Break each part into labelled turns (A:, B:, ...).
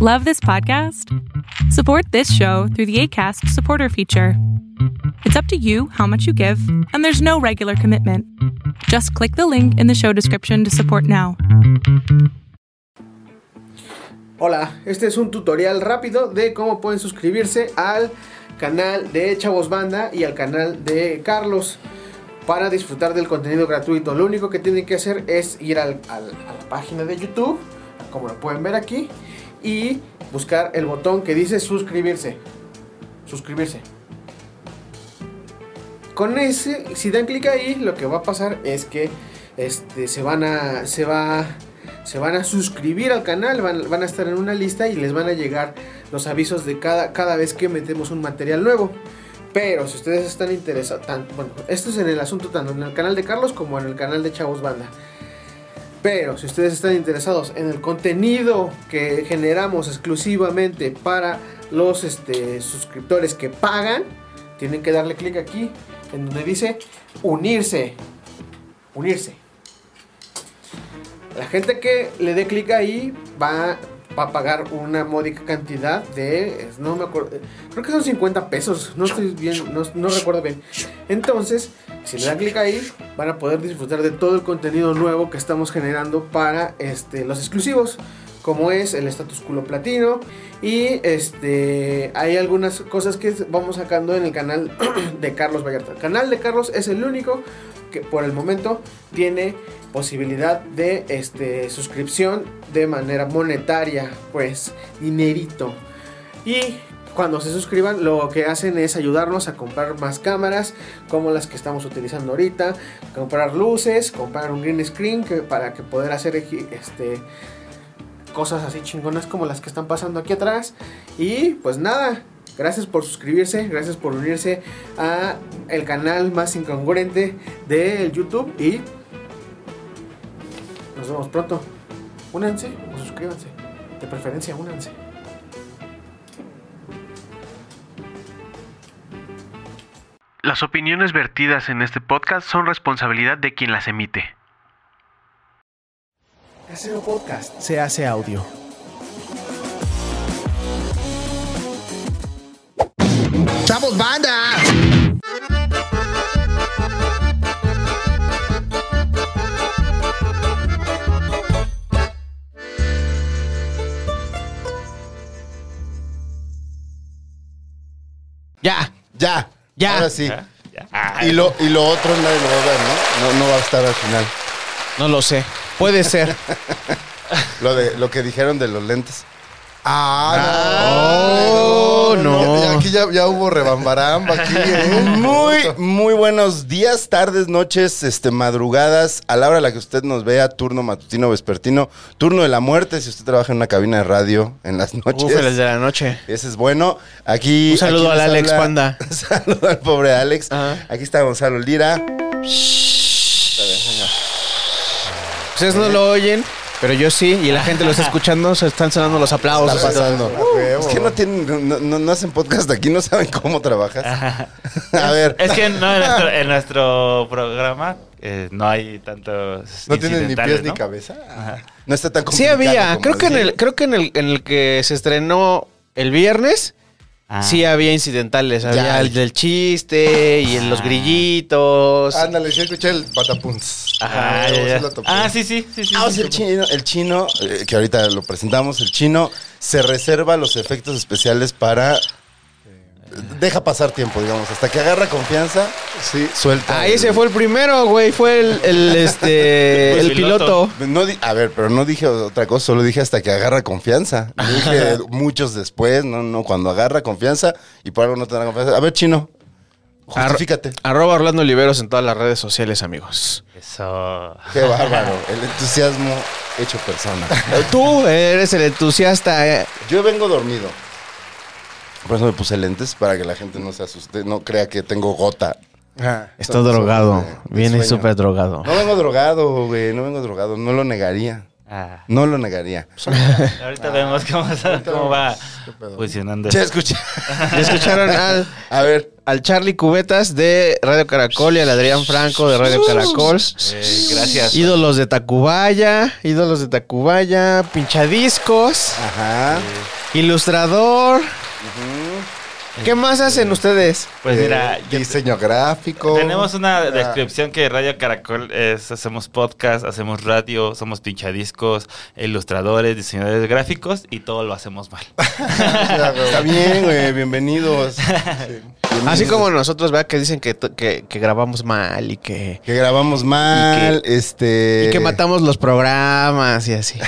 A: Love this podcast? Support this show through the ACAST supporter feature. It's up to you how much you give, and there's no regular commitment. Just click the link in the show description to support now.
B: Hola, este es un tutorial rápido de cómo pueden suscribirse al canal de Chavos Banda y al canal de Carlos para disfrutar del contenido gratuito. Lo único que tienen que hacer es ir al- al- a la página de YouTube, como lo pueden ver aquí, y buscar el botón que dice suscribirse. Suscribirse. Con ese, si dan clic ahí, lo que va a pasar es que este, se van a. Se va se van a suscribir al canal, van, van a estar en una lista y les van a llegar los avisos de cada, cada vez que metemos un material nuevo. Pero si ustedes están interesados, tan- bueno, esto es en el asunto tanto en el canal de Carlos como en el canal de Chavos Banda. Pero si ustedes están interesados en el contenido que generamos exclusivamente para los este, suscriptores que pagan, tienen que darle clic aquí en donde dice unirse. Unirse. La gente que le dé clic ahí va, va a pagar una módica cantidad de. es- No me acuerdo. Creo que son 50 pesos. No estoy bien. No, no recuerdo bien. Entonces, si le dan clic ahí, van a poder disfrutar de todo el contenido nuevo que estamos generando para este, los exclusivos. Como es el status culo platino. Y este. Hay algunas cosas que vamos sacando en el canal de Carlos Vallarta. El canal de Carlos es el único que por el momento tiene posibilidad de este, suscripción de manera monetaria, pues dinerito. Y cuando se suscriban, lo que hacen es ayudarnos a comprar más cámaras, como las que estamos utilizando ahorita, comprar luces, comprar un green screen que- para que poder hacer eji- este, cosas así chingonas como las que están pasando aquí atrás. Y pues nada, gracias por suscribirse, gracias por unirse a el canal más incongruente del YouTube y nos vemos pronto. Únanse o suscríbanse. De preferencia, únanse.
C: Las opiniones vertidas en este podcast son responsabilidad de quien las emite.
B: Casero Podcast se hace audio.
D: ¡Chavos, banda! Ya,
E: Ya.
D: Ya.
E: Ahora sí. Y lo, y lo otro nadie lo va a ver, ¿no? ¿no? No va a estar al final.
D: no lo sé. Puede ser.
E: Lo, de, lo que dijeron de los lentes. ¡Ah!
D: Oh,
E: Ya- ya
D: no.
E: aquí ya, ya hubo rebambaramba aquí, ¿eh? Muy, muy buenos días, tardes, noches, este, madrugadas, a la hora a la que usted nos vea, turno matutino, vespertino, turno de la muerte, si usted trabaja en una cabina de radio en las noches.
D: Uf, el de la noche.
E: Ese es bueno. Aquí.
D: Un saludo
E: aquí
D: al
E: les
D: Alex Panda.
E: Un saludo al pobre Alex.
D: Ajá.
E: Aquí está Gonzalo Lira.
D: Ustedes Pues no lo oyen, pero yo sí. Y la gente lo está escuchando. Se están sonando los aplausos.
E: Está pasando. es que no tienen, no, no- no hacen podcast aquí, no saben cómo trabajas. A ver,
F: Es que no, en, nuestro, en nuestro programa eh, no hay tantos.
E: no tienen ni pies
F: incidentales,
E: ni
F: ¿no?
E: cabeza. No está tan
D: Sí
E: complicado.
D: había.
E: como
D: Creo que en
E: decir.
D: el, creo que en el, en el que se estrenó el viernes.
F: Ah.
D: Sí había incidentales, había
E: Ya.
D: el del chiste y el- los grillitos.
E: Ándale, sí escuché el patapunz.
F: Ajá,
E: Ah,
F: ya, ya.
E: sí lo topé.
F: Ah, sí, sí, sí, sí.
E: Ah, o
F: sí,
E: sea, el
F: sí.
E: chino, el chino, eh, que ahorita lo presentamos, el chino se reserva los efectos especiales para... eh, Deja pasar tiempo, digamos, hasta que agarra confianza, sí, suelta.
D: Ahí
E: el-
D: se Ah, fue el primero, güey, fue el, el, este, el
F: El piloto.
D: piloto.
E: No di- a ver, pero no dije otra cosa, solo dije hasta que agarra confianza. No dije muchos después, no, no, cuando agarra confianza y por algo no tendrá confianza. A ver, chino, justifícate.
D: Arroba Orlando Oliveros en todas las redes sociales, amigos.
F: Eso.
E: Qué bárbaro, el entusiasmo hecho persona.
D: Tú eres el entusiasta. eh.
E: Yo vengo dormido. Por eso me puse lentes para que la gente no se asuste, no crea que tengo gota.
D: Está
E: Son- son
B: eh,
D: drogado.
E: de- de
D: Viene
E: sueño.
D: súper drogado.
E: No vengo drogado, güey, no vengo drogado, no lo negaría.
F: Ah,
E: No lo negaría.
F: ahorita vemos cómo, cómo va funcionando.
E: Che, escucha.
B: Ya escucharon al,
E: A ver.
B: al Charlie Cubetas de Radio Caracol y al Adrián Franco de Radio Caracol.
F: Eh, gracias.
B: Ídolos de Tacubaya, ídolos de Tacubaya, pinchadiscos,
E: Ajá.
B: ilustrador. ¿Qué más hacen ustedes?
F: Pues
E: Eh,
F: mira, yo-
E: diseño gráfico.
F: tenemos una
E: Ah.
F: descripción que Radio Caracol es, hacemos podcast, hacemos radio, somos pinchadiscos, ilustradores, diseñadores gráficos y todo lo hacemos mal.
E: Está bien, güey. Bienvenidos. Sí, bienvenidos.
B: Así como nosotros, ¿verdad? Que dicen que, to- que- que grabamos mal y que,
E: Que grabamos mal, este.
B: y que matamos los programas y así.
F: Sí.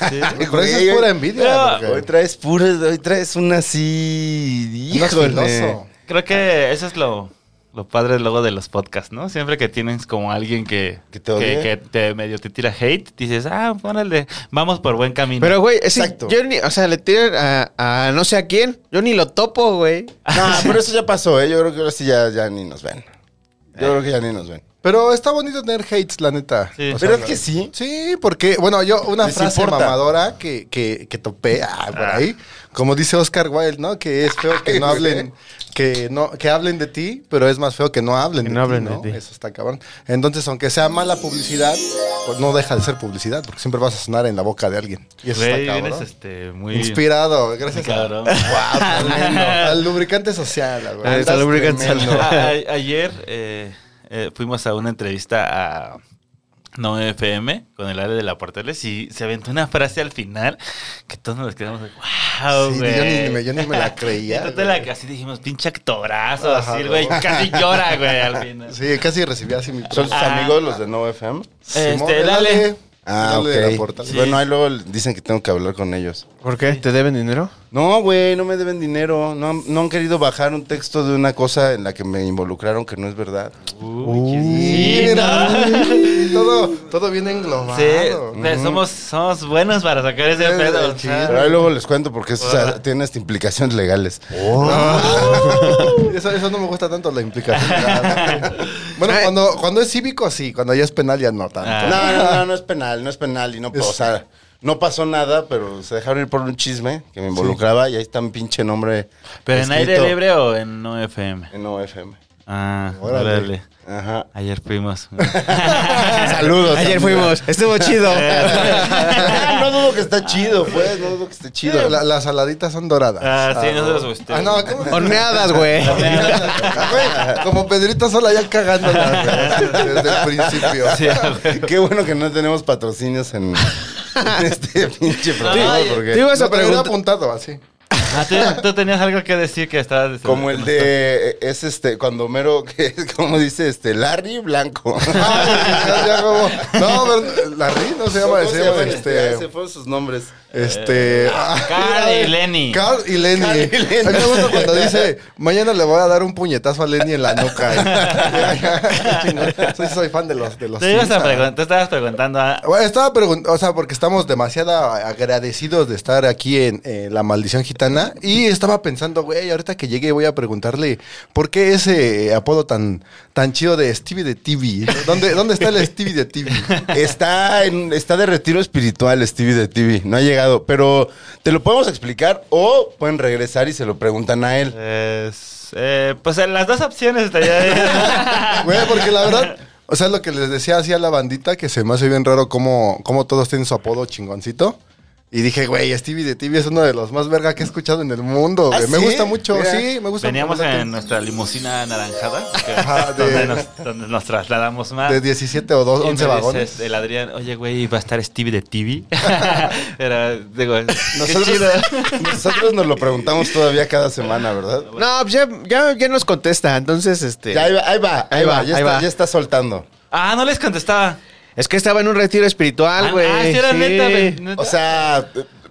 E: Ay,
G: Pero eso
E: güey,
G: es pura
E: hoy-
G: envidia. porque-
E: Hoy traes puras, hoy traes una así.
G: Andas
E: Híjole.
G: filoso.
F: Creo que eso es lo, lo padre luego de los podcasts, ¿no? Siempre que tienes como alguien que,
E: Que te odie.
F: que te medio te tira hate, dices, ah, órale, vamos por buen camino.
B: Pero, güey, sí,
E: Exacto.
B: yo ni, o sea, le tiran a, a no sé a quién. Yo ni lo topo, güey.
E: No, pero eso ya pasó, ¿eh? Yo creo que ahora sí ya, ya ni nos ven. Yo creo que ya ni nos ven.
G: Pero está bonito tener hates, la neta.
F: Sí.
G: O sea,
E: ¿Verdad que sí?
G: Sí, porque, bueno, yo una
E: Les
G: frase
E: importa.
G: mamadora que, que, que topé ah, por ahí, como dice Oscar Wilde, ¿no? Que es feo que no hablen, que no, que hablen de ti, pero es más feo que no hablen,
B: Que
G: de,
B: no
G: ti,
B: hablen de
G: ¿no?
B: ti.
G: Eso está cabrón. Entonces, aunque sea mala publicidad, pues no deja de ser publicidad, porque siempre vas a sonar en la boca de alguien. Y eso
F: Güey,
G: está
F: vienes
G: cabrón.
F: este, muy...
G: Inspirado, gracias. a-
F: Cabrón.
G: Wow, tremendo. Al lubricante social, güey.
B: Al
G: Andas
B: lubricante
G: tremendo.
B: social.
F: A- a- ayer eh, eh, fuimos a una entrevista a 9FM con el área de la Porteles y se aventó una frase al final que todos nos quedamos de wow,
G: Sí,
F: güey.
G: yo ni me- yo ni me la creía,
F: Y tú te la-
G: güey.
F: así dijimos, pinche actorazo,
G: Ajá,
F: así, güey.
G: güey.
F: Casi llora, güey, al final.
G: Sí, casi recibí así mi
E: ¿Son tus
F: Ah.
E: amigos los de No FM?
G: Simón,
F: Este, dale.
E: Ah,
G: Dale de la
E: ok.
G: Portales.
F: Sí.
E: Bueno, ahí luego dicen que tengo que hablar con ellos.
B: ¿Por qué? ¿Te deben dinero?
E: No, güey, no me deben dinero. No, han- no han querido bajar un texto de una cosa en la que me involucraron que no es verdad.
F: Uy, sí,
G: Mira,
F: ¿no?
G: sí, todo, todo bien englobado.
F: Sí, pero somos, somos buenos para sacar ese
G: Sí,
F: pedo.
G: sí.
F: ¿sabes?
E: Pero ahí luego les cuento porque eso o sea,
F: Hola.
E: tiene hasta implicaciones legales.
G: Oh. Eso, eso no me gusta tanto la implicación. bueno,
B: Ay.
G: cuando, cuando es cívico, sí. Cuando ya es penal, ya no tanto.
F: Ah.
E: No, no, no, no es penal, no es penal y no, pa-
G: Es-
E: o sea, no pasó nada, pero se dejaron ir por un chisme que me involucraba y ahí está mi pinche nombre.
F: Pero en aire
E: escrito
F: libre o en 9FM.
E: En OFM.
F: Ah,
G: Órale.
F: órale.
E: Ajá.
F: Ayer fuimos.
E: Saludos.
B: Ayer fuimos. Estuvo chido.
E: no dudo que está chido, pues, no dudo que esté chido.
G: Chido, la- las saladitas son doradas.
F: Ah, sí, nosotros usted.
G: Ah, no, ¿cómo?
B: Horneadas, güey.
G: Güey, Como Pedrito sola ya cagándola güey, desde el principio.
F: Sí, a ver.
E: Qué bueno que no tenemos patrocinios en, en este pinche programa,
F: Ay,
E: porque
B: Te ibas a
G: No, te hubiera
B: preguntar.
G: apuntado así.
F: Ah, ¿tú, tú tenías algo que decir que estabas
E: como el de es este cuando mero que como dice este Larry Blanco.
G: Ah, Ya, ya, como- No, pero la RI no se llama,
E: ¿Cómo
G: se llama
E: llaman?
G: este.
E: Ya, se fueron sus nombres.
G: Este.
F: Eh, Carl y Lenny.
G: Carl y Lenny.
E: Carl y Lenny.
G: A mí me gusta cuando dice: Mañana le voy a dar un puñetazo a Lenny en la nuca. Qué chingón. soy, soy fan de los. De los
F: Te ibas a
G: Simpson.
F: preguntar, te estabas preguntando ah,
G: Bueno, estaba preguntando, o sea, porque estamos demasiado agradecidos de estar aquí en eh, La Maldición Gitana. Y estaba pensando, güey, ahorita que llegue voy a preguntarle por qué ese apodo tan, tan chido de Stevie de TV. ¿Dónde, ¿Dónde está el Stevie de TV?
E: Está, en, está de retiro espiritual Stevie de TV, no ha llegado, pero te lo podemos explicar o pueden regresar y se lo preguntan a él.
F: es, eh, pues en las dos opciones estaría bien.
G: Güey, porque la verdad, o sea, lo que les decía así a la bandita, que se me hace bien raro cómo, cómo todos tienen su apodo chingoncito. Y dije, güey, Stevie de TV es uno de los más verga que he escuchado en el mundo.
E: ¿Ah,
G: güey. Me
E: sí?
G: gusta mucho,
E: Mira.
G: sí, me gusta
F: Veníamos
G: mucho.
F: en nuestra limusina anaranjada, que-
G: Ajá, de-
F: donde, nos, donde nos trasladamos más.
G: De 17 o dos-
F: Y me
G: 11
F: dice
G: vagones.
F: El Adrián, oye, güey, va a estar Stevie de TV. Pero, digo, qué
E: Nosotros,
F: chido.
E: nosotros nos lo preguntamos todavía cada semana, ¿verdad?
B: No, pues ya, ya, ya nos contesta. Entonces, este.
E: Ya, ahí va, ahí va, ahí va, ya,
B: ahí
E: está,
B: va.
E: ya está soltando.
F: Ah, no les contestaba.
B: Es que estaba en un retiro espiritual,
F: Ah,
B: güey.
F: Ah, sí, era
B: Sí.
F: neta, güey, neta.
E: O sea,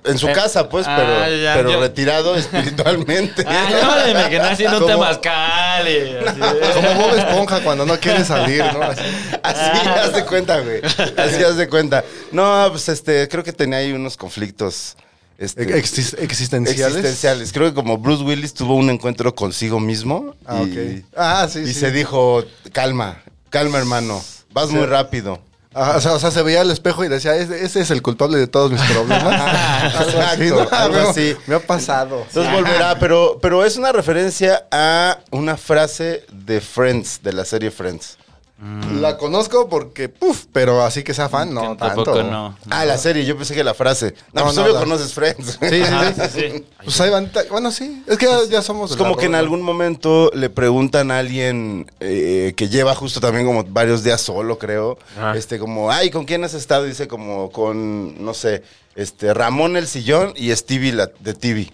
E: en su
F: Eh,
E: casa, pues,
F: ah,
E: pero,
F: ya,
E: pero
F: yo-
E: retirado espiritualmente.
F: Ah, yo me imaginé haciendo un
E: Como-
F: temazcal y así.
G: Como Bob Esponja cuando no quiere salir, ¿no? Así. Ah.
E: Así
F: Ah.
E: haz de cuenta, güey. Así haz de cuenta. No, pues este, creo que tenía ahí unos conflictos. Este,
G: Ex- exis- existenciales.
E: existenciales. Creo que como Bruce Willis tuvo un encuentro consigo mismo
G: Ah,
E: y,
G: ok. Ah, sí,
E: y
G: sí.
E: se dijo, calma, calma hermano, vas muy rápido.
G: Ajá, o, sea, o sea, se veía al espejo y decía, ese, ese es el culpable de todos mis problemas.
E: Algo así, ¿no?
G: algo
E: Algo
G: así. Ah,
E: así.
G: Me ha pasado.
E: Entonces volverá, pero, pero es una referencia a una frase de Friends, de la serie Friends. Mm.
G: La conozco porque, puf, pero así que sea fan, no,
F: Que tampoco
G: tanto.
F: no.
E: Ah, la serie, yo pensé que la frase. No,
G: No,
E: pues
G: no,
E: obvio
G: la-
E: conoces Friends.
G: Sí, sí,
F: Ajá,
G: sí.
F: Ah, sí, sí.
G: Pues ahí van ta- bueno, sí, es que ya, ya somos...
E: Es Pues
G: de pues, la
E: como que en
G: rola.
E: algún momento le preguntan a alguien eh, que lleva justo también como varios días solo, creo. Este, como, ay, ¿con quién has estado? Dice como con, no sé, este, Ramón el Sillón y Stevie la- de TV.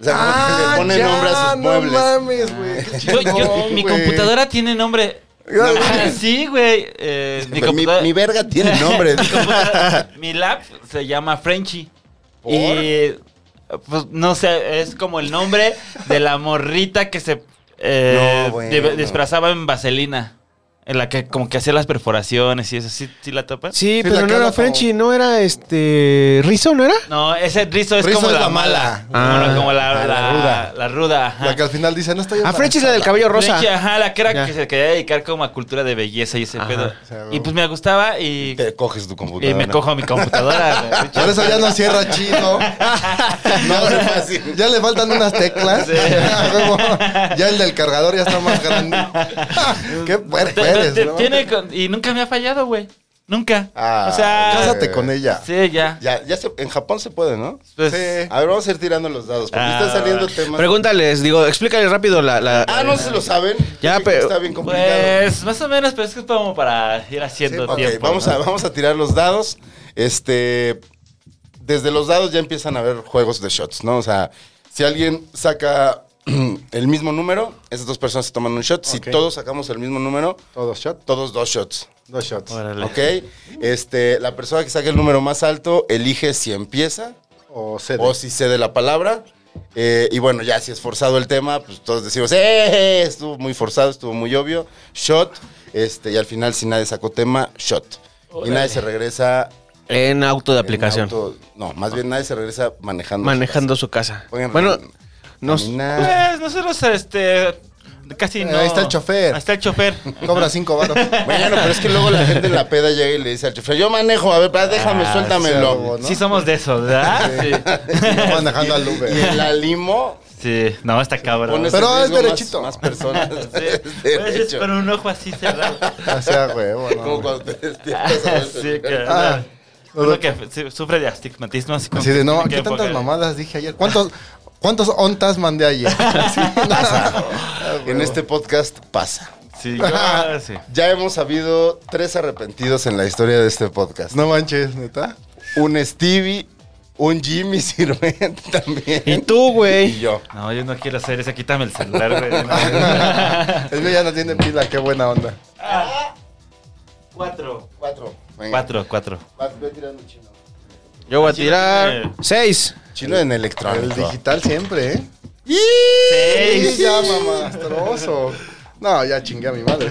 E: O sea, como que
G: Ah,
E: le pone
G: ya,
E: nombre a sus muebles.
G: No mames, güey. qué
F: Yo- yo-
G: chingón,
F: mi
G: güey.
F: computadora tiene nombre.
G: No,
F: Ah, sí, güey. Eh, mi,
E: mi,
F: computadora-
E: mi verga tiene nombre.
F: mi, computadora- mi lab se llama Frenchy. Y pues no sé, es como el nombre de la morrita que se eh,
E: No, bueno.
F: di- disfrazaba en vaselina. En la que como que hacía las perforaciones y eso. ¿Sí, sí la topas?
B: Sí,
G: Sí, la
B: pero no
G: cara
B: era
G: como-
B: Frenchy, no era este. Rizo, ¿no era?
F: No, ese rizo es
G: Rizzo
F: como
G: es
F: la,
G: la
F: mala. Como la-
G: mala.
F: como
E: Ah,
F: la,
E: la
F: la-
E: ruda.
F: La ruda, ajá.
G: La que al final dice, no estoy...
B: Ah, Frenchy es la del cabello rosa.
F: Frenchy, ajá, la que era
B: Ya.
F: que se quería dedicar como a cultura de belleza y ese pedo.
G: sea,
F: Y pues me gustaba y,
E: Te coges tu
F: y
E: computadora.
F: me cojo mi computadora. güey.
G: Por eso ya no cierra chido. No,
E: Ahora
G: ya-
E: fácil.
G: ya le faltan unas teclas.
F: Sí.
G: ya el del cargador ya está más grande. Qué
F: Te-
G: puerco
F: te-
G: eres,
F: te-
G: ¿no?
F: tiene con- y nunca me ha fallado, güey. Nunca.
E: Ah,
F: o sea,
G: Cásate con ella.
F: sí, ya.
E: Ya, ya se- en Japón se puede, ¿no?
F: Pues,
G: Sí.
E: A ver, vamos a ir tirando los dados, porque
F: Ah,
E: están saliendo
F: va.
E: temas.
B: Pregúntales, digo, explícales rápido la. la-
E: Ah, no se lo saben.
B: Ya,
E: Porque
B: pero-
E: Está bien complicado.
F: pues, más o menos, pero es que es como para
E: Sí,
F: ir haciendo
E: ok,
F: tiempo.
E: vamos,
F: ¿no?
E: a, vamos a tirar los dados. Este. Desde los dados ya empiezan a haber juegos de shots, ¿no? O sea, si alguien saca el mismo número, esas dos personas se toman un shot. Si
G: Ok.
E: todos sacamos el mismo número,
G: Todos shot,
E: todos dos shots.
G: dos shots.
F: Órale.
E: ¿Ok? Este, la persona que saque el número más alto elige si empieza
G: O cede.
E: o si cede la palabra. Eh, y bueno, ya si es forzado el tema, pues todos decimos, ¡eh! Estuvo muy forzado, estuvo muy obvio. Shot. Este, y al final, si nadie sacó tema, shot. Y nadie se regresa.
B: En auto de
E: en
B: aplicación.
E: auto- no, más bien nadie se regresa manejando.
B: manejando su casa.
E: Oigan,
B: Bueno,
E: caminar.
B: nos.
F: Pues nosotros, este. Casi
G: Eh,
F: no.
G: ahí está el chofer.
F: Ahí está el chofer.
G: Cobra cinco varos.
E: Bueno, pero es que luego la gente en la peda llega y le dice al chofer, yo manejo, a ver, pa, déjame,
F: Ah,
G: sí,
E: suéltamelo.
G: algo, ¿no?
F: Sí, somos de esos, ¿verdad?
G: No manejando al
E: Y
G: Uber.
E: en la limo
F: Sí. sí. No, está cabrón.
E: pones
F: Sí.
G: Pero
E: en
G: es
E: riesgo más-
G: derechito.
E: Más, personas. Es
F: Puedes
E: derecho.
F: con un ojo así cerrado.
G: O sea, Ah, huevo, no,
E: Como
G: güey.
E: cuando te
F: Ah,
E: despiertas. a veces.
F: sí, que,
G: Ah.
F: uno que sí, sufre de astigmatismo. Así, como
G: Así
F: que
G: de, no,
F: tiene
G: ¿qué
F: que
G: tantas
F: enfocar.
G: mamadas dije ayer? ¿Cuántos, cuántos ontas mandé ayer? Sí, nada.
E: En este podcast pasa.
F: Sí, yo, sí.
E: Ya hemos habido tres arrepentidos en la historia de este podcast.
G: No manches, ¿neta?
E: Un Stevie, un Jimmy Sirven también.
B: Y tú,
E: Y
B: güey.
E: yo.
F: No, yo no quiero hacer eso. Quítame el celular, güey. de una vez.
G: El mío ya no tiene pila, qué buena onda.
F: Cuatro.
E: Cuatro. Venga.
F: Cuatro, cuatro.
E: Vas, ve tirando chino.
B: Yo voy a
F: Así eh. lo
B: tirar.
F: tiene.
B: Seis.
E: Chino en
G: El
E: electrónico.
G: digital siempre, ¿eh?
F: Seis.
G: Sí, ya, mamastroso. No, ya chingué a mi madre.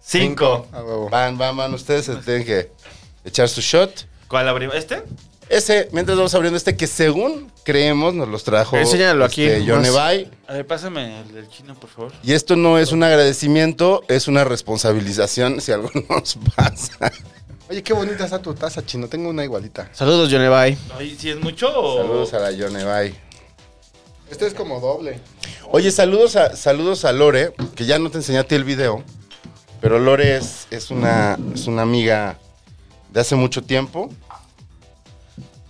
F: Cinco.
G: A huevo.
E: Van, van, van. Ustedes se tienen que echar su shot.
F: ¿Cuál abrimos? ¿Este?
E: Ese, mientras vamos abriendo este, que según creemos nos los trajo.
B: Enséñalo aquí,
E: este, John
B: más.
E: Ebay.
F: A ver, pásame el del chino, por favor.
E: Y esto no es un agradecimiento, es una responsabilización si algo nos pasa.
G: Oye, qué bonita está tu taza, chino. Tengo una igualita.
B: Saludos, John Ebay.
F: Ay, ¿Si es mucho o...?
E: Saludos a la John Ebay.
G: Este es como doble.
E: Oye, saludos a, saludos a Lore, que ya no te enseñé a ti el video, pero Lore es, es, una, es una amiga de hace mucho tiempo,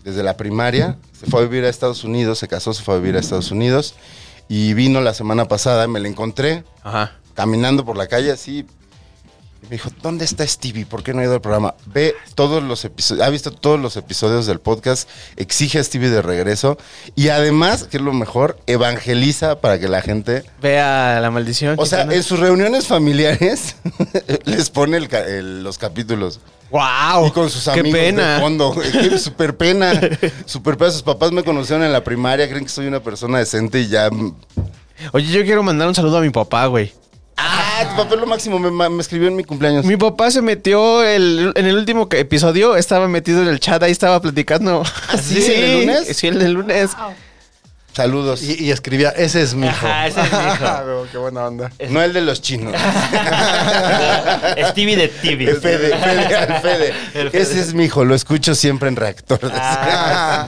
E: desde la primaria. Se fue a vivir a Estados Unidos, se casó, se fue a vivir a Estados Unidos y vino la semana pasada, me la encontré
B: Ajá.
E: caminando por la calle así. y me dijo, ¿dónde está Stevie? ¿Por qué no ha ido al programa? Ve todos los episodios, ha visto todos los episodios del podcast, exige a Stevie de regreso y además, que es lo mejor, evangeliza para que la gente...
B: Vea la maldición.
E: O sea,
B: chingona.
E: en sus reuniones familiares les pone el ca- el- los capítulos.
B: ¡Wow!
E: Y con sus
B: ¡Qué
E: amigos
B: pena!
E: de fondo. güey. Qué super pena. Super pena. Sus papás me conocieron en la primaria, creen que soy una persona decente y ya. mm.
B: Oye, yo quiero mandar un saludo a mi papá, güey.
E: Ah, tu papá es lo máximo. Me, ma- me escribió en mi cumpleaños.
B: Mi papá se metió el- en el último que- episodio, estaba metido en el chat, ahí estaba platicando.
E: sí? ¿El del lunes?
B: Ah, Sí, el del lunes.
E: Saludos.
G: Y, y escribía, ese es mi hijo.
F: Ajá, ese es mi hijo.
G: Ah, huevo, qué buena onda.
F: es-
E: No el de los chinos.
F: Stevie de
E: El
F: Tibi.
E: Fede, Fede, al Fede.
F: El Fede.
E: Ese es mi hijo, lo escucho siempre en reactor.
F: Ah,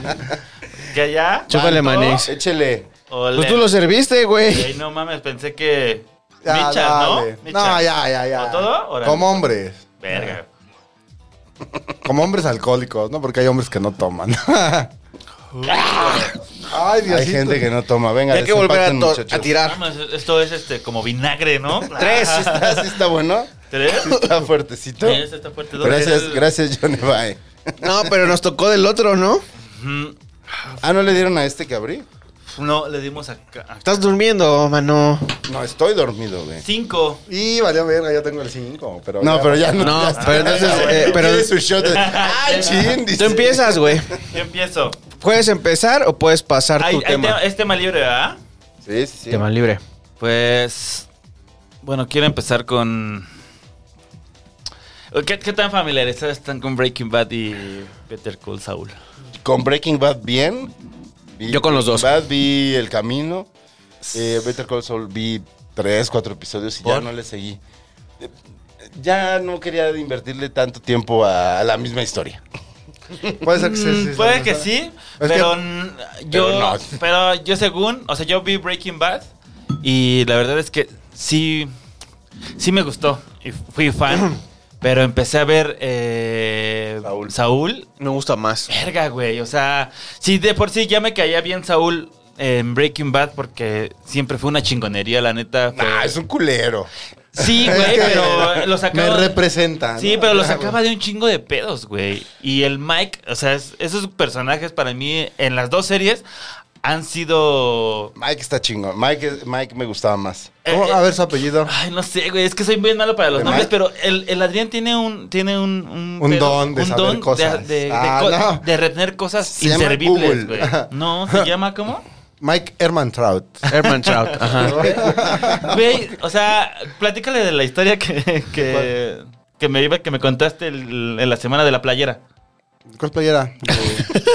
F: ¿Que allá?
B: Chúpale,
F: ¿Banco?
B: manix.
E: Échele.
F: Ole.
B: Pues tú lo serviste, güey.
F: Ey, no mames, pensé que.
G: Ya,
F: Michas, ¿no?
G: dale.
F: Michas.
G: No, ya, ya, ya.
F: ¿O todo? Órale.
G: Como hombres.
F: Verga.
G: Como hombres alcohólicos, ¿no? Porque hay hombres que no toman. Ay, Diosito.
E: Hay gente que no toma. Venga,
B: Hay que volver a,
E: desempaquen,
B: to-
E: muchachos.
B: a tirar.
F: Vamos, esto es este como vinagre, ¿no?
E: Tres. ¿Está, sí está bueno?
F: ¿Tres?
E: Sí está fuertecito.
F: Sí, ese está fuerte. ¿Dónde
E: Gracias,
F: es el-
E: gracias, Johnny Bae.
B: No, pero nos tocó del otro, ¿no?
F: Ujú.
E: Ah, ¿no le dieron a este que abrí?
F: No, le dimos acá.
B: Estás durmiendo, mano.
E: No, estoy dormido, güey.
F: Cinco.
G: Y valió verga, yo tengo el 5. Pero
E: No, pero ya no.
B: No,
E: ya está.
B: pero entonces, eh, pero-
E: Tiene su shot de- ¡Ay, chin!
B: Tú
E: dice.
B: empiezas, güey.
F: Yo empiezo.
B: ¿Puedes empezar o puedes pasar
F: Hay,
B: tu
F: hay
B: tema?
F: tema- es este tema libre, ¿verdad?
E: Sí, sí, sí.
B: Tema libre.
F: Pues. Bueno, quiero empezar con. ¿Qué, qué tan familiares están con Breaking Bad y Better Call Saul?
E: Con Breaking Bad bien. Vi
B: Yo con los dos.
E: Breaking Bad vi El Camino. Eh, Better Call Saul vi tres, cuatro episodios y ya
F: ¿Por?
E: no le seguí. Eh, Ya no quería invertirle tanto tiempo a, la misma historia.
G: Puede ser que sí. sí,
F: Mm, Puede
G: sí,
F: que
G: sí.
F: sí,
G: Es
F: pero
G: que-
F: n- yo,
E: pero no.
F: pero yo según, o sea, yo vi Breaking Bad y la verdad es que sí, sí me gustó y fui fan, pero empecé a ver eh,
E: Saúl.
F: Saúl
B: Me gusta más.
F: Verga, güey. O sea, sí, de por sí ya me caía bien Saúl en Breaking Bad porque siempre fue una chingonería, la neta. fue-
E: Ah, es un culero.
F: Sí,
G: Es
F: güey,
G: que
F: pero lo
G: Me
F: sacaba.
G: representa.
F: Sí,
G: ¿no?
F: pero lo
G: Ya,
F: sacaba de un chingo de pedos, güey. Y el Mike, o sea, es- esos personajes para mí en las dos series han sido.
E: Mike está chingón. Mike, es- Mike me gustaba más.
G: ¿Cómo?
F: Eh, eh,
G: Oh, A ver su apellido.
F: Ay, no sé, güey. Es que soy bien malo para los
E: ¿De
F: nombres,
E: Mike?
F: pero el, el Adrián tiene un. Tiene un. Un,
G: Un don de saber
F: de-
G: cosas.
F: De, de
G: Ah,
F: co-
G: no.
F: de retener cosas
E: Se llama
F: inservibles,
E: Google.
F: güey. No, se llama ¿cómo?
G: Mike Herman Trout.
B: Herman Trout. Ajá.
F: Güey, o sea, platícale de la historia que. que... Que me, iba, que me contaste el- en la semana de la playera.
G: ¿Cuál playera?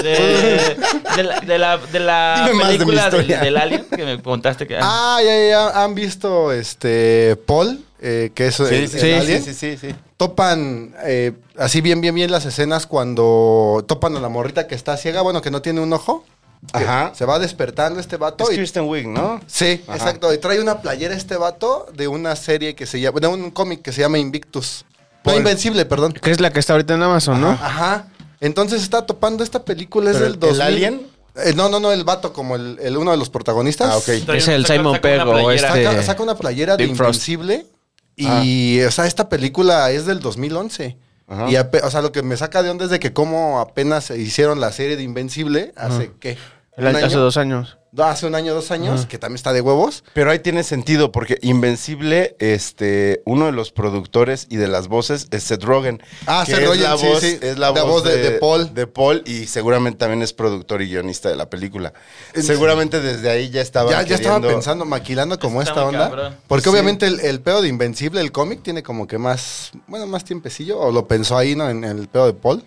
F: De, de la, de la, de la
E: Dime más de mi
F: película del,
E: historia.
F: del Alien que me contaste que.
G: Ah, ya, ya, ya. ¿Han visto este Paul? Eh, que es el- el alien?
E: sí, sí, sí.
G: topan eh, así bien, bien, bien las escenas cuando topan a la morrita que está ciega, bueno, que no tiene un ojo. que
E: Ajá.
G: Se va despertando este vato.
E: Es
G: y-
E: Kristen Wiig, ¿no?
G: sí,
E: Ajá.
G: exacto. Y trae una playera este vato de una serie que se llama, de un cómic que se llama Invictus. No,
E: Paul.
G: Invencible, perdón.
B: Que es la que está ahorita en Amazon, ¿no?
G: Ajá. Entonces está topando esta película, es
E: ¿Pero
G: del
E: el-
G: 2000.
E: el alien?
G: Eh, no, no, no, el vato como el, el- uno de los protagonistas.
E: Ah, ok.
F: Trae-
B: es el
F: saca-
B: Simon
F: saca una
B: Pegg o
F: playera.
B: este-
G: Saca, saca una playera de
B: Deep Frost.
G: Invencible. Y, o sea, esta película es del 2011.
E: Ajá.
G: Y, ape- o sea, lo que me saca de onda es de que como apenas se hicieron la serie de Invencible, ¿hace qué?
B: El-
G: ¿Un
B: hace
G: año?
B: dos años.
G: No, Hace un año, dos años, que también está de huevos.
E: Pero ahí tiene sentido, porque Invencible, este, uno de los productores y de las voces es Seth Rogen.
G: Ah,
E: que
G: Seth
E: es
G: Rogen,
E: la
G: sí,
E: voz,
G: sí.
E: Es la, voz, de, de Paul. y seguramente también es productor y guionista de la película. Seguramente desde ahí ya estaba
G: ya, ya estaba
E: queriendo-
G: pensando, maquilando como
F: Está
G: esta
F: muy
G: onda.
F: cabrón.
G: Porque
E: Sí.
G: obviamente el, el pedo de Invencible, el cómic, tiene como que más, bueno, más tiempecillo. O lo pensó ahí, ¿no? En el pedo de Paul.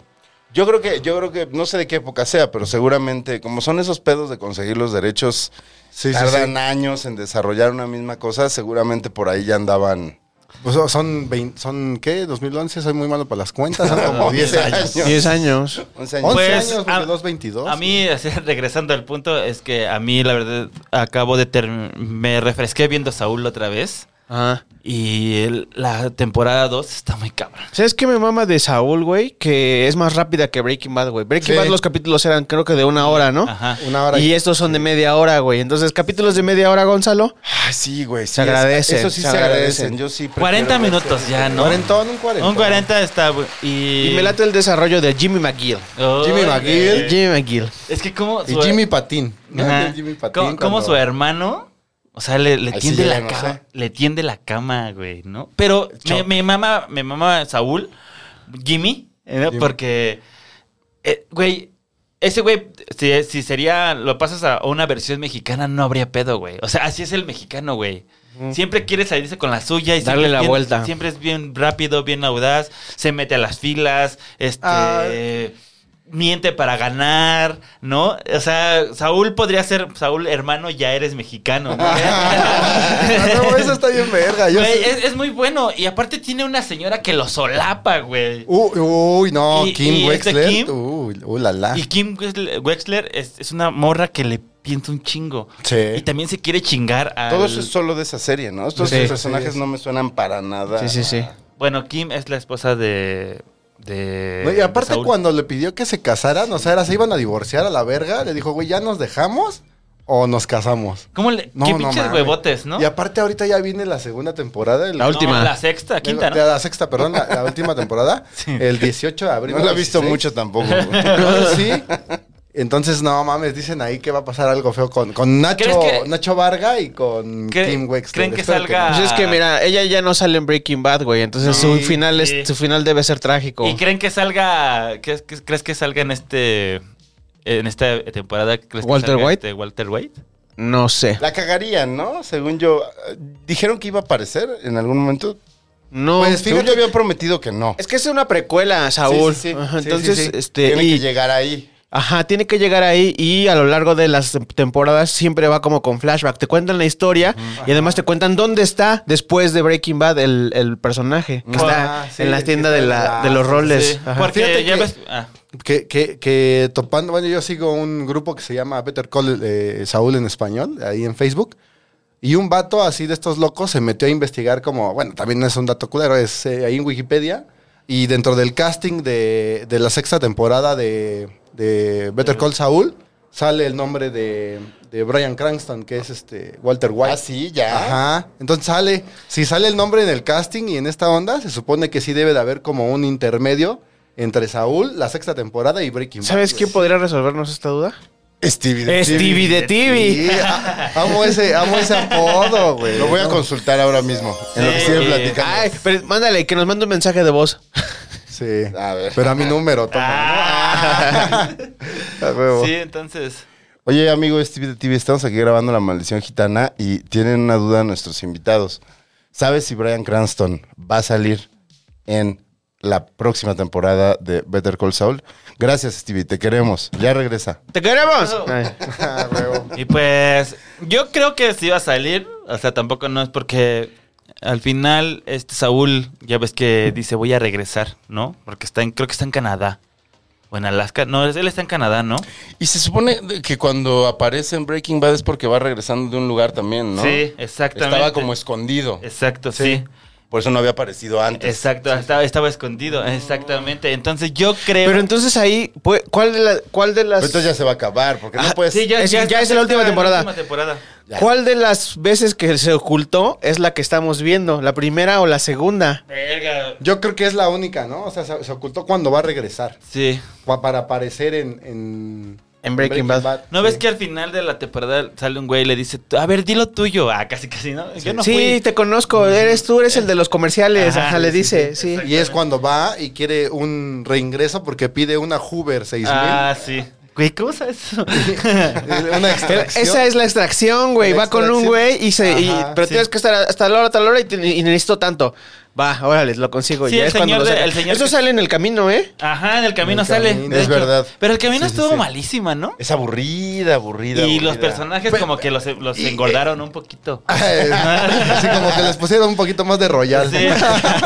E: Yo creo que, yo creo que, no sé de qué época sea, pero seguramente, como son esos pedos de conseguir los derechos,
G: Sí,
E: tardan años en desarrollar una misma cosa, seguramente por ahí ya andaban
G: Pues, oh, son, vein- son, ¿qué? 2011, soy muy malo para las cuentas. Son como 10 años.
B: Diez años.
E: 11 años.
G: 11
F: Pues,
G: años,
F: a-
G: porque 2,
B: este
G: 22.
F: A mí, así, regresando al punto, es que a mí, la verdad, acabo de term- me refresqué viendo a Saúl otra vez.
B: Ajá.
F: Y el- la temporada 2 está muy cabrón.
B: ¿Sabes qué me mama de Saúl, güey? Que es más rápida que Breaking Bad, güey. Breaking
G: Sí.
B: Bad los capítulos eran creo que de una hora, ¿no?
F: Ajá.
G: Una hora
B: Y estos son de media hora, güey. Entonces, capítulos de media hora, Gonzalo.
E: Ah, sí, güey. sí,
B: Se
E: es-
B: agradecen,
E: Eso sí
B: se
E: se agradecen.
B: agradecen.
E: Yo sí prefiero
F: 40
E: ver
F: minutos ya, ¿no?
G: Cuarentón, un cuarentón.
F: Un 40 está. bu-
B: Y
F: Y,
B: me late el desarrollo de Jimmy McGill.
F: Ay,
G: Jimmy McGill.
F: güey.
B: Jimmy McGill.
F: Es que, como.
G: Y Jimmy Patín. ¿no? El Jimmy Patín
F: ¿Cómo, cómo
G: cuando-
F: su hermano? O sea, le, le
E: Ahí
F: tiende
E: sí ya
F: la
E: no
F: cama.
E: sé.
F: Le tiende la cama, güey, ¿no? Pero me,
E: Chop.
F: me mama, me mama Saúl, Jimmy, ¿eh? porque, eh, güey, ese güey, si, si sería, lo pasas a una versión mexicana, no habría pedo, güey. O sea, así es el mexicano, güey. Siempre quiere salirse con la suya y
B: Darle
F: siempre es
B: la
F: bien-
B: vuelta.
F: Siempre es bien rápido, bien audaz, se mete a las filas, este...
G: Ah,
F: miente para ganar, ¿no? O sea, Saúl podría ser, Saúl, hermano, ya eres mexicano. ¿no?
G: Ah, No, no, eso está bien verga. Yo
F: Güey,
G: sí-
F: es, es muy bueno. Y aparte tiene una señora que lo solapa, güey.
G: Uy, uy, no,
F: Y-
G: Kim
F: y este
G: Wexler.
F: Kim-
G: Uy, uy, la la.
F: Y Kim Wexler, Wexler es, es una morra que le piensa un chingo.
G: Sí.
F: Y también se quiere chingar a...
E: Todo eso es solo de esa serie, ¿no? Estos
B: Sí.
E: personajes no me suenan para nada.
B: Sí, sí, sí.
F: Bueno, Kim es la esposa de... de
G: No, y
F: de
G: aparte
F: Saúl.
G: cuando le pidió que se casaran, o sea, era, se iban a divorciar a la verga, le dijo, güey, ¿ya nos dejamos o nos casamos?
F: ¿Cómo le,
G: No,
F: qué
G: no
F: pinches
G: mames.
F: huevotes, ¿no?
G: Y aparte ahorita ya viene la segunda temporada. el-
B: La
F: No,
B: última.
F: la sexta, quinta,
G: la,
F: ¿no?
G: la sexta, perdón, la, la última temporada. El 18 de abril.
E: No la he visto
G: 16.
E: mucho tampoco.
G: No, sí. Entonces, no mames, dicen ahí que va a pasar algo feo con, con Nacho,
F: ¿Crees que-
G: Nacho Varga y con
F: ¿Cree-
G: Kim Wexler.
F: creen que
G: Espero
F: salga-
G: no.
B: Pues es que mira, ella ya no sale en Breaking Bad, güey. Entonces
F: Ah. Sí,
B: su final es,
F: sí.
B: su final debe ser trágico.
F: ¿Y creen que salga, que, que- crees que salga en este, en esta temporada? ¿crees que
B: ¿Walter
F: salga
B: White?
F: este Walter White.
B: No sé.
E: La cagarían, ¿no? Según yo. eh, Dijeron que iba a aparecer en algún momento.
B: No.
G: Pues,
E: Según
G: Fíjate
E: yo habían prometido que no.
B: es que es una precuela, Saúl.
E: Sí, sí, sí.
B: Ajá,
E: Sí,
B: Entonces,
E: sí, sí.
B: este
E: Tiene
B: y-
E: que llegar ahí.
B: Ajá, tiene que llegar ahí y a lo largo de las temporadas siempre va como con flashback. Te cuentan la historia y además te cuentan dónde está después de Breaking Bad el, el personaje. Que
G: Ah,
B: está
G: sí,
B: en la
G: que
B: tienda
G: está
B: de,
G: en
B: la,
G: la-
B: de los roles.
F: Sí,
B: Ajá.
F: porque
G: Fíjate
F: ya
G: que-
F: ves... ah,
G: Que, que, que topando, bueno, yo sigo un grupo que se llama Better Call eh, Saúl en español, ahí en Facebook. Y un vato así de estos locos se metió a investigar como, bueno, también no es un dato culero, es eh, ahí en Wikipedia. Y dentro del casting de, de la sexta temporada de, de Better Call Saúl, sale el nombre de, de Brian Cranston, que es este Walter White.
E: Ah, sí, ya.
G: Ajá. Entonces sale, si sale el nombre en el casting y en esta onda, se supone que sí debe de haber como un intermedio entre Saúl, la sexta temporada y Breaking Bad.
B: ¿Sabes quién podría resolvernos esta duda?
E: Stevie de
B: Stevie de TV.
G: Sí, a- amo ese, amo ese apodo, güey.
E: Lo voy a consultar ahora mismo. En lo que
F: Sí.
B: eh,
E: siguen platicando.
B: Ay, pero mándale, que nos mande un mensaje de voz.
G: Sí.
E: A ver.
G: Pero a mi número, toma.
F: ah,
G: A huevo.
F: sí, entonces...
E: Oye, amigo Stevie de TV, estamos aquí grabando La Maldición Gitana y tienen una duda nuestros invitados. ¿Sabes si Brian Cranston va a salir en la próxima temporada de Better Call Saul? Gracias, Stevie, te queremos. Ya regresa.
B: ¡Te queremos!
F: No.
B: Ay.
G: A huevo.
F: Y pues yo creo que sí va a salir. O sea, tampoco no es porque al final este Saúl ya ves que dice voy a regresar, ¿no? Porque está en, creo que está en Canadá. O en Alaska. No, él está en Canadá, ¿no?
E: Y se supone que cuando aparece en Breaking Bad es porque va regresando de un lugar también,
F: Sí, exactamente.
E: Estaba como escondido.
F: Exacto, sí.
E: Por eso no había aparecido antes.
F: Exacto, estaba, estaba escondido, exactamente. Entonces yo creo...
B: Pero entonces ahí, pues, ¿cuál de, la- cuál de las...
E: Pero Entonces ya se va a acabar, porque
B: Ajá,
E: no puedes...
F: Ah, Sí,
B: es- ya es
F: está-
B: la última
F: está
B: temporada.
F: última temporada.
B: ¿Cuál de las veces que se ocultó es la que estamos viendo? ¿La primera o la segunda?
F: Verga.
G: Yo creo que es la única, ¿no? O sea, se, se ocultó cuando va a regresar.
F: Sí.
G: pa- Para aparecer en. En,
B: En Breaking Bad.
F: ¿No
G: Sí.
F: ves que al final de la temporada sale un güey y le dice, a ver, di lo tuyo? Ah, casi, casi, ¿no? Yo no
B: sí,
F: fui.
B: te conozco, eres tú, eres el de los comerciales,
F: Ajá,
B: ajá, le
F: sí,
B: dice,
F: sí,
B: sí.
F: exacto.
G: Y es cuando va y quiere un reingreso porque pide una Hoover 6000.
F: Ah, sí. Güey, ¿cómo sabes eso?
G: Una extracción.
B: Esa es la extracción, güey.
G: La
B: Va con un
G: extracción.
B: güey y se. y-
G: Ajá,
B: pero
F: sí.
B: tienes que estar hasta la hora, tal hora y, te- y necesito tanto. Va, órale, lo consigo.
F: Sí,
B: ya
F: el
B: es cuando
F: señor
B: lo
F: de-
B: saca.
F: el señor
B: Eso
F: que-
B: sale en el camino, ¿eh?
F: Ajá, en el camino
G: el
F: sale.
G: camino.
F: de
E: Es
F: hecho.
E: verdad.
F: Pero el camino
G: Sí, sí,
F: estuvo
G: sí.
F: malísima, ¿no?
E: Es aburrida, aburrida.
F: y los
E: aburrida.
F: personajes como que los, los
E: y-
F: engordaron un poquito.
G: ah, Así como que les pusieron un poquito más de royal.
F: Sí.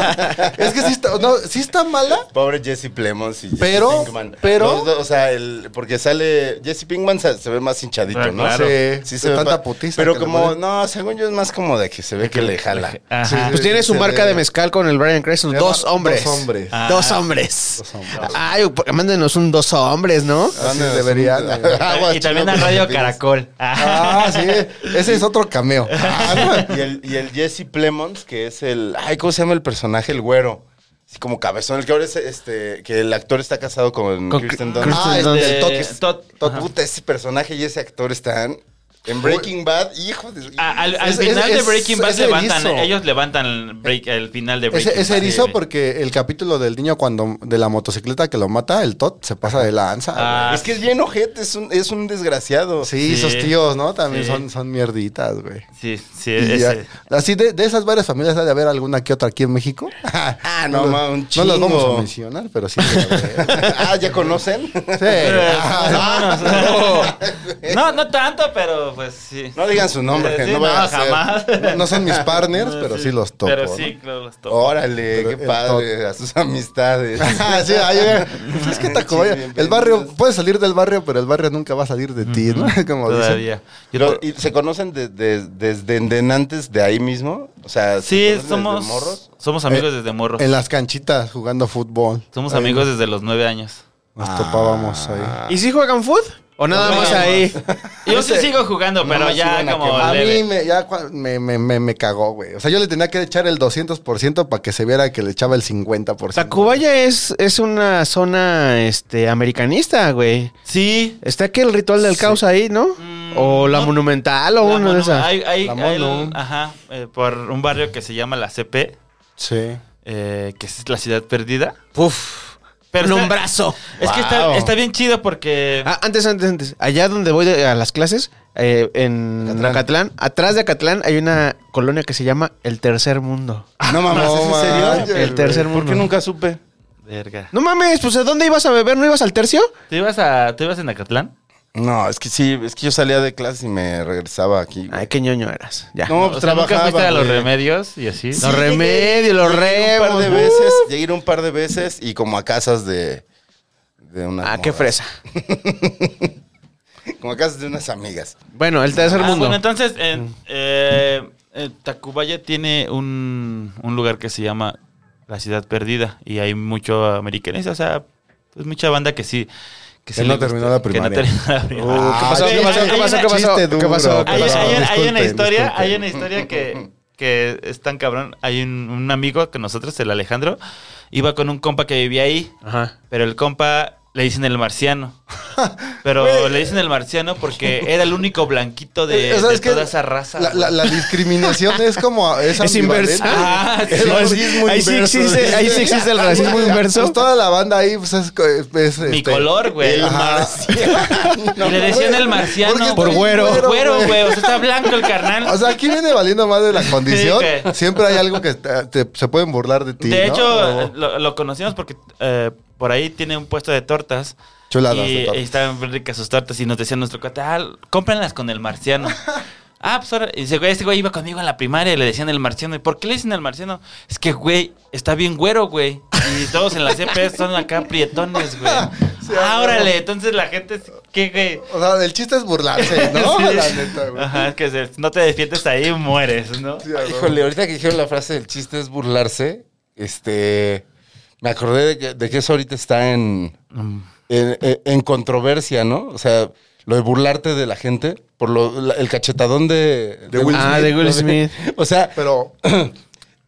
G: Es que sí está, no, sí está mala.
E: Pobre Jesse Plemons y Jesse
G: Pero-
E: Pinkman.
G: pero-
E: Los dos, o sea, el, porque sale. Jesse Pinkman se, se ve más hinchadito,
F: Ah,
E: ¿no?
F: claro.
G: Sí, de
E: ve
G: tanta
E: pa-
G: putiza
E: Pero
G: que le
E: como,
G: ponen.
E: no, según yo es más como de que se ve que le jala.
F: Ajá.
B: Pues tiene su
G: se
B: marca
G: ve.
B: de mezcal con el Brian Creston.
G: Se
B: Dos
G: llama
B: hombres.
G: Dos hombres.
F: Ah.
B: Dos hombres.
G: Dos hombres.
B: Ay, por- mándenos un dos hombres, ¿no?
G: Así
E: Ándenos,
G: deberían.
E: un-
G: güey.
E: Aguas,
F: y también
E: chino,
F: a
E: que
F: Radio
E: te pides.
F: Caracol. Ah.
G: Ah, sí. Ese es otro cameo.
E: Ah, no, y, el, y el Jesse Plemons, que es el. Ay, ¿cómo se llama el personaje? El güero. Así como cabezón. El que ahora es este. Que el actor está casado con,
B: Con
E: Kristen
B: Cr-
E: Dunst.
B: Kristen
E: Ah,
B: Dunst.
E: este,
F: Eh,
E: el Todd-
F: Todd,
E: Todd,
F: ajá.
E: puta, ese personaje y ese actor están. En Breaking Bad, hijo de...
F: A- al al
G: Es- es-
F: final de
G: es-
F: Breaking Bad
G: es
F: levantan,
G: erizo.
F: ellos levantan el, break- el final de Breaking
G: Ese, ese
F: Bad.
G: erizo
F: Sí, güey.
G: porque el capítulo del niño cuando de la motocicleta que lo mata, el Tot se pasa de lanza.
F: Ah,
E: Es que es bien ojete, es un, es un desgraciado.
G: güey. sí,
F: sí.
G: esos tíos, ¿no? También
F: Sí.
G: son, son mierditas, güey.
F: sí, sí,
G: Y
F: ese.
G: ya- Eh, así de, de esas varias familias ha de haber alguna que otra aquí en México.
E: Ah, no,
G: los-
E: ma, un
G: No las
E: chingo.
G: vamos a mencionar, pero sí. debe haber.
E: ah, ¿ya conocen?
F: Eh,
G: sí.
F: más o menos. no, no tanto, pero pues sí.
E: No digan su nombre,
F: Eh,
E: que
F: sí,
E: no vayan a ser.
F: jamás.
G: No- no son mis partners, pero sí los topo,
F: Pero
G: ¿no? Oh,
F: sí, claro, los topo.
E: Órale,
G: Pero
E: qué
G: el
E: padre, a sus amistades.
G: Ah, sí, ahí, eh. es que Tacubaya,
E: Sí, bienvenidos.
G: el barrio, puedes salir del barrio, pero el barrio nunca va a salir de ti, ¿no? Como dicen.
F: Todavía. Yo
E: Pero,
F: to-
E: ¿y ¿Se conocen de- de- desde endenantes de ahí mismo? O sea, ¿se
F: sí,
E: conocen desde
F: somos,
E: morros?
F: somos amigos desde morros.
G: Eh, En las canchitas jugando fútbol.
F: Somos
G: Ahí
F: amigos desde los nueve años.
G: Nos topábamos ahí.
B: ¿Y si juegan food? ¿O nada
F: No
B: más
F: jugamos.
B: ahí?
F: Yo sí sigo jugando, pero
E: me
F: ya
E: sigan a
F: como
E: quemar.
G: A
F: leve.
G: mí me, ya cua- me, me, me, me cagó, güey. O sea, yo le tenía que echar el 200% para que se viera que le echaba el 50%.
B: Tacubaya es, es una zona este, americanista, güey.
F: Sí.
B: Está aquí el ritual del caos ahí, ¿no?
F: Mm,
B: O la
F: no.
B: monumental o
F: La
B: una de
F: Mono-
B: esas.
F: Hay, hay-
G: La
F: hay el-
G: Mono.
F: ajá, eh, por un barrio que se llama la CP,
G: Sí.
F: eh, que es la ciudad perdida.
B: Uf.
F: Pero está-
B: nombrazo.
F: Es que
E: Wow.
F: está, está bien chido porque...
B: Ah, antes, antes, antes. Allá donde voy de- a las clases, eh, en
G: Acatlán.
B: Acatlán. atrás de Acatlán hay una colonia que se llama El Tercer Mundo. Ah,
E: No mames,
G: No
E: ¿es en
G: manches,
E: serio?
B: El Tercer
E: ¿Por
B: Mundo.
E: qué nunca supe?
F: Verga.
B: No mames, pues ¿a dónde ibas a beber? ¿No ibas al tercio?
F: ¿Tú ibas, a, ¿Tú ibas en Acatlán?
E: No, es que sí, es que yo salía de clase y me regresaba aquí. güey.
B: Ay, qué ñoño eras. Ya.
E: No, pues
F: O sea, ¿Nunca
E: trabajaba,
F: fuiste a los
E: güey.
F: remedios y así?
B: los remedios, los remos.
E: Llegué Un par de veces, llegué a ir un par de veces y como a casas de, de una.
B: Ah, qué fresa.
E: Como a casas de unas amigas.
B: Bueno, El Tercer
F: Ah,
B: Mundo. Mm.
F: Bueno, entonces, en, eh, eh, Tacubaya tiene un, un lugar que se llama La Ciudad Perdida y hay mucho americanista, o sea, pues mucha banda que sí. Que, sí
G: Que
F: le
G: no
F: gusta-
G: terminó la
F: Que no
G: primaria.
F: terminó la primaria. Ah,
G: Uh,
B: ¿Qué pasó?
F: Hay-
B: ¿Qué pasó?
F: hay-
B: ¿Qué pasó?
F: hay
B: ¿Qué
F: una-
B: pasó?
G: chiste
B: ¿Qué
G: duro,
B: pasó?
F: Hay,
G: Perdón,
F: hay- hay una
G: disculpen,
F: historia, hay una
G: disculpen.
F: historia que, que es tan cabrón. Hay un, un amigo que nosotros, el Alejandro, iba con un compa que vivía ahí,
B: Ajá.
F: pero el compa le dicen el marciano. Pero le dicen el marciano porque era el único blanquito de,
G: O sea,
F: de
G: es que
F: toda esa raza.
G: Eh, La,
F: güey.
G: la- la discriminación es como.
B: Es
G: Es, ambivalente.
B: inversa.
F: Ah, sí.
G: El
B: Pues,
G: racismo
B: ahí sí
G: inverso,
B: existe-
G: dice.
B: ahí sí existe el racismo inverso.
G: Pues toda la banda ahí, pues es. es,
F: Mi
G: este,
F: color, güey.
E: El marciano.
F: Y le decían el marciano.
G: Porque
B: Por
G: está bien
B: güero.
F: Güero,
G: güey. Ah,
F: güey. O sea, está blanco el carnal.
G: O sea, aquí viene valiendo más de la condición.
F: Sí, güey.
G: Siempre hay algo que te- te- se pueden burlar de ti.
F: de
G: ¿no?
F: hecho,
G: O-
F: lo, lo conocimos porque eh, por ahí tiene un puesto de tortas.
G: Chuladas
F: y,
G: de tortas.
F: y estaban bien ricas sus tortas. Y nos decía nuestro cuate, ah, cómprenlas con el marciano. Ah, pues ahora, y ese güey, ese güey iba conmigo en la primaria y le decían el marciano. ¿Y por qué le dicen el marciano? Es que, güey, está bien güero, güey. Y todos en la CP son acá prietones, güey. ah, órale, entonces la gente, ¿qué, güey?
G: O sea, el chiste es burlarse, ¿no?
F: Sí.
G: La neta, güey.
F: Ajá, es que se- no te defiendes ahí mueres, ¿no?
G: Sí, a huevo.
E: Híjole, ahorita que dijeron la frase del chiste es burlarse, este. Me acordé de que, de que eso ahorita está en, en, en- en controversia, ¿no? O sea, lo de burlarte de la gente por lo- la- el cachetadón de, de
G: Will
B: Ah, de Will Smith.
E: O sea,
G: Pero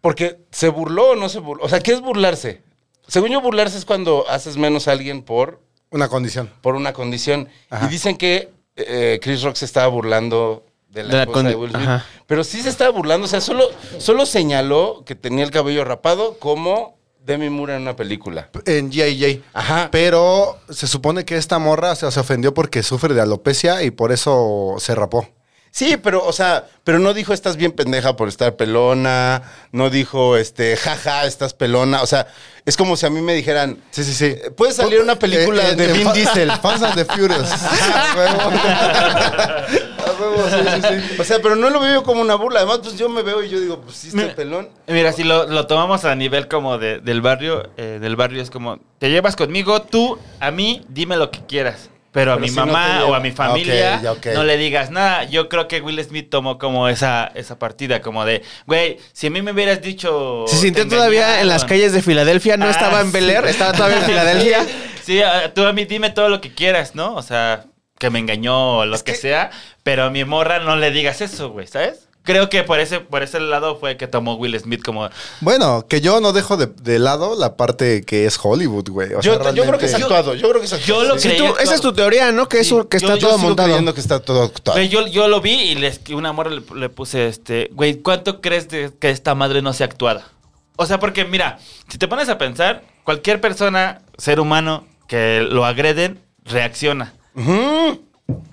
E: Porque se burló o no se burló. O sea, ¿qué es burlarse? Según yo, burlarse es cuando haces menos a alguien por,
G: una condición.
E: por una condición.
G: Ajá.
E: Y dicen que eh, Chris Rock se estaba burlando de la,
B: De la
E: esposa
B: condi-
E: de Will Smith.
B: ajá.
E: Pero sí se estaba burlando. O sea, solo, solo señaló que tenía el cabello rapado como Demi Moore en una película.
G: En G.I.J.
E: Ajá.
G: Pero se supone que esta morra o sea, se ofendió porque sufre de alopecia y por eso se rapó.
E: Sí, pero, o sea, pero no dijo estás bien pendeja por estar pelona. No dijo, este, jaja, estás pelona. O sea, es como si a mí me dijeran,
G: Sí, sí, sí.
E: Eh, puede salir una película de Vin Diesel.
G: Fast and the Furious. A huevo. A huevo, sí, sí, sí.
E: O sea, pero no lo veo como una burla. Además, pues yo me veo y yo digo, pues sí, este
F: Mira.
E: pelón.
F: Mira, si lo, lo tomamos a nivel como de- del barrio, eh, del barrio es como, te llevas conmigo, tú, a mí, dime lo que quieras. Pero a
E: Pero
F: mi
E: si no te
F: mamá
E: llevo.
F: o a mi familia,
E: Ok, ok.
F: no le digas nada. Yo creo que Will Smith tomó como esa, esa partida, como de, güey, si a mí me hubieras dicho...
B: Se
F: te
B: sintió todavía en las
F: engañaron".
B: calles de Filadelfia, no
F: Ah,
B: estaba en
F: sí.
B: Bel Air, estaba todavía en Filadelfia.
F: Sí, a- tú a mí dime todo lo que quieras, ¿no? O sea, que me engañó o lo que, sea, pero a mi morra no le digas eso, güey, ¿sabes? creo que por ese, por ese lado fue que tomó Will Smith como...
G: Bueno, que yo no dejo de, de lado la parte que es Hollywood, güey. O sea,
E: Yo, yo creo que es
G: realmente-
E: actuado. Yo creo que es actuado.
F: Yo lo
E: Sí,
F: creí
B: Tú, esa es tu teoría, ¿no? Que eso
F: Sí,
B: que está
F: yo- yo
B: todo
E: sigo
B: montado.
E: creyendo que está todo actuado.
F: Güey, yo, yo lo vi y les, una morra le, le puse este, güey, ¿cuánto crees de- que esta madre no sea actuada? O sea, porque mira, si te pones a pensar, cualquier persona, ser humano, que lo agreden, reacciona.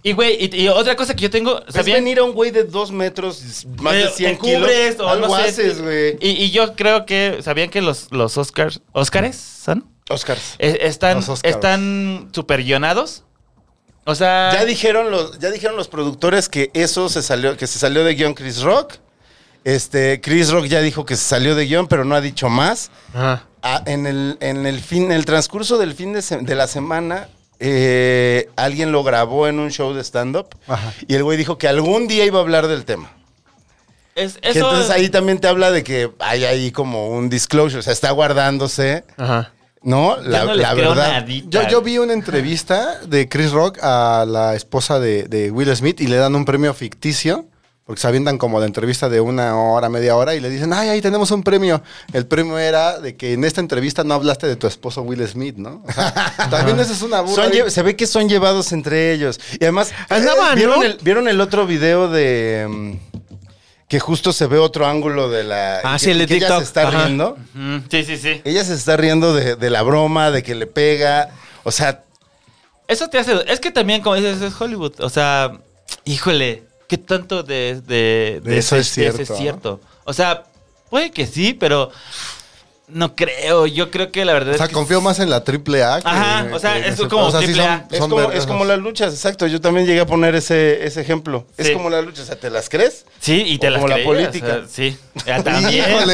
F: Y güey, y, y otra cosa que yo tengo,
E: Es
F: ¿sabían?
E: venir a un güey de dos metros, más
F: Eh,
E: de
F: te
E: 100
F: cubres
E: kilos.
F: o
E: algo
F: no sé.
E: haces, güey.
F: Y, y yo creo que, ¿sabían que los, los Oscars, Oscars son?
E: Oscars.
F: Eh, están,
G: Los Oscars.
F: están super guionados. O sea,
E: Ya dijeron los, ya dijeron los productores que eso se salió, que se salió de guión Chris Rock. Este, Chris Rock ya dijo que se salió de guión, pero no ha dicho más.
B: Ajá.
E: Ah, en el, en el fin, en el transcurso del fin de, se- de la semana, eh, alguien lo grabó en un show de stand-up
G: Ajá.
E: y el güey dijo que algún día iba a hablar del tema.
F: es,
E: Que
F: eso,
E: entonces ahí también te habla de que hay ahí como un disclosure, o sea, está guardándose,
B: Ajá.
E: ¿no? La,
F: yo no les
E: la
F: creo
E: verdad.
F: nadita.
G: Yo, yo vi una entrevista de Chris Rock a la esposa de, de Will Smith y le dan un premio ficticio. Porque se avientan como la entrevista de una hora, media hora, y le dicen, ay, ahí tenemos un premio. El premio era de que en esta entrevista no hablaste de tu esposo Will Smith, ¿no? O sea, también eso es una burla.
E: Son lle- se ve que son llevados entre ellos. Y además, eh,
B: Andaban,
E: ¿vieron,
B: ¿no?
E: el, vieron el otro video de mm, que justo se ve otro ángulo de la.
B: Ah,
E: que-
B: sí, el de
E: que Ella
B: TikTok.
E: se está
B: Ajá.
E: riendo.
F: Mm, sí, sí, sí.
E: Ella se está riendo de, de la broma, de que le pega. O sea,
F: Eso te hace. Es que también, como dices, es Hollywood. O sea, híjole, ¿qué tanto de, de,
G: De eso es
F: de
G: cierto, ¿no?
F: cierto? O sea, puede que sí, pero no creo. Yo creo que la verdad
G: O sea,
F: es que
G: confío más en la triple A. que-
F: Ajá, o sea,
G: que en
F: es
G: ese-
F: como
G: sí
F: triple A.
E: es
G: son
E: como,
G: ver-
E: es como las luchas, exacto. Yo también llegué a poner ese, ese ejemplo. Es
F: Sí.
E: como las luchas, o sea, ¿te las crees?
F: Sí, y te
E: O
F: las
E: como la
F: creías,
E: política.
F: o sea, sí, Ya también.
G: Híjole,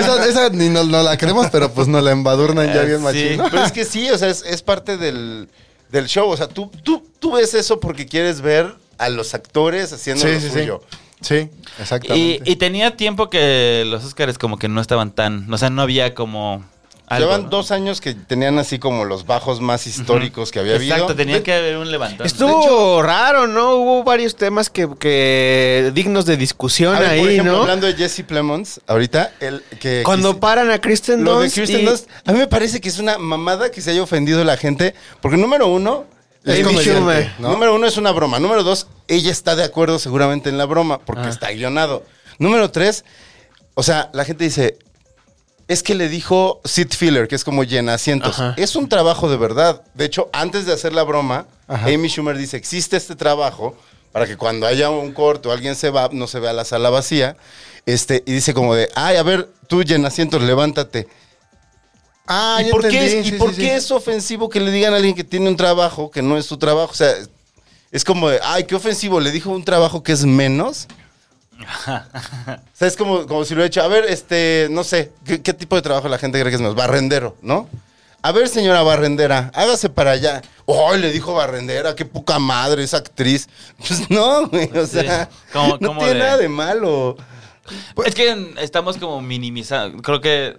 G: esa, esa ni nos no la queremos, pero pues nos la embadurnan ya
F: Eh,
G: bien
F: sí.
G: machín. ¿no?
E: Pero es que sí, o sea, es, es parte del, del show. O sea, tú, tú, tú ves eso porque quieres ver a los actores haciendo lo
G: Sí, sí, sí.
E: suyo.
G: Sí,
F: Y,
G: exactamente.
F: y tenía tiempo que los Oscars como que no estaban tan. O sea, no había como. algo,
E: Llevan
F: ¿no?
E: dos años que tenían así como los bajos más históricos que había habido.
F: Exacto, tenía que haber un levantón.
B: Estuvo raro, ¿no? Hubo varios temas que, que dignos de discusión
E: A ver,
B: ahí,
E: por ejemplo,
B: ¿no?
E: hablando de Jesse Plemons, ahorita, el que...
B: Cuando
E: que-
B: paran a Kristen
E: Lo de
B: Dunst.
E: Kirsten
B: y-
E: Dunst, a mí me parece que es una mamada que se haya ofendido la gente, porque número uno,
B: Es
E: Amy
B: comediante,
E: Schumer,
G: ¿no?
E: número uno es una broma, número dos, ella está de acuerdo seguramente en la broma,
B: Ah.
E: porque está guionado. Número tres, o sea, la gente dice, es que le dijo sit filler, que es como llena asientos.
B: Ajá.
E: Es un trabajo de verdad. De hecho, antes de hacer la broma,
G: Ajá.
E: Amy Schumer dice, existe este trabajo para que cuando haya un corto, alguien se va, no se vea la sala vacía. Este, y dice como de, ay, a ver, tú llena asientos, levántate.
G: ah,
E: ¿Y
G: ya
E: por, qué,
G: entendí,
E: es, y
G: sí,
E: por
G: sí,
E: qué
G: sí.
E: es ofensivo que le digan a alguien que tiene un trabajo que no es su trabajo? O sea, es como de, ay, qué ofensivo, le dijo un trabajo que es menos. O sea, es como, como si lo he hecho, a ver, este, no sé, ¿qué, qué tipo de trabajo la gente cree que es menos? Barrendero, ¿no? A ver, señora barrendera, hágase para allá. ¡Ay, le dijo barrendera! ¡Qué poca madre esa actriz! Pues no, güey, o
F: Sí.
E: sea,
F: Como-
E: no
F: como
E: tiene
F: de-
E: nada de malo. Pues,
F: Es que estamos como minimizando. Creo que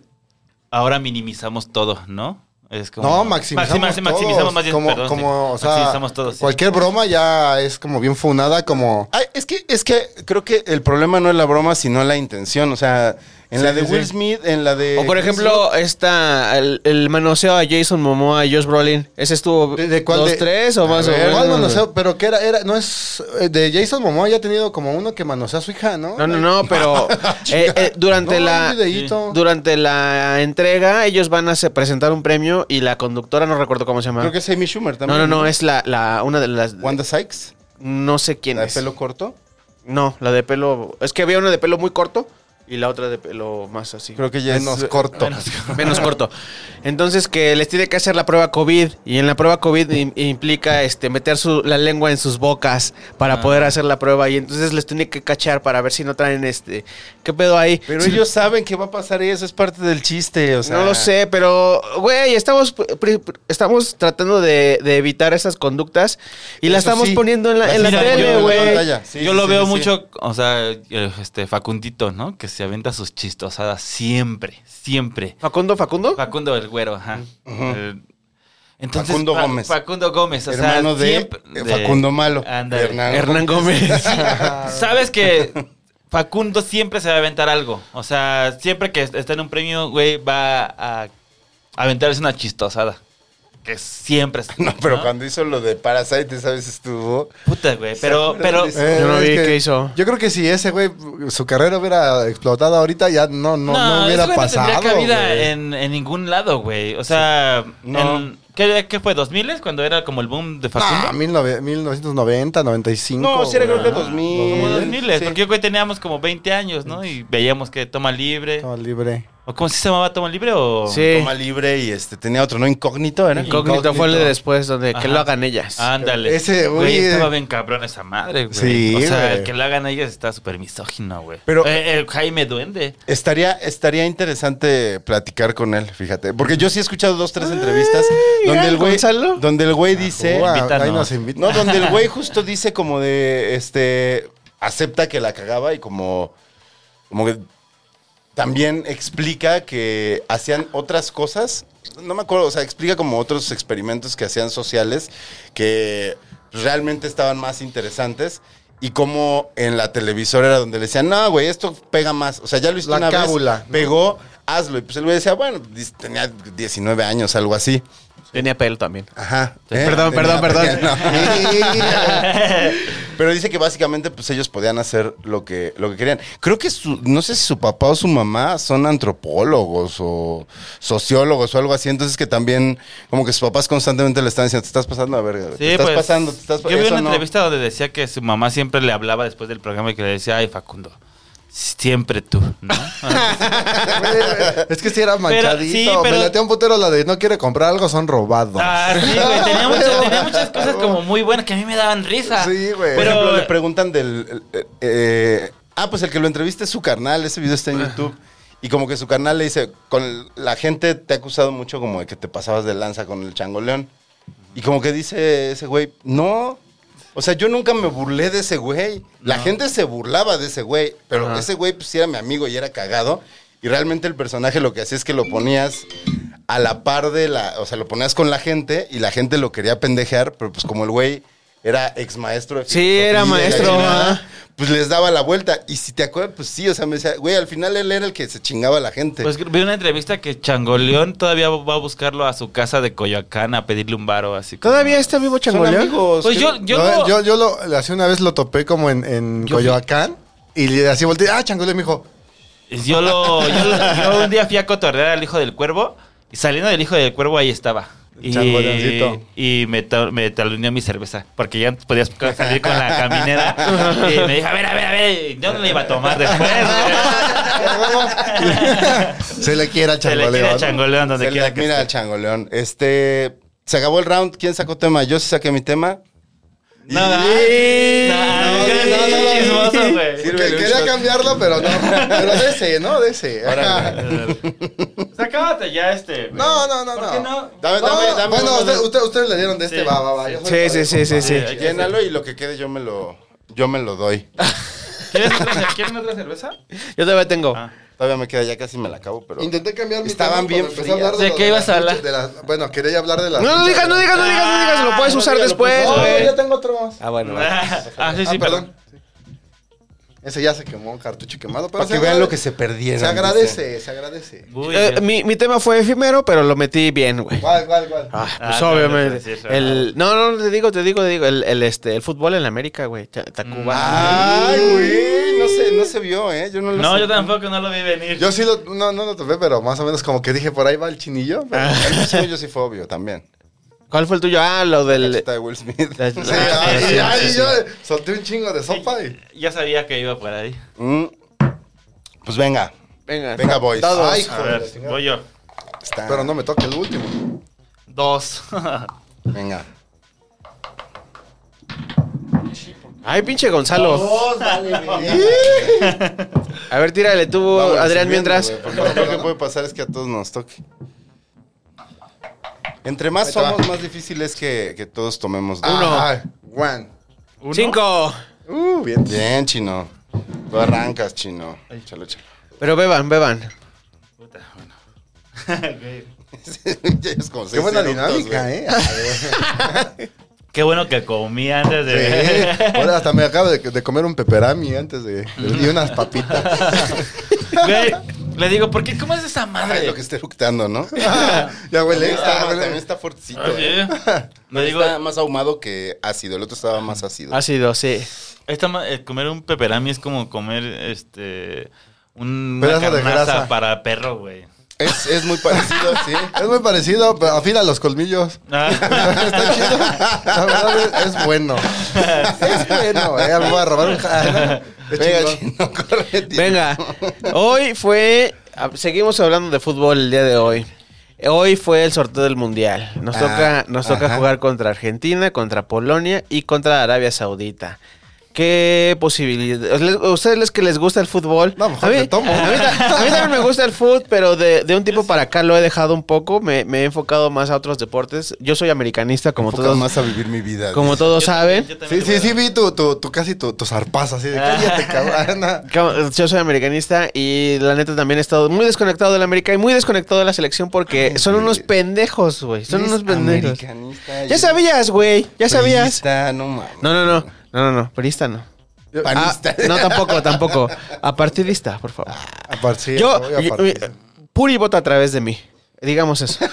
F: ahora minimizamos todo, ¿no? Es como-
G: No, maximizamos.
F: Maxima- maximizamos
G: todos.
F: más bien.
G: Como,
F: perdón,
G: como,
F: sí.
G: o sea,
F: maximizamos todos. sí.
G: Cualquier broma ya es como bien funada, como.
E: Ay, es que es que creo que el problema no es la broma, sino la intención. O sea, en
G: Sí,
E: la de
G: sí, sí.
E: Will Smith, en la de.
B: O por ejemplo, esta, el, el manoseo a Jason Momoa a Josh Brolin. ¿Ese estuvo
G: ¿De, de cuál?
B: dos,
G: de-
B: tres o
G: A
B: más o
G: ver,
B: menos?
G: ¿Cuál manoseo? Pero que era, era, no es. eh, De Jason Momoa ya ha tenido como uno que manosea a su hija, ¿no?
B: No, no, no, pero eh, eh, durante
G: No,
B: la
G: un videíto.
B: durante la entrega ellos van a se- presentar un premio y la conductora no recuerdo cómo se llama.
E: Creo que es Amy Schumer
B: no,
E: también.
B: no, no, es la, la una de las
E: Wanda Sykes,
B: no sé quién
E: la de
B: es.
E: pelo corto.
B: No, la de pelo es que había una de pelo muy corto y la otra de pelo más así.
E: Creo que ya
G: Menos
E: es.
G: corto.
B: menos corto. Entonces que les tiene que hacer la prueba COVID y en la prueba COVID im- implica este meter su, la lengua en sus bocas
E: Ah.
B: para poder hacer la prueba y entonces les tiene que cachar para ver si no traen este qué pedo ahí.
E: Pero
B: Si-
E: ellos saben que va a pasar eso, es parte del chiste. O sea,
B: no lo sé, pero, güey, estamos, pri- pri- estamos tratando de, de evitar esas conductas y la
E: Eso
B: estamos
E: sí.
B: poniendo en la, en la
F: Mira,
B: tele,
F: yo-
B: güey.
E: pantalla. Sí,
F: yo
E: sí,
F: lo
E: sí,
F: veo
E: sí.
F: mucho, o sea, eh, este Facundito, ¿no? Que se aventa sus chistosadas siempre, siempre.
B: Facundo, Facundo.
F: Facundo el güero, ajá. Eh, entonces,
E: Facundo
F: Fa-
E: Gómez.
F: Facundo Gómez, o sea,
E: Hermano de,
F: siempre-
E: eh, Facundo Malo.
F: Ándale.
E: de Hernán.
B: Hernán Gómez.
F: Sabes que Facundo siempre se va a aventar algo. O sea, siempre que está en un premio, güey, va a aventarse una chistosada. Que siempre es.
E: No, pero cuando hizo lo de Parasite, ¿sabes? Estuvo.
F: Puta, güey. Pero, pero.
G: Eh,
B: Yo no
G: es
B: vi
G: que-
B: qué hizo.
G: Yo creo que si ese güey, su carrera hubiera explotado ahorita, ya no, no, no,
F: ese
G: hubiera
F: güey
G: pasado.
F: No tendría cabida
G: güey.
F: en, en ningún lado, güey. O sea,
E: No.
F: en- ¿qué, ¿qué fue? ¿2000 cuando era como el boom de Facundo?
G: Ah, 19- 1990, 95.
E: No, sí era creo
G: güey.
E: que 2000.
F: Como 2000,
E: Ah, Sí.
F: porque güey teníamos como 20 años, ¿no? Y veíamos que Toma Libre.
G: Estaba libre.
F: ¿O cómo se llamaba Toma Libre? O...
B: Sí.
E: Toma libre y este tenía otro, ¿no? Incógnito, ¿era?
B: Incógnito fue el de después, donde que
F: Ajá. Ah.
B: lo hagan ellas.
F: Ándale.
G: Ese,
F: güey.
G: güey,
F: estaba
G: eh.
F: bien cabrón esa madre, güey.
G: Sí,
F: o sea,
G: güey.
F: el que la hagan ellas está súper misógino, güey.
E: Pero-
F: Eh, eh, Jaime Duende.
E: Estaría, estaría interesante platicar con él, fíjate. Porque yo sí he escuchado dos, tres entrevistas donde el güey.
B: Gonzalo.
E: Donde el güey dice.
G: Oh, ah,
F: invítanos.
G: ahí nos invita.
E: No, donde el güey justo dice como de. Este. Acepta que la cagaba y como. Como que. También explica que hacían otras cosas. No me acuerdo, o sea, explica como otros experimentos que hacían sociales que realmente estaban más interesantes. Y como en la televisora era donde le decían, no, güey, esto pega más. O sea, ya lo hiciste
G: La
E: una
G: cábula.
E: vez, pegó, hazlo. Y pues el güey decía, bueno, dis- tenía 19 años, algo así. Eh,
B: Tenía pelo también.
E: Ajá.
B: Perdón, perdón, perdón.
E: Pero dice que básicamente pues ellos podían hacer lo que, lo que querían. Creo que su- no sé si su papá o su mamá son antropólogos o sociólogos o algo así. Entonces que también como que sus papás constantemente le están diciendo, te estás pasando la verga. güey, te
F: Sí,
E: estás
F: pues,
E: pasando, te estás
F: Yo vi
E: eso
F: una
E: no".
F: entrevista donde decía que su mamá siempre le hablaba después del programa y que le decía, ay, Facundo, siempre tú, ¿no?
G: Güey, es que si era manchadito.
F: sí, pero-
G: Me latea un putero la de no quiere comprar algo, son robados.
F: Ah, sí, güey. Tenía, muchas- tenía muchas cosas como muy buenas que a mí me daban risa.
G: Sí, güey.
E: Por
F: Pero
E: ejemplo, le preguntan del... eh, eh, ah, pues el que lo entrevista es su carnal, ese video está en YouTube. Y como que su carnal le dice, con la gente te ha acusado mucho como de que te pasabas de lanza con el changoleón. Y como que dice ese güey, no. O sea, yo nunca me burlé de ese güey. La gente se burlaba de ese güey, pero ese güey pues sí era mi amigo y era cagado. Y realmente el personaje lo que hacía es que lo ponías a la par de la, o sea, lo ponías con la gente y la gente lo quería pendejear, pero pues como el güey era ex maestro. de
B: Sí, era
E: filosofía y la
B: maestro,
E: chingada,
B: ajá.
E: Pues les daba la vuelta. Y si te acuerdas, pues sí, o sea, me decía, güey, al final él era el que se chingaba a la gente.
F: Pues vi una entrevista que Changoleón todavía va a buscarlo a su casa de Coyoacán a pedirle un varo así. como-
B: ¿Todavía está vivo Changoleón?
E: amigos.
F: Pues
E: ¿qué-
F: yo, yo,
G: No,
F: no-
G: yo, yo lo, hace una vez lo topé como en, en
F: Yo fui-
G: Coyoacán y le- así volteé, ah, Changole, mijo.
F: Yo lo, yo lo- yo un día fui a cotorrear al hijo del cuervo y saliendo del hijo del cuervo ahí estaba. Y,
G: Changoleoncito.
F: y me, ta- me taloneó mi cerveza, porque ya podías salir con la caminera. Y me dijo, a ver, a ver, a ver, yo no le iba a tomar después.
G: Se le quiere a
F: Pues, Se le
G: Changole.
F: quiere a changoleón donde
E: Se le
F: quiera que
E: admira al changoleón. Este, se acabó el round. ¿Quién sacó tema? Yo sí saqué mi tema.
F: Nada.
E: Y-
F: Nada,
E: No,
F: eres
E: no, no, no.
F: chismoso, güey.
E: Sí, Sírvele un
G: quería
E: shot.
G: cambiarlo, pero no. Pero de ese, ¿no? De ese. Ajá.
F: Sacábate ya este. güey.
G: No, no, no,
F: ¿Por
G: no.
F: qué no?
E: Dame,
G: No,
E: dame, dame.
G: bueno,
E: uno,
G: usted-
E: uno.
G: usted- ustedes le dieron de este,
F: Sí,
G: va, va, va.
F: sí.
G: Yo soy-
B: Sí, sí, sí, sí, sí.
F: Sí.
E: Llénalo y lo que quede yo me lo, yo me lo doy.
F: ¿Quieres otra, ¿Quieren otra cerveza?
B: Yo todavía tengo.
F: Ah.
E: Todavía me queda, ya casi me la acabo, pero.
G: Intenté cambiar mi
E: Estaban
G: tema
E: bien
G: cuando empecé
E: frías.
G: hablar
F: ¿De
G: lo
F: qué ibas a
G: las
F: hablar?
G: luchas, de las- bueno, quería hablar de la.
B: No, no digas, no digas, no digas, no digas. Lo puedes usar después,
G: No,
B: güey.
G: yo tengo otros.
B: Ah, bueno. va.
F: ah, sí, sí, perdón.
G: Ah, perdón. Ese ya se quemó, cartucho quemado. Pero
E: Para
G: se
E: que vean
G: agrade-
E: lo que se perdieron.
G: Se agradece, se agradece.
F: Uy,
B: Eh,
F: ya.
B: mi, mi tema fue efímero, pero lo metí bien, güey.
G: ¿Cuál, cuál, cuál?
B: Ah,
F: Ah,
B: pues
F: claro, sí,
B: obviamente.
F: sí,
B: El, no, no, te digo, te digo, te digo. El, el, este, el fútbol en América, güey. Ta-
E: dice.
B: Tacuba.
E: Ay, güey. No se, no se vio, ¿eh? Yo no lo
F: No,
E: sé.
F: yo tampoco no lo vi venir.
G: Yo sí lo, no, no lo topé, pero más o menos como que dije, por ahí va el chinillo. pero-
E: El suyo sí fue obvio también.
B: ¿Cuál fue el tuyo? Ah, lo del.
E: Está de Will Smith.
B: la-
G: Sí,
B: ah,
G: ay,
B: sí,
G: ay,
B: sí,
G: yo
B: sí.
G: solté un chingo de sopa y...
F: Ya sabía que iba por ahí.
E: Mm. Pues venga.
B: Venga.
E: Venga, boys.
G: Dados.
E: Ay,
F: A
G: Joder,
F: ver,
G: la chingada.
F: voy yo.
E: está.
G: Pero no me toque el último.
F: Dos.
E: Venga.
B: Ay, pinche Gonzalo. A ver, tírale tú,
E: Vámonos
B: Uh, Adrián,
E: sirviendo,
B: mientras.
E: güey, porque lo peor que puede pasar es que a todos nos toque. Entre más
G: Ahí te va.
E: somos, más difícil es que, que todos tomemos.
G: Ah, one.
F: Uno.
B: Cinco.
G: Uh, bien.
E: Bien, chino. Tú arrancas, chino. Chalo, chalo.
B: Pero beban, beban.
F: Puta, bueno.
E: Ya es como
G: Qué
E: seis
G: buena ¿eh?
E: eructos,
G: dinámica,
E: güey.
G: ¿eh?
F: Qué bueno que comí antes
G: Sí.
F: de.
G: Ahora hasta me acabo de, de comer un peperami antes de, de- y unas papitas.
F: Güey, le digo, ¿por qué comes esa
E: Ay,
F: madre?
E: Ah, lo que esté eructando, ¿no?
G: ya huele.
E: También está,
G: Ah, huele.
E: también está fuertecito.
F: Ah,
E: eh.
F: sí. Le digo,
E: Está más ahumado que ácido. El otro estaba más ácido.
B: Ácido, sí.
F: esta ma- eh, comer un peperami es como comer este un una
G: Pedazo de
F: carnaza
G: grasa.
F: para perro, güey.
E: Es, es muy parecido, sí.
G: Es muy parecido, pero afila los colmillos.
F: Ah,
G: Está chido. La verdad es, es bueno. Es bueno, eh. Me voy a robar un ja- Qué
E: Venga,
G: chingón.
E: chino, corre. tío.
B: Venga, hoy fue. ah, Seguimos hablando de fútbol el día de hoy. Hoy fue el sorteo del mundial. Nos
E: Ah,
B: toca, nos toca
E: ajá.
B: jugar contra Argentina, contra Polonia y contra Arabia Saudita. ¿Qué posibilidad? ¿Les- ¿A ustedes les que les gusta el fútbol?
G: No, mejor
B: a, mí,
G: me tomo.
B: a mí ta- a mí también me gusta el fútbol, pero de, de un tiempo para acá lo he dejado un poco. Me, me he enfocado más a otros deportes. Yo soy americanista, como
E: Enfocado
B: todos,
E: más a vivir mi vida.
B: como
E: dice.
B: todos saben.
F: yo
G: Sí,
F: también
G: sí,
F: te voy
G: sí,
F: a-
G: vi tu, tu, tu casi tu, tu zarpazo así de cállate, cabrón.
B: Cam- Yo soy americanista y la neta también he estado muy desconectado del América y muy desconectado de la selección porque
E: Ay,
B: son
E: güey.
B: unos pendejos, güey. Son
E: Es
B: unos pendejos.
E: americanista y
B: Ya sabías, güey. Ya sabías.
E: priista, no mames.
B: No, no, no. No, no, no. Perista no. Ah,
E: Panista.
B: no, tampoco, tampoco. Apartidista, por favor.
G: Aparte, Ah, sí,
B: yo,
G: voy a
B: yo-
G: partir.
B: Puri vota a través de mí. Digamos eso.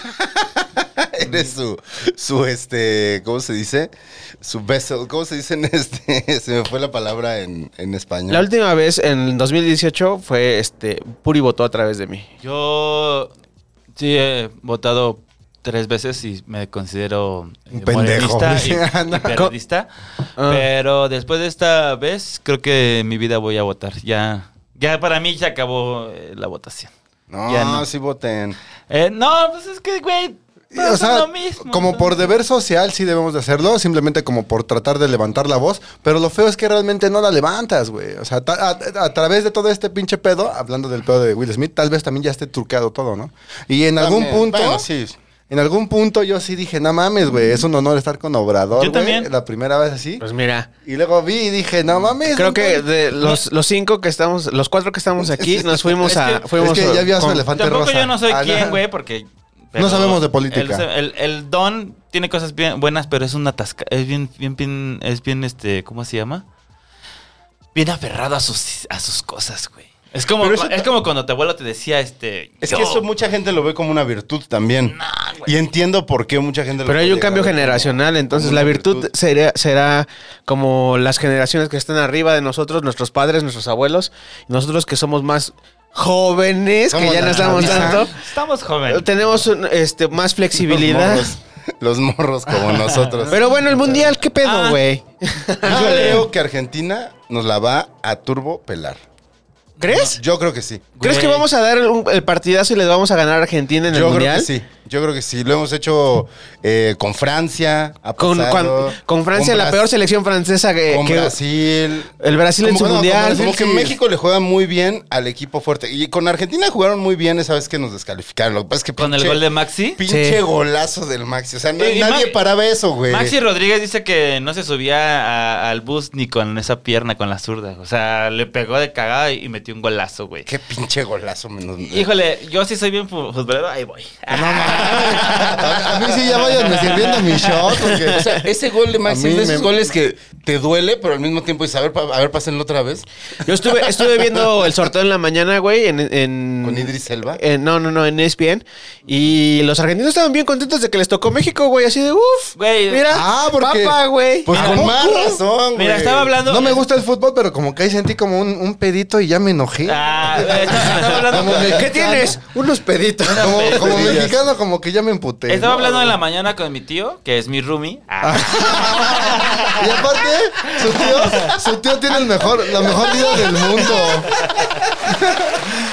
E: Eres su, su, este, ¿cómo se dice? Su vessel, ¿cómo se dice en este? Se me fue la palabra en, en español.
B: La última vez, en 2018, fue este. Puri votó a través de mí.
F: Yo sí he votado tres veces y me considero eh,
G: Un pendejo.
F: morenista y,
G: Anda.
F: y periodista.
B: Ah.
F: Pero después de esta vez, creo que en mi vida voy a votar. Ya, ya para mí ya acabó eh, la votación.
E: No,
F: Ya no.
E: sí voten.
F: Eh, no, pues es que, güey,
G: o
F: todos son
G: sea,
F: lo mismo.
G: como
F: ¿no?
G: por deber social sí debemos de hacerlo, simplemente como por tratar de levantar la voz, pero lo feo es que realmente no la levantas, güey. O sea, ta- a, a través de todo este pinche pedo, hablando del pedo de Will Smith, tal vez también ya esté trucado todo, ¿no? Y en algún
E: También,
G: punto...
E: bueno, sí.
G: En algún punto yo sí dije, no mames, güey, es un honor estar con Obrador,
F: Yo
G: güey".
F: también.
G: La primera vez así.
B: Pues mira.
G: Y luego vi y dije, no mames.
B: Creo
G: un
B: que
G: tal-
B: de los, los cinco que estamos, los cuatro que estamos aquí, nos fuimos a. Fuimos
G: es que ya había su
B: con-
G: elefante
F: Tampoco
G: rosa.
F: yo no soy
G: Ah,
F: quien, güey, porque...
G: No sabemos de política.
F: El, el- el don tiene cosas bien buenas, pero es una tasca... Es bien, bien, bien, es bien, este, ¿cómo se llama? Bien aferrado a sus, a sus cosas, güey. Es como,
E: Pero eso
F: es como cuando tu abuelo te decía, este...
E: Es
F: yo-
E: que eso mucha gente lo ve como una virtud también. y entiendo por qué mucha gente lo
B: Pero hay
E: puede
B: un cambio
E: llegar a ver
B: generacional,
E: como-
B: entonces
E: como
B: la
E: una
B: virtud será, será como las generaciones que están arriba de nosotros, nuestros padres, nuestros abuelos, y nosotros que somos más jóvenes, que
E: Somos
B: ya
E: la
B: no estamos
E: chaviza.
B: tanto,
F: Estamos jóvenes.
B: tenemos un, este, más flexibilidad.
E: Los morros, los morros como nosotros.
B: Pero bueno, el mundial, ¿qué
F: Ah.
B: pedo, güey?
E: yo creo que Argentina nos la va a turbo pelar.
B: ¿Crees?
E: Yo creo que sí.
B: ¿Crees que
F: Güey.
B: vamos a dar un- el partidazo y les vamos a ganar a Argentina en el
E: Yo creo
B: mundial?
E: que sí. Yo creo que sí. Lo hemos hecho eh, con Francia. ha
B: Con,
E: pasado,
B: cuan- con Francia,
E: con
B: la
E: Bras-
B: peor selección francesa que,
E: Con
B: que-
E: Brasil.
B: el Brasil en
E: Como
B: su
E: que no,
B: mundial.
E: Como, como que
B: Sí.
E: México le juega muy bien al equipo fuerte. Y con Argentina jugaron muy bien esa vez que nos descalificaron. Lo que pasa es que
F: Con el
E: pinche-
F: gol de Maxi.
E: Pinche
B: Sí.
E: golazo del Maxi. O sea, no-
F: Y- y
E: nadie
F: Ma-
E: paraba eso, güey.
F: Maxi Rodríguez dice que no se subía a- al bus ni con esa pierna, con la zurda. O sea, le pegó de cagada y metió un golazo, güey.
E: Qué pinche golazo menos.
F: Híjole, yo sí soy bien fu- futbolero, ahí voy.
G: A mí sí ya vayan sirviendo mi shot. Porque,
E: O sea, ese gol de Maxi
G: A mí
E: es de esos
G: me-
E: goles que te duele, pero al mismo tiempo dices, a ver, pa- a ver, pásenlo otra vez.
B: Yo estuve, estuve viendo el sorteo en la mañana, güey, en...
G: Mm.
B: en-
E: Con Idris Elba.
B: en-
G: Eh,
B: Eh, no, no, no, en E ESPN. Y los argentinos estaban bien contentos de que les tocó México, güey. Así de, uff,
F: Güey,
B: mira,
G: Ah, porque-
B: papa, güey.
E: Pues
G: ¿A
E: con
G: poco?
E: más razón, güey.
F: Mira, estaba hablando.
G: No me gusta el fútbol, pero como que ahí sentí como un, un pedito y ya me enojé.
F: Ah, güey, estaba, estaba hablando.
B: ¿Qué tienes? Unos peditos.
G: como, como
E: pedillas.
G: mexicano, como que ya me emputé.
F: Estaba
G: ¿no?
F: hablando en la mañana con mi tío, que es mi roomie. Ah.
G: Y aparte, su tío, su tío tiene el mejor, la mejor vida del mundo.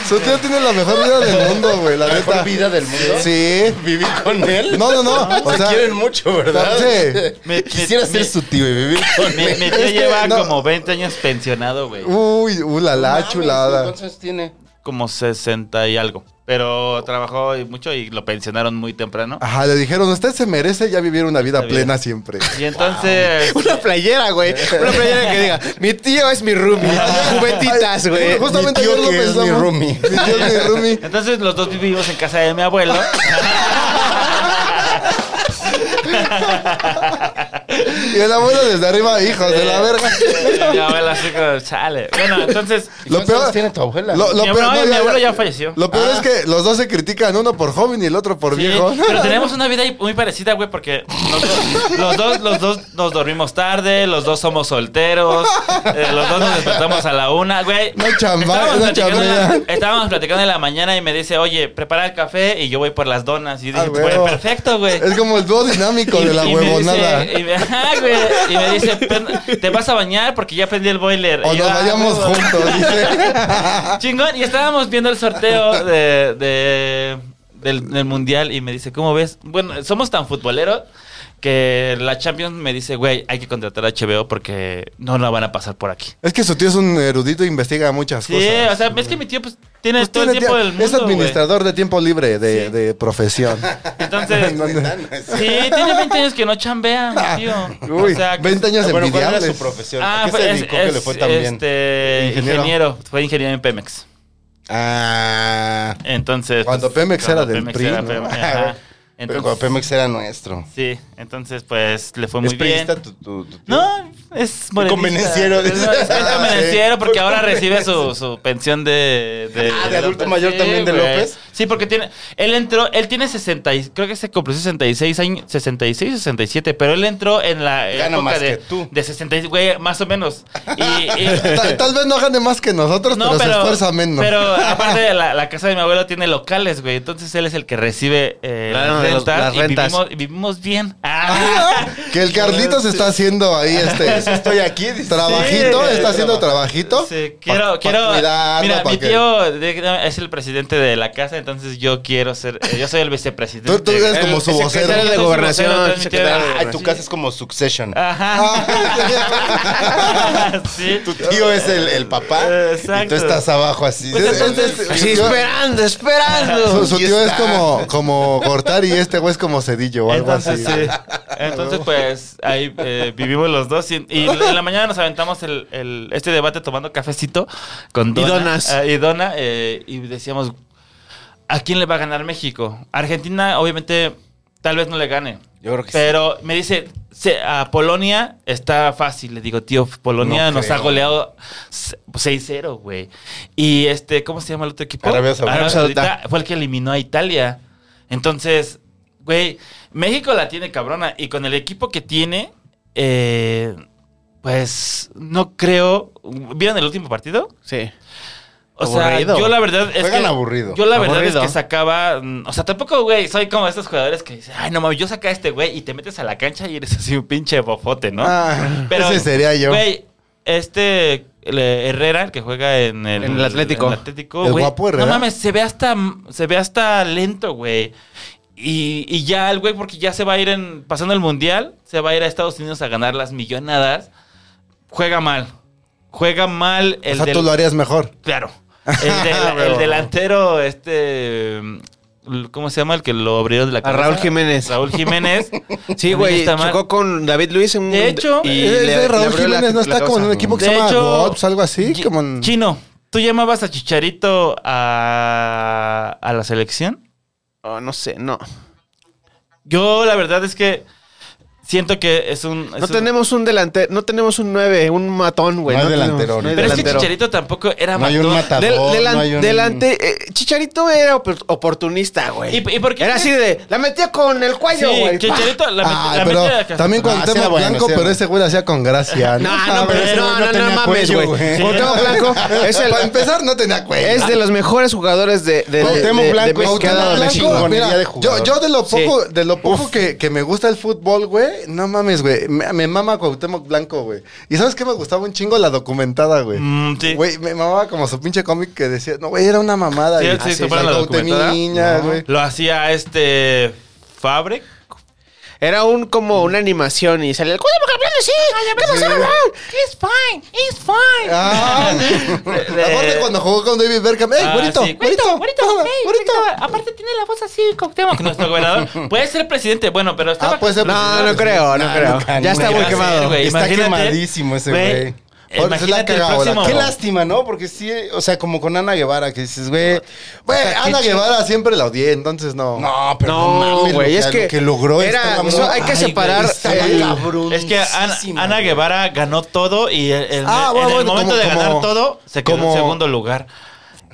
G: Su tío tiene la mejor vida del mundo, güey, la
E: ¿La mejor
G: neta.
E: vida del mundo?
G: Sí.
E: ¿Vivir con él?
G: No, no, no. O
E: Se
G: sea,
E: quieren mucho, ¿verdad?
G: Sí.
F: Me-
E: Quisiera
F: me-
E: ser su tío y vivir con
F: Mi,
E: él.
F: mi tío
G: Ah, Es que
F: lleva
G: no.
F: como 20 años pensionado, güey.
G: Uy, uh, la la chulada.
E: ¿Cuántos tiene?
F: Como 60 y algo. Pero trabajó y mucho y lo pensionaron muy temprano.
G: Ajá, le dijeron, usted se merece ya vivir una vida
F: Está bien.
G: plena siempre.
F: Y entonces.
B: Una playera, güey. Una playera que diga, mi tío es mi roomie. Juguetitas, güey.
G: Justamente
E: Mi tío
G: ayer lo
E: que es mi
G: pensamos.
E: roomie.
G: Mi tío es mi roomie.
F: Entonces los dos vivimos en casa de mi abuelo.
G: Y el abuelo desde arriba, hijos de
E: Eh.
G: la verga.
F: Mi abuela así como, chale. Bueno, entonces.
G: Lo
E: ¿Cuántos
G: peor,
E: años tiene tu abuela?
G: Lo, lo
F: mi
G: peor,
F: abuelo,
G: no,
F: mi
G: ya,
F: abuelo
G: ya.
F: ya falleció. Ah.
G: Lo peor es que los dos se critican, uno por joven y el otro por
F: Sí,
G: viejo.
F: pero tenemos una vida muy parecida, güey, porque nosotros- los dos, los dos nos dormimos tarde, los dos somos solteros, eh, los dos nos despertamos a la una, güey.
G: No chamba-
F: Estábamos
G: no
F: platicando en la-
G: chambean.
F: Estábamos platicando en la mañana y me dice, oye, prepara el café y yo voy por las donas. Y yo
G: Ah,
F: dije, güey,
G: huevo.
F: pues, perfecto, güey.
G: Es como el dúo dinámico de la
F: me
G: huevonada.
F: dice- y me- ajá, güey. Y me dice, "Pen- te vas a bañar porque ya prendí el boiler.
G: O
F: Y yo,
G: nos
F: "Ah,
G: vayamos
F: huevo".
G: juntos, dice.
F: Chingón, y estábamos viendo el sorteo de, de- del, del mundial y me dice, ¿cómo ves? Bueno, somos tan futboleros que la Champions me dice, güey, hay que contratar a HBO porque no la van a pasar por aquí.
G: Es que su tío es un erudito e investiga muchas
F: Sí,
G: cosas.
F: o sea, es que mi tío pues, tiene
G: Pues
F: todo el
G: tiene
F: tiempo
G: tía-
F: del mundo.
G: es administrador de tiempo libre de,
F: Sí.
G: de profesión.
F: güey. Entonces, sí, tiene 20 años que no chambea, mi tío.
G: Uy,
F: o sea, que-
G: 20 años
E: Ah, Bueno, ¿cuál era
G: envidiables.
E: su profesión?
F: Ah,
E: ¿A qué
F: fue,
E: se
F: es-
E: dedicó que le
F: es,
E: fue tan bien?
F: Este,
E: Ingeniero.
F: ingeniero. Fue ingeniero en Pemex.
E: Ah,
F: Entonces.
G: Cuando Pemex era del
F: Pemex
G: PRI,
F: era
G: ¿no?
F: Pemex, ajá.
E: pero cuando
F: Entonces,
E: Pemex era nuestro.
F: Sí, entonces pues le fue muy
E: ¿Es
F: bien.
E: periodista tu, tu- tu tío?
F: No, es morenista.
E: convenenciero.
F: Es, es
E: Ah,
F: convenenciero
E: sí.
F: porque ahora recibe su, su pensión de...
E: Ah, de adulto mayor
F: Sí,
E: también de
F: güey.
E: López.
F: Sí, porque tiene... Él entró... Él tiene 60... y- Creo que se cumplió 66 años... 66 o 67, pero él entró en la
E: Gana
F: época
E: más
F: de...
E: que tú.
F: De 66, güey, más o menos. Y... y-
G: tal, tal vez no gane más que nosotros, pero, se esfuerza menos.
F: pero aparte la, la casa de mi abuelo tiene locales, güey. Entonces él es el que recibe eh,
B: Claro,
F: las,
B: de los-
F: rentas
B: las
F: y
B: rentas.
F: vivimos, y vivimos bien. Ah.
G: que el Carlitos está haciendo ahí este.
E: Estoy aquí. dice.
G: Trabajito,
F: Sí,
G: está haciendo
E: trabajo.
G: trabajito.
F: Sí, quiero,
G: Pa- pa
F: quiero.
G: cuidarlo,
F: mira,
G: pa
F: mi
G: que-
F: tío de- es el presidente de la casa, entonces yo quiero ser. eh, yo soy el vicepresidente.
G: Tú- tú eres como su
F: El
G: vocero.
F: secretario
B: Secretario de
F: soy su
B: Gobernación,
F: entonces mi tío-
B: secretario de
F: Ah,
E: Ah, en tu casa es como Succession.
G: Ah,
F: Ajá. sí.
E: Tu tío es el, el papá
F: Exacto.
E: y tú estás abajo así.
F: Pues entonces-
G: Es- es-
B: Así
G: su-
B: esperando,
G: su,
B: esperando.
G: su
E: Ahí
G: tío es
E: está.
G: como, como Gortari y este güey es como Cedillo o algo
F: Entonces,
G: así.
F: sí. Entonces, pues ahí eh, vivimos los dos. Y, y en la mañana nos aventamos el, el- este debate tomando cafecito con
B: Y
F: dona,
B: donas.
F: eh, y dona. eh, y decíamos, ¿a quién le va a ganar México? Argentina, obviamente, tal vez no le gane.
E: Yo creo que sí.
F: Pero me dice, se- a Polonia está fácil. Le digo, tío, Polonia
E: No
F: nos
E: creo.
F: ha goleado se- 6-0, güey. Y este, ¿cómo se llama el otro equipo?
E: Arabia Saudita.
F: Saudita Fue el que eliminó a Italia. Entonces, güey, México la tiene cabrona. Y con el equipo que tiene, eh, pues no creo. ¿Vieron el último partido?
B: Sí.
F: O sea,
B: Aburrido.
F: yo la verdad es
G: Juegan
F: que,
G: aburrido.
F: Yo la verdad
B: Aburrido.
F: es que sacaba, mm, o sea, tampoco, güey, soy como estos jugadores que dicen, ay, no mames, yo saca a este güey y te metes a la cancha y eres así un pinche bofote, ¿no?
G: Ah,
F: Pero,
G: ese sería yo.
F: Güey, este el, eh, Herrera, el que juega en el,
B: En el Atlético.
F: en el Atlético,
G: El
F: güey,
G: guapo Herrera.
F: No mames, se ve hasta, se ve hasta lento, güey. Y, y ya el güey, porque ya se va a ir en, pasando el mundial, se va a ir a Estados Unidos a ganar las millonadas. Juega mal. Juega mal el
G: o sea,
F: del-
G: tú lo Ah, harías mejor.
F: Claro. El, de- el delantero, este. ¿Cómo se llama? El que lo abrió de la
B: A
F: cabeza.
B: Raúl Jiménez.
F: Raúl Jiménez.
B: Sí,
F: También
B: güey,
F: está mal.
B: chocó con David Luis en un-
F: De hecho,
G: Eh, Ese Raúl
B: abrió la-
G: Jiménez no
B: la
G: está como en
B: cabeza.
G: un equipo que
F: De
G: se llama
F: hecho,
G: Wops, algo así.
F: Chi-
G: Como en-
F: Chino, ¿tú llamabas a Chicharito a, a la selección?
B: Oh, no sé, no.
F: Yo, la verdad es que siento que es un. es
B: No
F: un-
B: tenemos un delantero, no tenemos un 9, un matón, güey.
E: No hay
B: tenemos-
E: delantero
B: no hay
E: ahorita.
F: Pero es que
B: delantero.
F: Chicharito tampoco era
E: No hay un
F: matón.
E: matador,
B: Del- delan-
E: no hay un...
B: delante, eh, Chicharito era op- oportunista, güey.
F: ¿Y, y por qué?
B: Era así de, la metía con el cuello,
F: Sí,
B: güey.
F: Chicharito la, met-
G: Ay,
F: la
G: pero
F: metía acá.
G: también con
E: Ah, sí
G: Temo
E: era bueno,
G: Blanco,
E: sí era
G: pero
E: bueno.
G: ese güey lo hacía con gracia.
B: No, no, pero
E: ese
B: no,
E: güey
B: no,
E: no
B: no,
E: tenía
B: mames,
E: cuello,
B: güey.
E: güey.
B: Cuauhtémoc Blanco es el,
G: Para empezar, no tenía cuello.
B: es de los mejores jugadores de, de, de,
E: Cuauhtémoc
G: Ah,
B: de- de
E: Blanco,
B: México que ha
E: Cuauhtémoc
B: dado
E: Blanco.
B: México.
E: chingonería
G: Mira,
E: de
G: yo,
E: jugador.
G: yo de lo poco, de lo poco
B: Uf.
G: que, que me gusta el fútbol, güey, no mames, güey. Me, me mama Cuauhtémoc Blanco, güey. ¿Y sabes qué me gustaba un chingo? La documentada, güey.
F: Mm, sí.
G: Güey, me mamaba como su pinche cómic que decía, no, güey, era una mamada.
F: Sí,
G: y-
F: sí,
G: Ah,
F: ¿se acuerdan
G: la
F: la documentada?
G: Cautemiña, güey.
F: Lo hacía este. Fabre.
B: Era un como una animación y salía el Cuauhtémoc Blanco, sí. ¿Cómo se llama? It's fine, it's fine.
G: Ah,
F: de-
G: aparte cuando jugó con David Berkham, ¡ey,
F: Ah,
G: güerito!
F: sí.
G: ¡Güerito! ¡Güerito!
F: ey, güerito. Aparte tiene la voz así, Cuauhtémoc, nuestro gobernador. Puede ser presidente, bueno, pero estaba...
G: Ah, puede ser
B: No, no creo, no
E: No,
B: creo.
E: no,
B: ya está
E: no,
B: muy
E: no,
B: quemado.
F: güey,
E: Está
F: imagínate.
E: quemadísimo ese güey. Ahora se la ha
F: Imagínate el
E: cagado, la-
F: próximo-
E: Qué lástima, ¿no? Porque sí, o sea, como con Ana Guevara, que dices, güey, güey,
G: Güey, Ana
E: Ana Guevara.
G: Guevara siempre la odié, entonces no.
E: No, pero
B: No,
E: mames, lo
B: güey, es
E: lo
B: que
E: que logró
B: era-
E: esta
B: eso
E: cabrón.
B: hay que
E: Ay,
B: separar
E: güey, estaba
B: el-
E: cabrón.
F: Es que Ana, Ana Guevara ganó todo y el- el-
E: Ah,
F: en
E: bueno,
F: el
E: bueno,
F: momento
E: como-
F: de ganar
E: como-
F: todo se quedó
E: como-
F: en segundo lugar.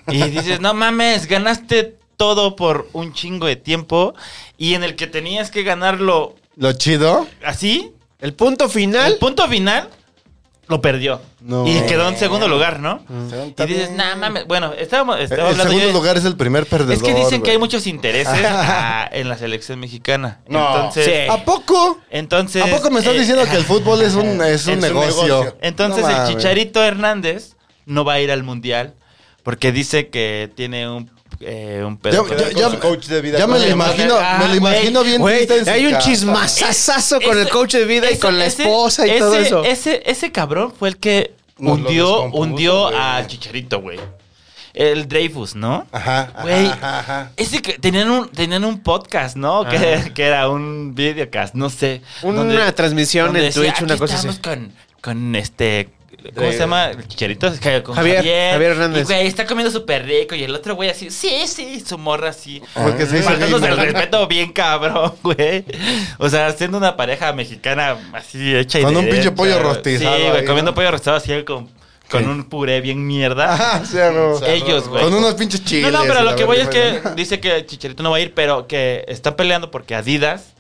F: Y dices, no mames, ganaste todo por un chingo de tiempo y en el que tenías que ganarlo
E: Lo chido.
F: así,
B: El punto final.
F: el punto final lo perdió.
E: No. Mm.
F: Y quedó en segundo lugar, ¿no? Y
E: Está
F: dices,
E: bien. Eh,
F: no mames. Bueno, estábamos,
E: El
F: estaba hablando yo
E: segundo
F: de-
E: lugar es el primer perdedor.
F: Es que dicen que
E: güey.
F: hay muchos intereses ah, en la selección mexicana.
E: No.
F: Entonces,
E: ¿A poco?
F: entonces
G: ¿A poco me estás
F: eh,
G: diciendo que el fútbol es un, es un
F: Es un
G: negocio?
E: negocio.
F: Entonces
E: No
F: el
E: mames.
F: Chicharito Hernández no va a ir al mundial porque dice que tiene un, eh, un pedo.
G: Ya-
F: con-
G: ya-
E: Con
G: ya-
E: su coach de vida.
G: ya me
E: Con
G: lo
E: el-
G: imagino,
F: Ah,
G: me lo imagino bien
B: Güey,
G: triste en su
B: hay un
G: casa.
B: chismazazazo con el
F: Ese-
B: coach de vida y
F: ese-
B: con la
F: ese-
B: esposa y
F: ese-
B: todo eso.
F: Ese, ese cabrón fue el que
E: Nos lo
F: hundió,
E: descompuso,
F: hundió
E: güey.
F: a Chicharito, güey. El Dreyfus, ¿no?
E: Ajá, ajá,
F: Güey,
E: ajá, ajá.
F: ese que tenían un, tenían un podcast, ¿no? Que, que era un videocast, no sé.
B: Una transmisión en Twitch, una cosa así".
F: estamos Con, con este. ¿Cómo se llama? El Chicharito. que- Con
B: Javier,
F: Javier,
B: Javier Hernández.
F: Y güey, está comiendo súper rico. Y el otro güey así, sí, sí, su morra así.
G: Ah,
E: Porque se dice
F: Faltándose el
E: gay, ¿no?
F: respeto bien cabrón, güey. O sea, siendo una pareja mexicana así hecha y
G: Con un
F: derecha.
G: pinche pollo rostizado
F: Sí,
G: ahí,
F: güey,
G: ¿no?
F: comiendo pollo rostizado así con, con un puré bien mierda.
G: Ajá, Ah, sí, a huevo.
F: Ellos, güey.
G: Con unos pinches
F: No,
G: chiles.
F: no, pero
G: y
F: lo
G: la
F: que voy es
G: verga,
F: que
G: güey.
F: dice que Chicharito no va a ir, pero que está peleando porque Adidas,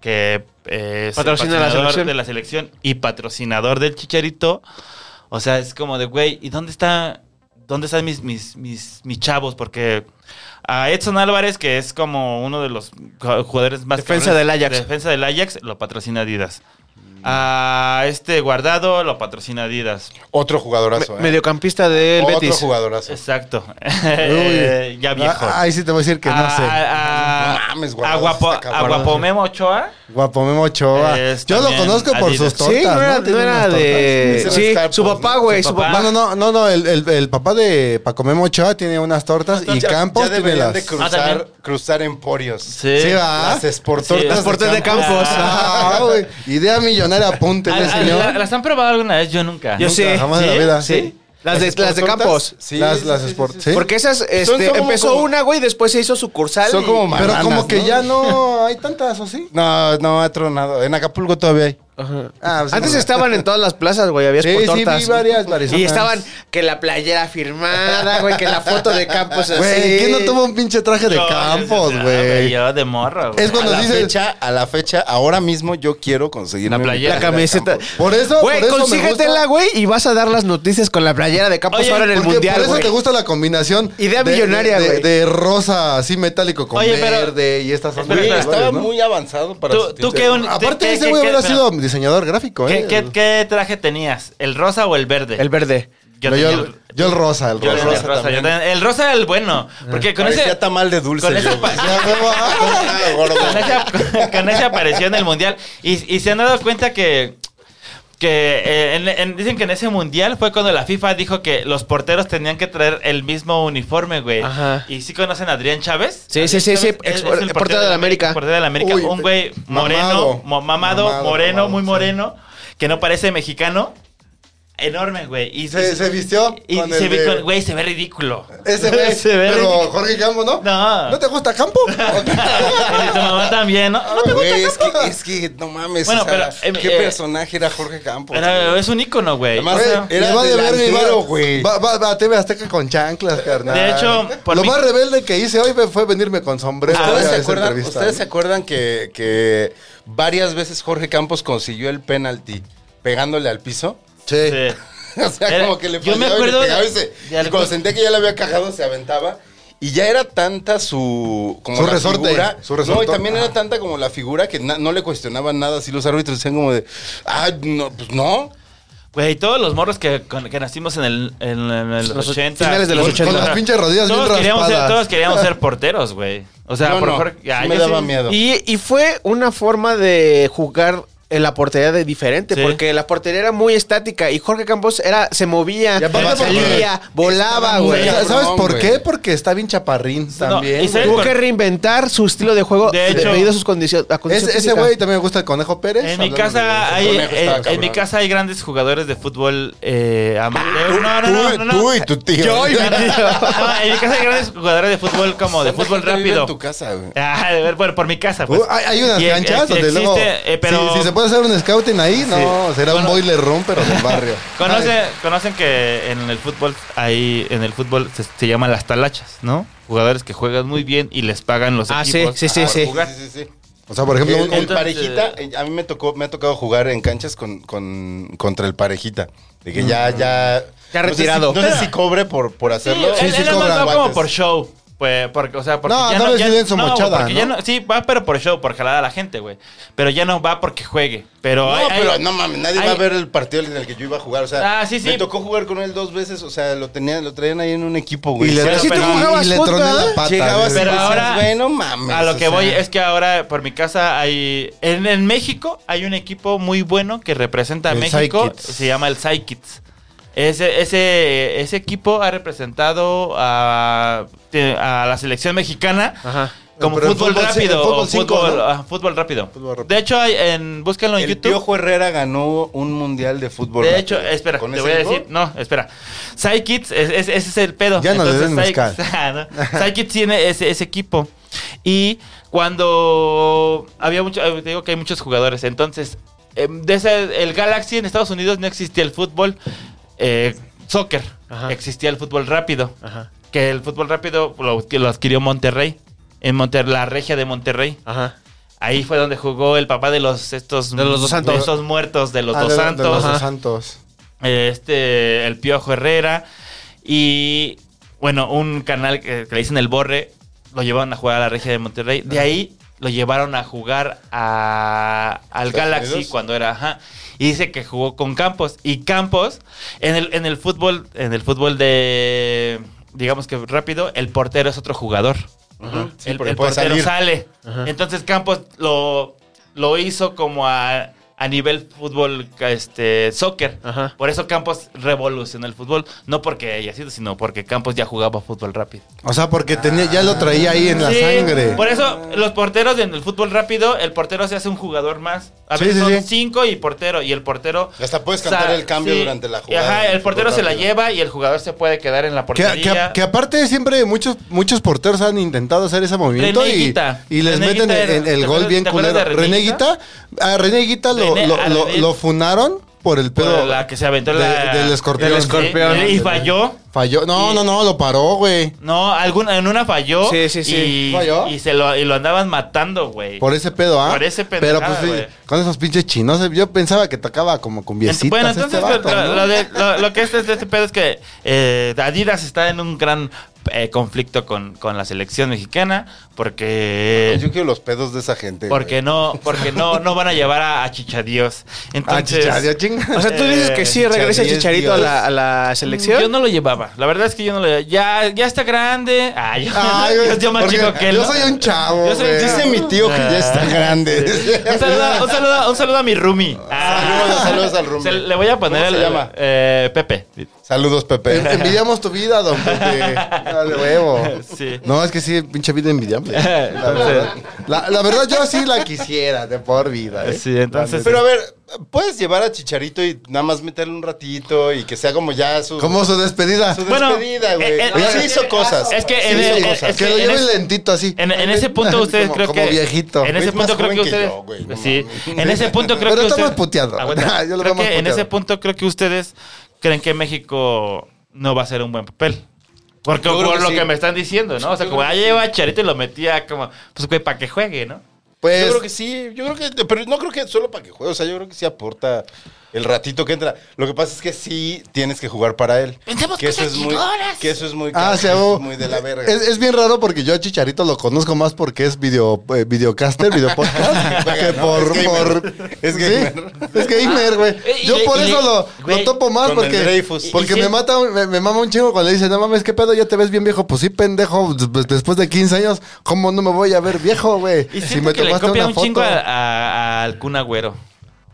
F: que eh, es el
B: Patrocina la
F: patrocinador
B: selección.
F: de la selección y patrocinador del Chicharito, o sea, es como de, güey, ¿y dónde está dónde están mis, mis, mis, mis chavos? Porque a Edson Álvarez, que es como uno de los jugadores más...
B: Defensa del Ajax.
F: Defensa del Ajax, lo patrocina Adidas. A este guardado lo patrocina Adidas.
E: Otro jugadorazo,
B: Me-
E: ¿eh?
B: Mediocampista del
E: Otro
B: Betis.
E: jugadorazo.
F: Exacto.
G: Uy.
F: eh, ya viejo. ah,
G: Ah, ahí sí te voy a decir que
F: a,
G: no sé.
F: A,
E: No mames,
F: a
E: guardado,
F: Guapo-
G: este
E: está
F: a
E: cabrón.
F: Guapomemo Ochoa.
G: Guapo Memo Ochoa.
F: Es
G: Yo lo
F: también
G: conozco por
F: Adidas.
G: sus tortas.
B: sí, no era,
G: Tiene
B: no era
G: unas tortas.
B: de.
E: Ese
B: Sí,
E: es Carpos,
B: su papá,
E: ¿no?
B: güey.
F: Su
B: Su
F: papá.
B: papá.
G: No, no, no, no, no, el, el- el papá de Paco Memo Ochoa tiene unas tortas y
E: Ya-
G: Campos
E: ya
G: tiene
E: deberían
G: las...
E: de
F: Ah,
E: cruzar,
F: también.
E: cruzar emporios.
F: Sí.
G: Sí, va.
E: Las
F: Sí,
E: esportortas.
B: Las puertas de Campos.
G: Ah, güey. Idea millonaria, apunte,
F: Ah, ah, la-
G: señor.
F: ¿Las han probado alguna vez? Yo nunca.
B: Yo sí.
G: Jamás en la vida.
B: Sí. Las de, las de
E: esportortas,
B: Campos.
E: Sí.
G: las
E: sí,
G: las
E: sí, sí,
G: esport-
E: sí,
G: ¿sí?
B: Porque esas, este,
E: como-
B: empezó
E: como-
B: una, güey, después se hizo sucursal.
E: Son
B: y-
E: como
G: Pero
E: bananas,
G: como que
E: ¿no?
G: ya no hay tantas, ¿o sí?
E: No, no ha tronado. En Acapulco todavía hay.
B: Ajá.
G: Ah, pues,
B: Antes
G: no.
B: estaban en todas las plazas, güey. Había
G: Sí,
B: esportortas.
G: sí, vi varias, varias.
B: Y estaban que la playera firmada, güey, que la foto de Campos así.
G: Ah, Güey, ¿quién no tuvo un pinche traje de
F: Yo,
G: Campos,
F: yo,
G: güey?
F: Yo de morro, güey.
G: Es cuando
E: a la
G: dices...
E: fecha, a la fecha, ahora mismo yo quiero conseguir
F: La playera.
B: La camiseta.
G: Por eso,
B: Güey,
G: por eso me gusta-
B: consíguetela, güey, y vas a dar las noticias con la playera de Campos
F: Oye,
B: ahora en el
G: Porque
B: mundial,
G: por eso
B: güey.
G: te gusta la combinación.
B: Idea millonaria,
G: de-
B: güey.
G: De, de rosa así metálico con
F: Oye, pero-
G: verde y estas
F: Espera, espera,
G: colores,
E: estaba
G: ¿no?
E: muy avanzado para
F: ¿Tú-
E: su
F: tú
E: tiempo.
F: qué un-
G: Aparte,
F: ¿Qué-
G: ese
F: qué-
G: güey
F: qué-
G: hubiera
F: espera?
G: sido diseñador gráfico,
F: ¿Qué,
G: ¿eh?
F: qué, qué traje tenías? ¿El rosa o el verde?
B: El verde.
F: Yo
G: No,
F: tenía
G: yo, yo el rosa, el
F: yo tenía
G: rosa.
F: el
E: rosa
F: rosa. yo
E: también.
F: tenía- el rosa era el bueno. Porque con
E: Parecía
F: ese...
E: tamal de dulce.
F: con ese
E: yo, güey.
F: pa-
E: Ah, gordo.
F: con, esa, con esa aparición en el mundial. Y, y se han dado cuenta que. Que eh, en- en- dicen que en ese mundial fue cuando la FIFA dijo que los porteros tenían que traer el mismo uniforme, güey.
B: Ajá.
F: ¿Y sí conocen a Adrián Chávez?
B: Sí, sí,
F: Adrián
B: sí, sí,
F: Chávez
B: ex- portero de la América.
F: Portero de la América.
G: Uy,
F: un güey moreno,
G: mamado.
F: mo- mamado,
G: Mamado,
F: moreno,
G: mamado,
F: muy
G: sí.
F: moreno, que no parece mexicano. Enorme, güey. Y
G: Se-
F: y-
G: se vistió
F: Y
G: con
F: se
G: el
F: vi
G: de-
F: con- güey, se ve ridículo.
G: Ese güey.
F: Se ve
G: pero
F: ridículo.
G: Jorge Campos, ¿no?
F: No.
G: ¿No te gusta Campo?
F: El de tu mamá también, ¿no? No te
E: Güey, es que, es que no mames.
F: Bueno,
E: o sea,
F: pero, eh,
E: ¿Qué
F: eh,
E: personaje era Jorge Campos?
F: Pero es un ícono, güey.
E: Además,
F: O sea,
E: eh, era
G: Le va de verga y va-
E: delantero, güey.
G: Va, va, va a TV Azteca con chanclas, carnal.
F: De hecho, por
G: lo
F: mí-
G: más rebelde que hice hoy fue venirme con sombrero. a
F: ah,
E: ¿Ustedes,
G: esa
E: se acuerdan,
G: entrevista,
E: ustedes
G: ¿no?
E: se acuerdan que, que varias veces Jorge Campos consiguió el penalti pegándole al piso?
G: Sí.
F: sí.
E: O sea,
F: Era-
E: como que le
F: yo me
E: fallaba y le
F: acuerdo
E: pegaba
F: de-
E: y se-
F: de algún-
E: y cuando sentía que ya le había cagado, se aventaba. Y ya era tanta su... Como
G: Su
E: la
G: resorte,
E: Figura,
G: su resorte.
E: No, y también
G: Ajá.
E: era tanta como la figura que na- no le cuestionaban nada. Así los árbitros decían como de... Ah, no, pues no.
F: Güey, todos los morros que, con- que nacimos en, el, en, en los,
B: Los
F: 80.
B: finales de los
F: y-
B: 80.
G: Con las pinches rodillas
F: todos
G: bien
F: queríamos ser,
G: raspadas.
F: Todos queríamos ser porteros, güey. O sea,
E: Yo
F: por
E: no,
F: favor.
E: sí me daba miedo.
B: Y, y fue una forma de jugar en la portería de diferente,
F: Sí.
B: porque la portería era muy estática y Jorge Campos era se movía,
G: Y aparte
B: salía, volaba,
G: O
B: güey.
G: sea,
E: Pues, cabrón,
G: ¿Sabes por
E: güey.
G: qué? Porque está bien chaparrín también.
F: ¿y
G: güey.
F: sabes
B: Tuvo
F: por-
B: que reinventar su estilo de juego
F: De hecho,
B: debido a sus condiciones. a
G: Es-
B: condición
G: ese
B: física.
G: güey también me gusta el Conejo Pérez.
F: En mi
G: Hablando
F: casa
G: de-
F: hay, eh,
E: conejo está
F: en- en,
E: cabrón.
F: mi casa hay grandes jugadores de fútbol eh,
G: Ah,
F: amateur. No, no, no,
E: Tú-
F: no, no.
E: Tú y tu tío.
B: Yo y mi tío.
F: Ah, en mi casa hay grandes jugadores de fútbol como de
E: ¿Cuánta
F: fútbol
E: gente vive
F: rápido.
E: En tu casa, güey.
F: Ah, de ver, bueno, por mi casa, pues.
G: Uh, hay, hay unas
F: Y, eh,
G: canchas
F: eh,
G: donde
F: existe,
G: luego.
F: eh, pero
G: si, si se puede hacer un scouting ahí, no, será
F: Bueno.
G: un boiler room, pero del barrio.
F: conoce- conocen que en el fútbol ahí en el fútbol se, se llaman las talachas, ¿no? Jugadores que juegan muy bien y les pagan los
B: Ah, sí,
F: equipos
B: sí, sí,
F: por
B: sí.
F: jugar.
E: Sí, sí, sí.
G: O sea, por ejemplo,
E: El,
G: un-
E: el
F: Entonces,
E: parejita, eh, a mí me tocó, me ha tocado jugar en canchas con, con- contra el parejita. De que ya, ya.
B: Ya
E: no sé si-
B: retirado.
E: No sé si, cobre por, por
F: Sí,
E: hacerlo.
F: él,
G: sí
F: él nomás
G: cobran
F: va como
E: guantes.
F: por show. Pues, porque, o sea, porque
G: No,
F: ya
G: no
F: no,
G: le
F: ya-
G: siguen su
F: no,
G: mochada,
F: porque ya
G: ¿no?
F: no- sí, va, pero por show, por jalada a la gente, güey. Pero ya no va porque juegue. Pero,
E: No,
F: hay- ¿eh? hay-
E: pero no mames, nadie va a
F: hay-
E: ver el partido en el que yo iba a jugar. O sea,
F: Ah, sí, sí.
E: me tocó jugar con él dos veces. O sea, lo, tenían, lo traían ahí en un equipo,
G: Y
E: güey.
G: le,
E: Pero-
F: Sí, tú
G: y
B: jugabas
G: le
B: fútbol,
G: troné la
B: ¿eh?
G: pata.
E: Llegabas
G: güey. Ah,
F: Pero
E: y decías,
F: ahora-
E: güey, no mames.
F: A lo
E: o
F: que
E: sea.
F: voy es que ahora por mi casa hay. En, en México hay un equipo muy bueno que representa a
G: El
F: México.
G: Psykids.
F: Se llama el Psykids. Ese, ese, ese equipo ha representado a, a la selección mexicana
B: Ajá.
F: como
G: Pero en
F: fútbol,
G: fútbol sí, en
F: rápido.
G: fútbol
F: o
G: cinco,
F: fútbol,
G: ¿no?
F: ajá, fútbol rápido.
G: Fútbol rápido.
F: De hecho, hay en, búsquenlo en
E: El
F: YouTube.
E: Piojo Herrera ganó un mundial de fútbol.
F: De
E: rápido.
F: hecho, espera,
E: ¿Con
F: te
E: ese
F: voy a
E: gol?
F: decir. No, espera. Psykids, es- es- ese es el pedo.
G: Ya no le den
F: Psykids-
G: mezcal.
F: Ah, no. Psykids tiene ese, ese equipo. Y cuando había mucho, eh, te digo que hay muchos jugadores. Entonces, eh, de ese- el Galaxy en Estados Unidos no existía el fútbol eh, soccer.
B: Ajá.
F: Existía el fútbol rápido.
B: Ajá.
F: Que el fútbol rápido lo, lo adquirió Monterrey. En Monter la regia de Monterrey.
B: Ajá.
F: Ahí fue donde jugó el papá de los estos
B: De los dos santos.
F: de estos muertos de los
G: Ah,
F: dos
G: de- de
F: santos.
G: los
F: Ajá
G: dos santos.
F: este el Piojo Herrera y bueno, un canal que, que le dicen el Borre, lo llevaron a jugar a la Regia de Monterrey. De ahí lo llevaron a jugar a, al
E: ¿Estados
F: Galaxy
E: Unidos?
F: cuando era, ajá. Y dice que jugó con Campos y Campos en el en el fútbol en el fútbol de digamos que rápido, el portero es otro jugador.
E: Ujú. Sí,
F: el,
E: porque
F: el
E: puede
F: portero
E: salir.
F: sale. Entonces Campos lo, lo hizo como a, a nivel fútbol, este, soccer.
B: Ajá.
F: Por eso Campos revolucionó el fútbol. No porque haya sido, sino porque Campos ya jugaba fútbol rápido.
G: O sea, porque tenía, ya lo traía ahí en la
F: Sí,
G: sangre.
F: Por eso los porteros en el fútbol rápido, el portero se hace un jugador más. A
G: Sí,
F: veces
G: sí,
F: son
G: sí.
F: cinco y portero. Y el portero.
E: Hasta puedes cantar
F: sa-
E: el cambio durante la jugada.
F: Ajá, el portero se la
E: Rápido.
F: lleva y el jugador se puede quedar en la
G: Que,
F: portería.
G: que- que aparte siempre muchos muchos porteros han intentado hacer ese movimiento
F: René
G: y,
F: Guita.
G: y les
F: René
G: meten
F: Guita
G: el,
F: era-
G: el- el
F: ¿te
G: gol
F: acuerdas-
G: bien
F: te acuerdas
G: culero.
F: de René
G: René Guita, a René Guita lo,
F: René-
G: lo,
F: a
G: lo-
F: René-
G: lo funaron por el
F: Por
G: pedo
F: la que se aventó
G: de-
F: la-
G: del escorpión.
B: del escorpión.
F: Sí, Y falló.
G: Falló. No,
F: Y-
G: no, no, lo paró, güey.
F: No, alguna, en una falló.
B: Sí, sí, sí.
F: Y,
G: ¿Falló?
F: y se lo, y lo andaban matando, güey.
G: Por ese pedo, ¿ah?
F: Por ese
G: Pero
F: pendejada,
G: pues sí,
F: güey.
G: con esos pinches chinos, yo pensaba que tocaba como con
F: Ent-
G: viecitas
F: bueno,
G: este
F: entonces
G: vato,
F: lo,
G: ¿no?
F: lo de- lo- lo que es este, este pedo es que eh, Adidas está en un gran eh, conflicto con, con la selección mexicana porque
E: Yo quiero los pedos de esa gente.
F: porque
E: güey.
F: no porque no no van a llevar a, a Chichadíos.
G: Ah,
F: Entonces,
G: chicha, Dios, chinga.
B: O sea, tú dices que sí
G: Eh,
B: regresa
G: Chicharito,
B: Chicharito a la, a la selección.
F: Yo no lo llevaba. La verdad es que yo no lo llevaba. Ya, ya está grande. Ay, yo,
G: Ay,
F: yo soy más
G: porque
F: chico que él.
G: Yo
F: ¿no?
G: soy un chavo.
F: Yo soy un
G: güey.
F: chavo. Ah,
E: Dice mi tío que ya está grande.
F: Un saludo, un saludo, un saludo a mi Rumi.
E: Saludos, saludos al roomie.
F: Se- le voy a poner
E: ¿Cómo
F: el.
E: se llama?
F: eh, Pepe.
E: Saludos, Pepe.
G: En- Envidiamos tu vida, don Pepe. Dale huevo.
F: Sí.
G: No, es que sí, pinche vida envidiable. La verdad, la, la verdad, yo sí la quisiera de por vida. ¿eh?
F: Sí, entonces.
E: Pero a ver, puedes llevar a Chicharito y nada más meterle un ratito y que sea como ya su.
G: Como su despedida.
E: Su
F: Bueno,
E: despedida, güey.
F: eh, eh,
E: Oye,
F: eh,
E: sí hizo cosas.
F: es que
E: Sí
F: en
E: hizo
F: el-
E: cosas.
F: es
G: que
F: que
G: lo
F: en
G: lleven
F: ese-
G: lentito así.
F: En, en ese punto ustedes
G: Como-
F: creo
G: como
F: que.
G: viejito.
F: En ese
E: Es más
F: punto creo
E: joven
F: que
E: que
F: ustedes.
E: yo, güey, no
F: sí.
E: mames.
F: En ese punto creo
G: Pero
F: que
G: está
F: ustedes.
G: más puteado. Ah,
F: Aguanta.
G: Yo lo
F: Creo
G: veo más
F: que en
G: puteado.
F: ese punto creo que ustedes creen que México no va a ser un buen papel. Porque
B: Yo creo
F: por
B: que
F: lo
B: sí.
F: que me están diciendo, ¿no? O sea, como ah, lleva a Charito y lo metía como, pues güey, para que juegue, ¿no?
E: Yo
G: Pues,
E: creo que sí, yo creo que, pero no creo que solo para que juegue, o sea, yo creo que sí aporta el ratito que entra. Lo que pasa es que sí tienes que jugar para él.
F: Pensemos
E: que eso es
F: cosas
E: muy,
F: chingonas.
E: que eso es muy,
G: ah,
E: caro,
G: se
E: eso
G: hago-
E: es muy de la verga.
G: Es, es bien raro porque yo a Chicharito lo conozco más porque es video, eh, videocaster, videopodcast, que
E: ¿no?
G: por...
E: Es gamer.
G: por-
E: Es
G: sí,
E: gamer.
G: es gamer, güey.
F: Ah, y
G: Yo
F: le-
G: por
F: y
G: eso
F: le-
G: lo, lo
F: güey,
G: topo más
E: con el
G: porque,
E: Dreyfus.
G: porque
F: Y- y
G: me
F: si-
G: mata, me, me mama un chingo cuando le dice, no mames, ¿qué pedo? Ya te ves bien viejo. Pues sí, pendejo, pues, después de 15 años, ¿cómo no me voy a ver viejo, güey?
F: Y siento que le copia un chingo a- a- al Kun Agüero.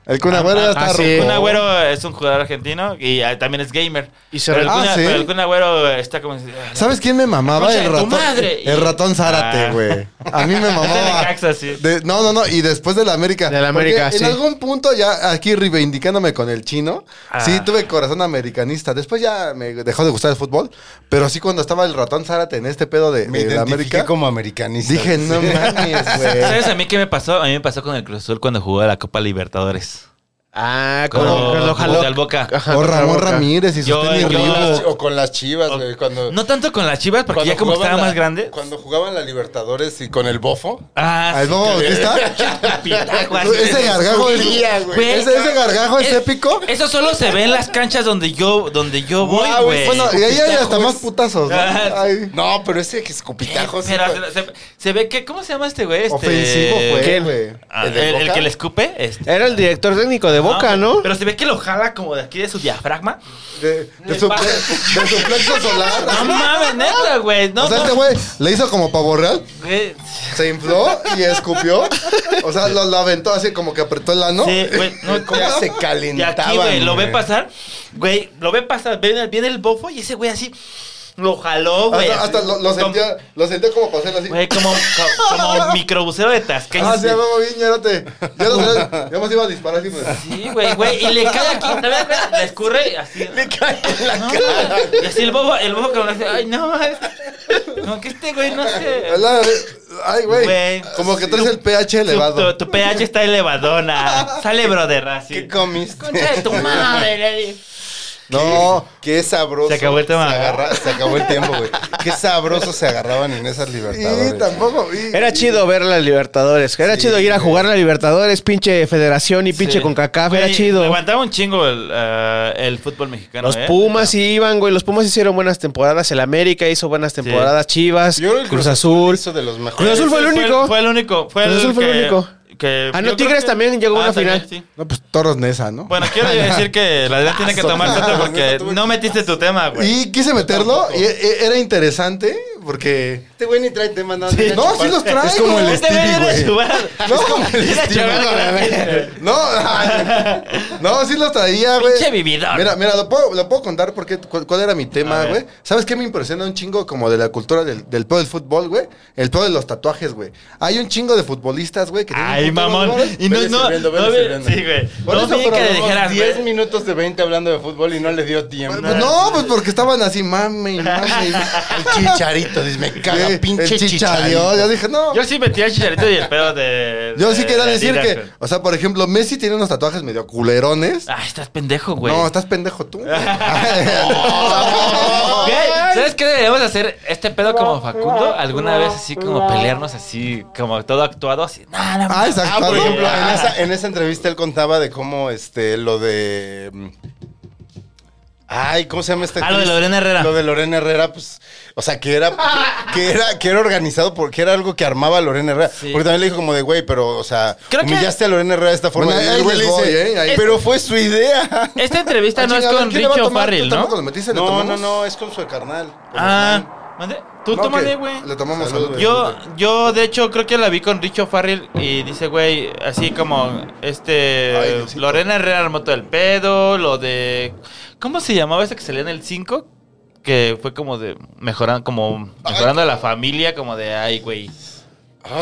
G: El Kun Agüero ya está
B: ah, sí.
F: El
G: ruco.
F: Kun Agüero es un jugador argentino y ah, también es gamer.
B: Y se
F: Pero el,
G: Ah,
F: Kun,
G: sí.
F: pero el Kun Agüero está como... ah,
G: ¿Sabes quién me mamaba?
F: Concha de
G: El
F: tu
G: ratón,
F: madre.
G: el ratón Zárate,
F: Ah.
G: güey. A mí me
F: Está
G: mamaba.
F: en el Caxa, sí.
G: De- no, no, no. Y después del América.
B: Del América,
G: Porque
B: sí.
G: En algún punto ya aquí reivindicándome con el chino.
F: Ah.
G: Sí, tuve corazón americanista. Después ya me dejó de gustar el fútbol. Pero sí, cuando estaba el ratón Zárate en este pedo de,
E: Me
G: de la
E: identifiqué
G: América.
E: como americanista.
G: Dije, no mames, güey.
F: ¿Sabes a mí qué me pasó? A mí me pasó con el Cruz Azul cuando jugó a la Copa Libertadores.
B: Ah,
F: Con,
B: como que lo jaló.
F: al Boca.
B: Ajá,
G: O
B: con
G: Ramón
B: Boca.
G: Ramírez y
F: Yo-
G: Sostén y
F: yo-
G: Rivo.
F: las-
E: o con las chivas,
F: O-
E: güey. Cuando,
F: No tanto con las chivas, porque
E: cuando
F: ya como
E: jugaban
F: estaba
E: la-
F: más grande.
E: Cuando jugaban la Libertadores y con el bofo.
F: Ah,
G: Al
F: sí,
G: Bobo Bautista.
F: pitaco, así.
G: Ese gargajo es,
E: Sufría, güey.
F: Güey,
G: ese, ese gargajo es
F: eh,
G: épico.
F: Eso solo se ve en las canchas donde yo, donde yo voy,
E: Guau,
F: güey.
G: Ah, Bueno, y ahí hay hasta más putazos, ¿no?
F: Ah,
G: Ay.
E: No, pero ese
G: Eh,
E: escupitajo sí
F: Mira,
E: fue-
F: se, se- se ve que, ¿cómo se llama este güey? Este-
G: Ofensivo fue,
B: ¿quién?
G: güey.
F: Ah,
E: ¿El
F: ¿El,
E: de
F: el
E: Boca?
F: que le escupe? Este.
B: Era el director técnico de Boca, ¿no?
F: Pero se ve que lo jala como de aquí de su diafragma.
G: De, de su, ple- de su plexo solar.
F: No mames, neta, güey. No,
G: o sea,
F: no,
G: este güey le hizo como pavo real,
F: güey.
G: se infló y escupió. O sea, lo, lo aventó así como que apretó el ano.
F: Sí, güey. No,
E: ¿Cómo se
F: Y
E: calentaba?
F: aquí, güey, lo ve pasar. Güey, lo ve pasar. Viene, viene el bofo y ese güey así lo jaló, güey.
G: hasta hasta lo, lo
F: Como-
G: sentía, lo sentía como para hacerlo así.
F: Güey, como, co- como microbusero de Tasqueña.
G: Ah, sí, vamos bien, ñérate. Ya lo ya hemos ido a disparar así. güey.
F: Sí, güey, güey. Y le cae aquí, ¿sabes? güey? Le escurre así. Le cae en la cara. Y así el bobo, el bobo como le dice, ay, no, es- como que este güey no sé.
G: ¿Verdad? Ay, güey.
F: Güey.
G: Como que traes el pH elevado.
F: Tu, tu pH está elevadona. Sale, brother, así.
E: ¿Qué comiste?
F: Concha de tu madre, le digo.
E: No, qué sabroso.
F: Se acabó el tema.
E: Se, agarra- se acabó el tiempo, güey. Qué sabroso se agarraban en esas libertadores.
G: Y tampoco. y-
B: Era chido ver la Libertadores. Era chido ir a jugar a la Libertadores, pinche Federación y pinche
F: Sí.
B: CONCACAF. Era
F: Güey,
B: chido.
F: Levantaba un chingo el, eh, el fútbol mexicano.
B: Los
F: eh.
B: Pumas sí iban, güey. Los Pumas hicieron buenas temporadas. El América hizo buenas temporadas. Chivas,
E: Yo creo que
B: Cruz Azul.
E: Hizo de los mejores.
B: Cruz Azul fue el único.
F: Fue el único. Fue el,
B: Cruz Azul fue el
F: que-
B: único.
F: que-
B: Ah, no,
F: yo creo
B: Tigres también llegó a una
F: también,
B: final.
F: sí.
G: No, pues toros Nesa, ¿no?
F: Bueno, quiero decir que la verdad tiene que tomarse otro porque no metiste tu tema, güey.
G: Y quise meterlo y e- era interesante porque.
E: Este güey ni trae tema, no.
G: Sí, no, sí los trae.
E: Es como el
G: güey.
F: Este
E: Stevie,
F: güey viene a
E: güey.
F: chupar.
G: No, como el
F: Viene a
G: Stevie,
F: chupar con la
G: güey.
F: gente.
G: No, ay, no, sí los traía, güey.
F: Pinche vividor.
G: Mira, mira, lo puedo, lo puedo contar porque cu- cuál, era mi
F: A
G: tema,
F: ver.
G: güey. ¿Sabes qué me impresiona un chingo como de la cultura del, del pedo del fútbol, güey? El pedo de los tatuajes, güey. Hay un chingo de futbolistas, güey, que tienen
F: Ay,
G: putos
F: mamón.
G: tatuajes.
F: Y no,
E: Vele
F: no,
E: sirviendo,
F: no,
E: vele
F: vi-
E: sirviendo.
F: sí, güey.
G: Por
F: No
G: eso,
F: vi
G: pero
F: que le
G: vamos,
F: dijeras,
E: 10
F: güey.
E: minutos de 20 hablando de fútbol y no le dio tiempo.
G: Pues no, pues porque estaban así, mame, y mame.
E: El chicharito, dice, me caga,
G: Güey,
E: pinche
G: el
E: chicharito.
G: Yo dije, no.
F: Yo sí metí al chicharito y el pedo de.
G: Yo sí
F: de-
G: quería
F: de
G: decir
F: Adidas,
G: que,
F: güey.
G: o sea, por ejemplo, Messi tiene unos tatuajes medio culerones.
F: Ay, estás pendejo, Ah, güey.
G: No, estás pendejo tú. Ah,
F: Güey, ¿Sabes qué deberíamos hacer? Este pedo como Facundo, alguna vez así como pelearnos así, como todo actuado así. Nah, nah,
G: Ah, exacto.
E: Ah, por
F: Ah,
E: ejemplo,
F: güey.
E: en esa, en esa entrevista él contaba de cómo este lo de mm, Ay, ¿cómo se llama este?
F: Ah, lo de
E: actriz?
F: Lorena Herrera.
E: Lo de Lorena Herrera, pues, o sea, que era, que era, que era organizado porque era algo que armaba Lorena Herrera.
F: Sí.
E: Porque también le dijo como de, güey, pero, o sea,
F: Creo que-
E: humillaste a Lorena Herrera de esta forma.
G: Bueno,
E: Y
G: ahí
E: el güey le
G: les voy,
E: dice,
G: ¿eh? Ahí-
E: pero fue su idea.
F: Esta entrevista
G: Ah,
F: no es
G: chinga, a ver,
F: con
G: ¿quién le va a
F: Richo
G: tomar?
F: Farrell,
G: ¿Tú
F: ¿no?
G: tampoco le metiste? ¿Le
E: No, no,
G: tomamos?
E: no, es con su carnal. con Hernán.
F: Ah, mande. Tú
G: No,
F: tómale,
G: que
F: güey.
G: Le tomamos
E: Salud,
G: salud. güey.
F: Yo, yo de hecho creo que la vi con Richo Farrell y dice, güey, así como este
G: Ay, Diosito.
F: Lorena Herrera armó todo el pedo, lo de ¿cómo se llamaba ese que salía en el 5? Que fue como de mejorando como mejorando a la familia, como de ay, güey.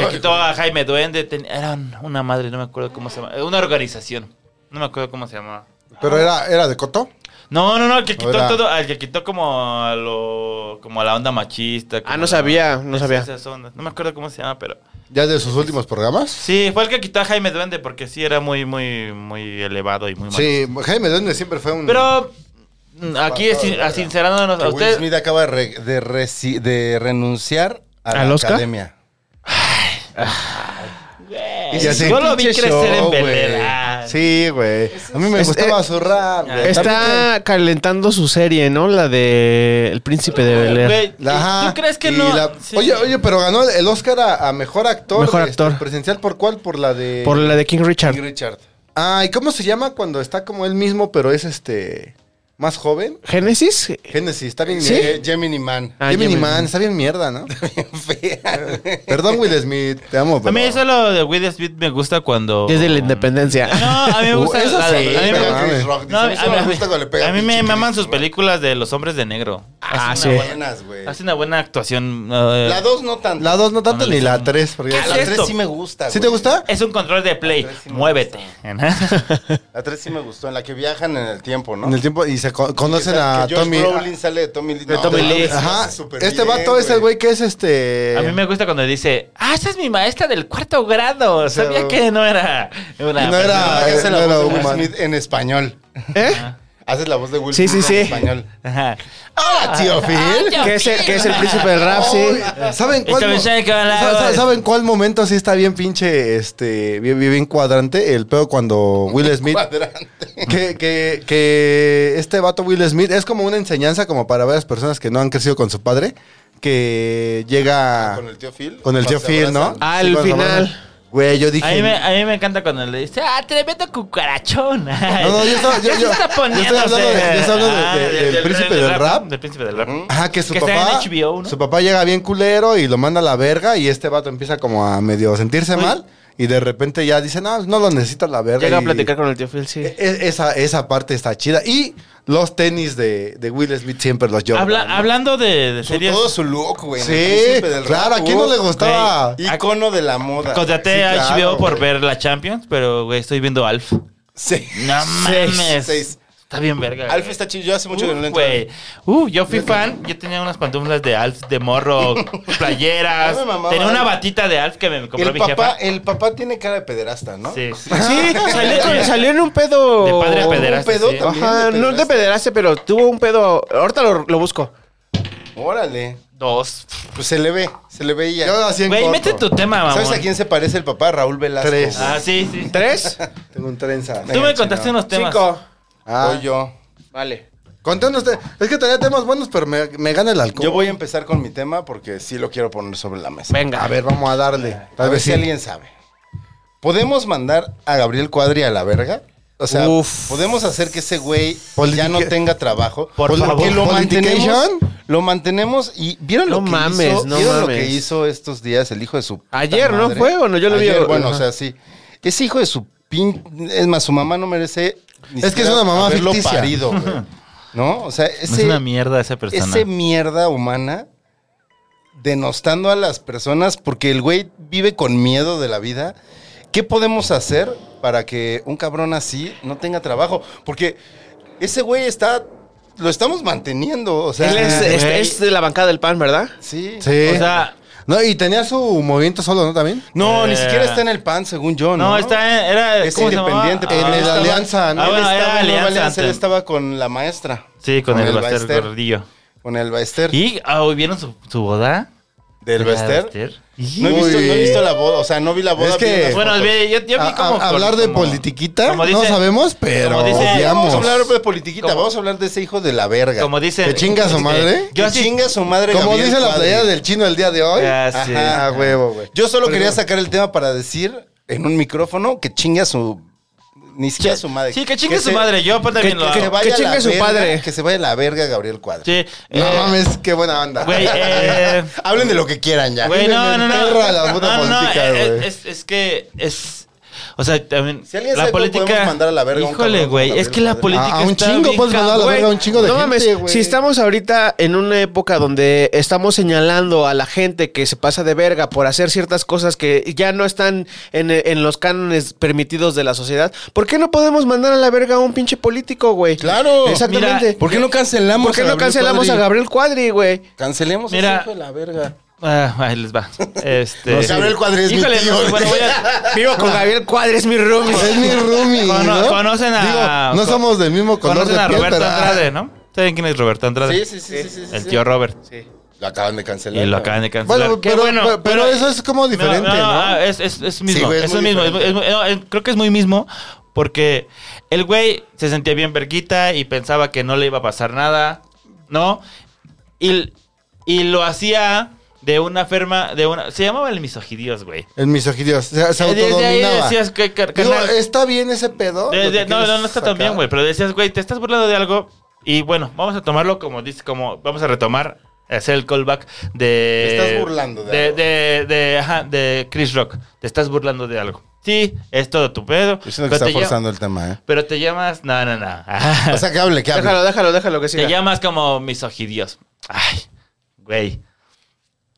F: Que quitó a Jaime Duende, ten- era una madre, no me acuerdo cómo se llama, eh, una organización. No me acuerdo cómo se llamaba.
G: Pero era, era de Coto.
F: No, no, no, el que quitó
G: Era-
F: todo, al que quitó como a lo como a la onda machista, como
B: Ah, no
F: la-
B: sabía, no sabía.
F: esas ondas. No me acuerdo cómo se llama, pero
G: Ya de sus últimos programas.
F: Sí, fue el que quitó a Jaime Duende porque sí era muy, muy, muy elevado y muy mal.
G: Sí, Jaime Duende siempre fue un.
F: Pero mm, aquí es sin- a sincerándonos
E: Que
F: a
E: Will
F: usted.
E: Smith acaba de, re- de reci- de renunciar a
B: ¿Al
E: la
B: Oscar?
E: academia.
G: Y así,
F: Yo lo vi
G: pinche
F: crecer en
G: show,
F: Belén.
G: güey.
F: Ah.
G: Sí, güey. A mí me
B: Es-
G: gustaba
B: eh,
G: su rap, güey.
B: Está calentando su serie, ¿no? La de El Príncipe de Bel Air.
F: Güey,
G: Ajá.
F: ¿Tú crees que
G: Y
F: no?
G: la-
F: Sí.
G: Oye, oye, pero ganó el- el Oscar a, a mejor actor.
B: Mejor
G: este,
B: actor.
G: ¿Presencial por cuál? Por la de.
B: Por la de King Richard.
E: King Richard.
G: Ah, ¿y cómo se llama cuando está como él mismo, pero es este. más joven.
B: ¿Génesis?
G: Génesis, está bien.
B: ¿Sí?
G: eh, Gemini Man.
B: Ah,
G: Gemini,
B: Gemini
G: Man,
B: Man.
G: está bien mierda, ¿no? Perdón, Will Smith, te amo, pero...
F: A mí eso lo de Will Smith me gusta cuando...
B: Desde la independencia.
F: Oh. No, a mí me gusta...
G: Uh, eso
F: la-
G: sí,
F: a mí me
G: pero-
F: gusta- No, a, mí- a mí- a mí me maman sus películas de los hombres de negro.
B: Ah,
F: Hace
B: sí.
F: una buena-
E: Buenas, güey.
F: Hace una buena actuación. eh,
E: La 2 no tanto. Ah,
G: La 2 no tanto
F: Ándale,
G: ni la
F: sí.
G: 3.
F: ¿Qué
E: la
F: es
E: 3
F: esto?
E: sí me gusta.
G: ¿Sí
E: güey.
G: te gusta?
F: Es un control de play.
E: tres sí me
F: Muévete.
E: La 3 sí me gustó, en la que viajan en el tiempo, ¿no?
G: En el tiempo y se co-
E: Que
G: conocen
E: sa-
G: a
E: que Josh
G: Tommy. Ah,
E: Brolin sale de Tommy Lee.
B: De Tommy
E: no,
B: Lee.
E: no,
G: Ajá.
E: hace súper
G: Este
E: bien,
G: vato es el güey que es este.
F: A mí me gusta cuando dice, ah, esa es mi maestra del cuarto grado. Sabía que no era una
G: No era-
E: Ah, que hace la
G: no era
E: voz de Will
G: humano.
E: Smith en español.
B: ¿Eh?
E: Haces la voz de Will
B: Sí, sí,
E: Smith en
B: sí.
E: español.
F: Ajá.
G: Ah,
E: ¡Hola, tío Phil!
B: Que es, el, que es el príncipe del rap, sí.
G: ¿Saben cuál,
F: Esta
G: mo-
F: me sabe que va la-
G: sa- sa- ¿Saben cuál momento sí está bien pinche, este, bien, bien- bien cuadrante? El pedo cuando Will Smith,
E: Cuadrante.
G: que, que, que este vato Will Smith es como una enseñanza como para varias personas que no han crecido con su padre, que llega
E: Ah, Con el tío Phil.
G: Ah. con el tío
E: Se
G: Phil, ¿no?
E: abrazan.
B: Ah,
G: Sí,
B: el
G: cuando se abrazan.
B: final.
G: Güey, yo dije...
F: A mí, me, a mí me encanta cuando le dice, ah, tremendo cucarachón.
G: No, no, yo estaba- yo-
F: Ya se
G: yo-
F: está
G: yo estoy
F: poniéndose.
G: hablando de- yo estoy hablando de-
F: Ah,
G: de- del príncipe del rap.
F: Del príncipe del rap.
G: Ajá, que su
F: Que está
G: papá.
F: en HBO, ¿no?
G: Su papá llega bien culero y lo manda a la verga. Y este vato empieza como a medio sentirse mal. Y de repente ya dice, no, no lo necesita la verga.
B: Llega a
G: y-
B: platicar con el tío Phil, sí.
G: e- e- esa, esa parte está chida. Y los tenis de, de Will Smith siempre los yo.
F: Habla- hablando de, de
E: Su-
F: series,
E: Todo su look, güey. en el
G: Sí,
E: príncipe del
G: claro,
E: rap,
G: ¿a quién no
E: güey.
G: le gustaba?
E: Icono de la
G: ah,
E: moda.
F: contraté
E: Sí,
F: a HBO
E: claro,
F: por
E: güey.
F: ver la Champions, pero güey, estoy viendo Alf.
E: Sí.
F: No
E: Seis,
F: mames.
E: seis.
F: Está bien verga.
E: Alf
F: güey.
E: está chido. Yo hace mucho que no
F: Uf,
E: le entro.
F: güey. Uh, yo fui fan. Yo tenía unas pantuflas de Alf de morro, playeras.
E: A mí me mamaba
F: tenía una
E: Alf.
F: batita de Alf que me compró
E: El
F: mi
E: papá,
F: jefa.
E: el papá tiene cara de pederasta, ¿no?
F: Sí. sí.
B: Pues Sí, salió, con- salió en un pedo.
F: De padre a
E: Un
F: pederasta.
E: pedo
F: sí.
E: también.
B: Ajá,
E: de
B: no te
E: pederasta.
B: pederaste, pero tuvo un pedo. Ahorita lo, lo busco.
E: Órale.
F: Dos.
E: Pues se le ve, se le veía.
G: Yo así en
F: Güey,
G: corto.
F: mete tu tema, mamón.
E: ¿Sabes a quién se parece el papá? Raúl Velasco.
G: Tres.
F: Ah, sí, sí.
B: ¿Tres?
G: Tengo un trenza.
F: Tú me contaste unos temas.
B: Cinco.
G: Ah,
E: Voy yo.
B: Vale.
G: contanos te- Es que tenía temas buenos, pero me, me gana el alcohol.
E: Yo voy a empezar con mi tema porque sí lo quiero poner sobre la mesa.
G: A ver, vamos a darle.
E: A
G: Tal
E: ver
G: vez
E: si
G: sí.
E: alguien sabe. ¿Podemos mandar a Gabriel Cuadri a la verga? O sea,
B: Uf.
E: ¿podemos hacer que ese güey
G: Politique-
E: ya no tenga trabajo?
F: Por
E: Porque
F: favor.
E: lo mantenemos,
G: ¿Politication?
E: lo mantenemos y ¿vieron lo
B: No
E: que
B: mames,
E: hizo?
B: no
E: ¿Vieron lo
B: mames.
E: que hizo estos días el hijo de su puta
B: Ayer, ¿no
E: madre?
B: fue? Bueno, yo lo vi-
E: Ayer, Bueno,
B: Ajá.
E: o sea, sí. Ese hijo de su pin... Es más, su mamá no merece ni
G: Es que es
E: siquiera
G: una mamá
E: haberlo
G: ficticia.
E: parido, güey. ¿No? O sea,
F: No
E: ese...
F: es una mierda esa persona.
E: Ese mierda humana denostando a las personas porque el güey vive con miedo de la vida. ¿Qué podemos hacer para que un cabrón así no tenga trabajo? Porque ese güey está. Lo estamos manteniendo. O sea,
B: Él es,
G: Ah,
B: eh, es-
F: güey.
B: es de la bancada del pan, ¿verdad?
E: sí.
G: Sí.
F: O sea,
G: No, y tenía su movimiento solo, ¿no? También.
E: No, ni
F: Eh.
E: siquiera está en el pan, según yo, ¿no?
F: no, está en, era
E: Es
F: ¿cómo se
E: independiente.
F: llamaba?
E: porque
G: En
E: él
G: el
E: estaba-
G: Alianza, ¿no?
E: Ah, bueno,
F: Él estaba
E: era
F: en
E: Alianza,
F: Alianza
E: Él
F: antes.
E: estaba con la maestra.
F: Sí, con, el, Baster
E: Baester.
F: Gordillo.
E: Con el Baester.
F: ¿Y ah, hoy vieron su, su boda?
E: ¿Del
F: Ah,
E: Baester?
F: Y-
E: No he, visto, no he
G: Uy.
E: visto la boda. O sea, no vi la boda.
G: Es
E: vi
G: que-
E: unas
F: Bueno,
E: fotos.
F: ve, yo, yo vi
G: A-
F: como...
G: a- hablar de
F: como-
G: politiquita,
F: como
G: no
F: dice-
G: sabemos, pero
F: como dice-
G: odiamos.
E: Vamos a hablar de politiquita,
F: Como-
E: vamos a hablar de ese hijo de la verga.
F: Como dice... eh,
G: ¿Que chinga su madre?
E: yo
F: Yo así...
E: chinga su madre.
G: Como
E: Gabriel
G: dice la
E: Cuadri.
G: playera del chino el día de hoy.
F: Ya sé.
G: Ajá, a huevo, güey.
E: Yo solo quería sacar el tema para decir en un micrófono que chinga su ni siquiera su madre.
F: Sí, que chingue su
E: se-
F: madre. Yo pues, también lo
E: Que,
F: hago.
E: vaya
B: que
E: a
B: chingue
E: la
B: su
E: verga,
B: padre.
E: Que se vaya a la verga Gabriel Cuadri.
F: Sí.
G: No
F: eh,
G: mames, qué buena onda.
F: Güey, eh...
E: Hablen de lo que quieran ya.
F: Güey, no, no, no.
G: emperra la puta
F: No, no,
G: política,
F: eh,
G: güey.
F: Es, es que es. O sea, también.
E: Si alguien sabe cómo podemos mandar a la verga a un
F: Híjole,
E: cabrón
F: güey.
E: como
F: Es que la
E: Gabriel
F: política.
G: A- a un
F: está
G: chingo
F: bien
G: puedes mandar a la
F: cabrón.
G: verga a un chingo de
B: no
G: gente,
B: mames,
G: güey.
B: si estamos ahorita en una época donde estamos señalando a la gente que se pasa de verga por hacer ciertas cosas que ya no están en, en los cánones permitidos de la sociedad, ¿por qué no podemos mandar a la verga a un pinche político, güey?
E: Claro.
B: Exactamente.
F: Mira,
E: ¿Por qué no cancelamos?
B: ¿Por qué no cancelamos a Gabriel Cuadri, güey?
E: Cancelemos a
F: Mira.
E: ese hijo de la verga.
F: Ah, ahí les va. Este.
E: No sé. Gabriel Cuadri es mi
F: Híjole,
E: tío.
F: no, bueno, voy a- Ah,
B: Vivo con Gabriel Cuadri, es mi roomie.
G: es mi roomie,
F: Cono-
G: ¿no?
F: conocen a-
G: Digo, no
F: con-
G: somos del mismo color
F: Conocen
G: de
F: a
G: piel,
F: Roberto
G: pero... ah,
F: Andrade, ¿no? ¿Saben quién es Roberto Andrade?
E: Sí, sí, sí, sí, sí, sí,
F: El
E: sí.
F: tío Robert.
E: Lo acaban de cancelar.
F: Y lo acaban de cancelar.
G: Bueno,
F: Qué
G: pero- pero- pero eso es como diferente, ¿no?
F: ah, Es, es, es mismo.
E: Sí, güey, es muy
F: es lo mismo. es
E: diferente.
F: muy- es muy- no, es- creo que es muy mismo porque el güey se sentía bien verguita y pensaba que no le iba a pasar nada, ¿no? Y, y lo hacía de una ferma, de una... Se llamaba el misogidios, güey.
G: El misogidio. Se,
F: Desde
G: se
F: ahí
G: autodominaba.
F: decías que... que-
G: Digo,
F: carnal,
G: ¿está bien ese pedo?
F: de-
G: Oh, ¿Lo
F: de-
G: que
F: no,
G: quieres
F: no, no está tan
G: sacar?
F: bien, güey. Pero decías, güey, te estás burlando de algo Y bueno, vamos a tomarlo como dice, como vamos a retomar, hacer el callback de.
E: Te estás burlando de
F: de,
E: algo.
F: de- de- ajá, de Chris Rock. Te estás burlando de algo. Sí, es todo tu pedo.
E: Yo siento
F: pero
E: que está
F: te lla-
E: forzando el tema, ¿eh?
F: Pero te llamas. No, no, no.
E: O sea, que hable, que hable.
B: Déjalo, déjalo, déjalo que
F: Te
B: siga.
F: llamas como misogidios. Ay, güey.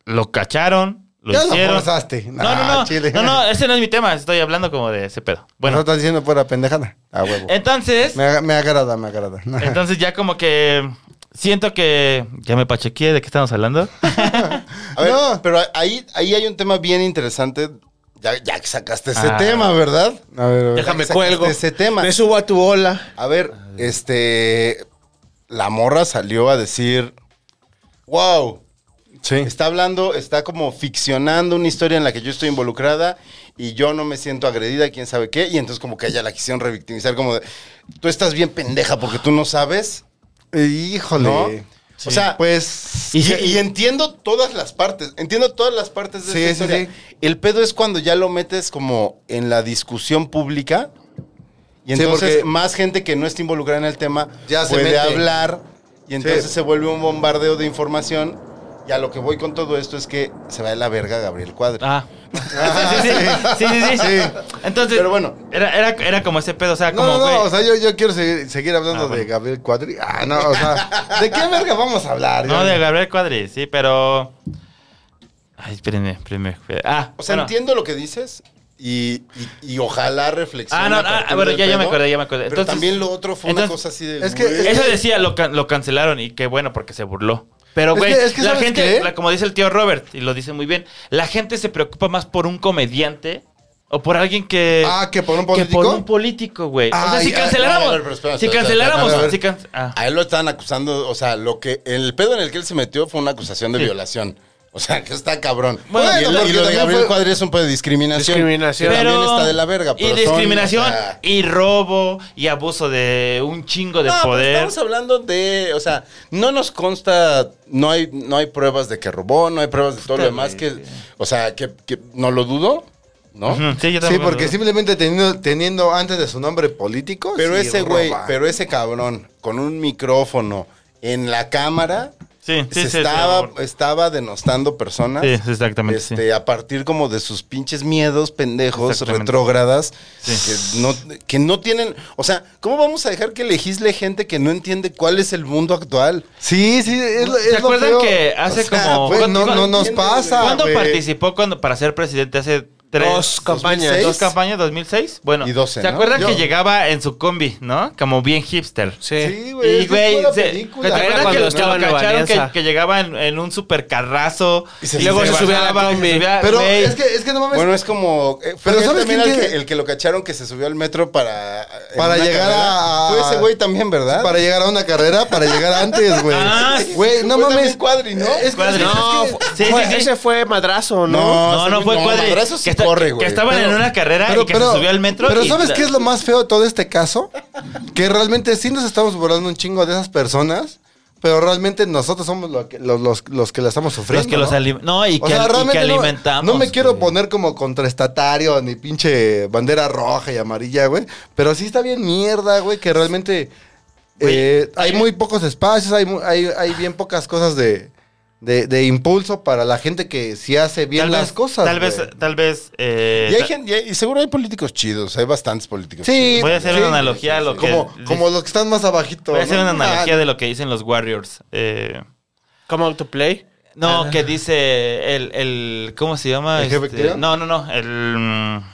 F: Lo cacharon, lo
G: Ya lo
F: hicieron.
G: forzaste.
F: No, no,
G: Nah,
F: no.
G: chile.
F: No, no, ese no es mi tema. Estoy hablando como de ese pedo.
G: Bueno, no
F: Bueno, Eh,
G: estás diciendo fuera pendejada. A huevo.
F: entonces.
G: Me, ag- me agrada, me agrada.
F: Entonces ya como que siento que ya me pachequé de qué estamos hablando.
E: A ver,
G: No.
E: pero ahí, ahí hay un tema bien interesante. Ya, ya que sacaste ese
F: Ah.
E: tema, ¿verdad?
G: A ver, a ver.
B: Déjame
E: Sacaste
B: cuelgo.
E: Ese tema.
B: Ah. Me subo a tu bola.
E: A ver, este. La morra salió a decir. Wow,
G: Sí.
F: este,
E: está hablando, está como ficcionando una historia en la que yo estoy involucrada y yo no me siento agredida, quién sabe qué. Y entonces, como que a ella la quisieron revictimizar, como de. Tú estás bien pendeja porque tú no sabes.
G: Híjole.
E: ¿No? O sea,
G: pues.
E: Y, y entiendo todas las partes, entiendo todas las partes de
G: Sí,
E: esta
G: sí,
E: historia. El pedo es cuando ya lo metes como en la discusión pública y
G: Sí,
E: entonces
G: porque-
E: más gente que no está involucrada en el tema
G: Ya se
E: puede
G: mete.
E: hablar y entonces
G: Sí.
E: se vuelve un bombardeo de información. Y a lo que voy con todo esto es que se va de la verga Gabriel Cuadra.
F: Ah. Sí, sí, sí. Sí, sí, sí. Entonces,
E: Pero bueno.
F: Era, era, era como ese pedo, o sea,
G: No,
F: como
G: no,
F: güey,
G: no, o sea, yo, yo quiero seguir, seguir hablando
F: Ah,
G: de
F: bueno.
G: Gabriel Cuadri. Ah, no, o sea, ¿de qué verga vamos a hablar?
F: no, de Gabriel Cuadri, sí, pero Ay, espérenme, espérenme. espérenme. Ah,
E: O sea,
F: bueno.
E: entiendo lo que dices y, y- y ojalá reflexione.
F: Ah, no,
E: a
F: ah,
E: partir
F: bueno,
E: del
F: ya, ya me
E: pedo.
F: acordé, ya me acordé.
E: Pero
F: Entonces-
E: también lo otro fue una
F: entonces-
E: cosa así de...
G: Es que-
F: Eso decía, lo, can- lo cancelaron y qué bueno porque se burló. Pero,
G: Es
F: güey,
G: que- es que
F: la
G: ¿sabes
F: gente,
G: qué?
F: la- como dice el tío Robert, y lo dice muy bien, la gente se preocupa más por un comediante o por alguien que...
G: Ah, ¿que por un político?
F: Que por un político, güey. o sea,
E: Ay, ay, a ver,
F: si
E: pero
F: canceláramos...
E: espera,
F: Si
E: espera, espera,
F: canceláramos...
G: a ver.
F: si can- ah.
E: A él lo estaban acusando, o sea, lo que el pedo en el que él se metió fue una acusación de
F: Sí.
E: violación. O sea, que está cabrón.
F: Bueno,
E: y, el-
G: porque
E: y lo de
G: también
E: Gabriel
G: fue-
E: Cuadri es un pedo de discriminación.
B: Discriminación.
E: Que
F: Pero-
E: también está de la verga.
F: y
E: pero son,
F: discriminación,
E: o sea,
F: y robo, y abuso de un chingo de
E: no, pero
F: poder.
E: Estamos hablando de, o sea, no nos consta, no hay, no hay pruebas de que robó, no hay pruebas de todo lo
F: Puta,
E: demás
F: güey.
E: que, o sea, que, que no lo dudo, ¿no?
F: Ujú, Sí, yo
G: Sí,
F: también lo
G: porque
F: dudo.
G: simplemente teniendo, teniendo antes de su nombre político.
E: Pero
G: sí,
E: ese güey,
G: roba.
E: pero ese cabrón con un micrófono en la cámara
F: Sí, sí,
E: se
F: sí, sí,
E: estaba,
F: amor.
E: estaba denostando personas.
F: Sí, sí, exactamente, sí.
E: Este, a partir como de sus pinches miedos pendejos,
F: Exactamente.
E: retrógradas,
F: Sí.
E: que, no, que no tienen. O sea, ¿cómo vamos a dejar que legisle gente que no entiende cuál es el mundo actual?
G: Sí, sí, es, lo- es
F: ¿Se
G: lo
F: acuerdan
G: feo.
F: que hace
E: O sea,
F: como...
G: Güey, no,
F: ¿cuándo-
G: no nos
E: entiendes,
G: pasa.
F: ¿Cuándo
G: güey?
F: participó cuando, para ser presidente? Hace tres...
B: Dos campañas.
E: 2006.
F: Dos campañas, 2006. Bueno,
E: Y 12,
F: ¿se
E: ¿no?
F: acuerdan
E: Yo.
F: que llegaba en su combi, no? Como bien hipster.
B: Sí.
G: Sí, güey.
F: y güey,
G: esa es
F: se- ¿te
G: pura película.
B: Era
F: acuerdas
B: cuando
F: que, que
B: estaba
F: lo
B: en Nueva
F: cacharon que,
B: Alianza.
F: que llegaba en, en un super carrazo
E: Y
F: y,
E: se-
F: luego
E: se
F: se, subía a
B: bajaba,
F: la combi?
B: se subía-
G: Pero
F: Güey,
G: es que, es pues que no mames.
E: Bueno, es como. eh, fue
G: Pero
E: él
G: ¿sabes
E: también
G: quién
E: el que,
G: tiene-
E: el que lo cacharon que se subió al metro para. en
G: Para
E: una
G: llegar
E: carrera.
G: a-
E: Fue ese güey también, ¿verdad?
G: para llegar a una carrera, para llegar antes, güey.
F: Ah, sí.
G: Güey, no
E: Fue
G: mames.
E: también Cuadri, ¿no?
G: Es que-
F: Cuadri.
B: No,
F: Es que-
B: fu-
F: sí, sí,
B: fue-
F: sí.
B: ese fue madrazo, ¿no?
F: no, no fue cuadri.
E: madrazo sí
F: que, esta-
E: corre,
F: que- que
E: güey.
F: estaban en una carrera y que se subió al metro.
G: Pero
F: y-
G: ¿sabes qué es lo más feo de todo este caso? Que realmente sí nos estamos burlando un chingo de esas personas, pero realmente nosotros somos lo que- los, los- los que la estamos sufriendo.
F: Los que los
G: ¿no?
F: alim- no, y
G: O
F: que,
G: sea,
F: al- y que
G: realmente no-
F: alimentamos.
G: No, me quiero
F: güey.
G: poner como contraestatario ni pinche bandera roja y amarilla, güey. Pero sí está bien mierda, güey, que realmente
F: Güey,
G: eh, hay muy pocos espacios, hay, mu- hay, hay bien pocas cosas de, de, de impulso para la gente que sí hace bien
F: Tal
G: las
F: vez-
G: cosas.
F: Tal
G: güey.
F: vez, tal vez. eh,
E: Y, hay
F: ta-
E: gente- y hay- y seguro hay políticos chidos, hay bastantes políticos
G: Sí, pues,
F: Voy a hacer
G: sí,
F: una analogía a lo que.
G: Como, como los que están más abajito.
F: Voy a hacer
G: ¿no?
F: una analogía
G: Ah,
F: de lo que dicen los Warriors. Eh.
B: Come out to play.
F: No, que dice el, el ¿cómo se llama?
G: Ah. ¿El jefe
F: Este,
G: Cleo?
F: no, no, no, el mm,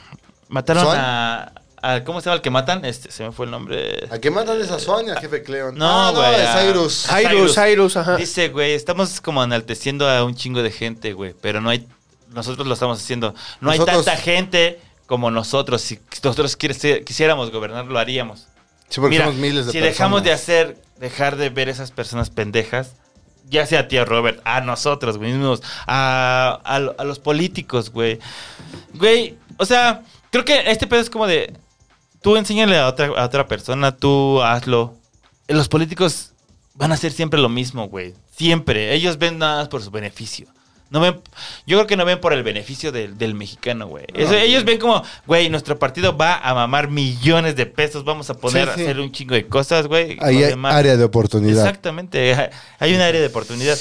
F: mataron
G: ¿Swan?
F: a, a- ¿cómo se llama el que matan? Este, se me fue el nombre.
G: ¿A qué matan esa Sonia, jefe Cleon?
F: No,
G: Ah,
F: güey,
G: es
F: a-
G: Cyrus.
F: Ay,
B: Cyrus,
F: Cyrus.
B: Cyrus, ajá.
F: Dice, güey, estamos como enalteciendo a un chingo de gente, güey, pero no hay nosotros lo estamos haciendo. No
G: Nosotros-
F: hay tanta gente como nosotros. Si nosotros quisi- quisiéramos gobernar, lo haríamos.
G: Sí, porque
F: Mira,
G: somos miles de
F: si dejamos de
G: personas.
F: hacer, dejar de ver esas personas pendejas, ya sea a tío Robert, a nosotros güey, mismos, a, a lo- a los políticos, güey. Güey, o sea, creo que este pedo es como de, tú enséñale a otra, a otra persona, tú hazlo. Eh, Los políticos van a hacer siempre lo mismo, güey. Siempre. Ellos ven nada más por su beneficio. No ven, yo creo que no ven por el beneficio del, del mexicano, güey. Eso- ellos ven como, güey, nuestro partido va a mamar millones de pesos, vamos a poner
H: Sí, sí.
F: a hacer un chingo de cosas, güey.
G: Ahí
F: Los
G: hay
F: demás-
G: área de oportunidad.
F: Exactamente, hay un área de oportunidad.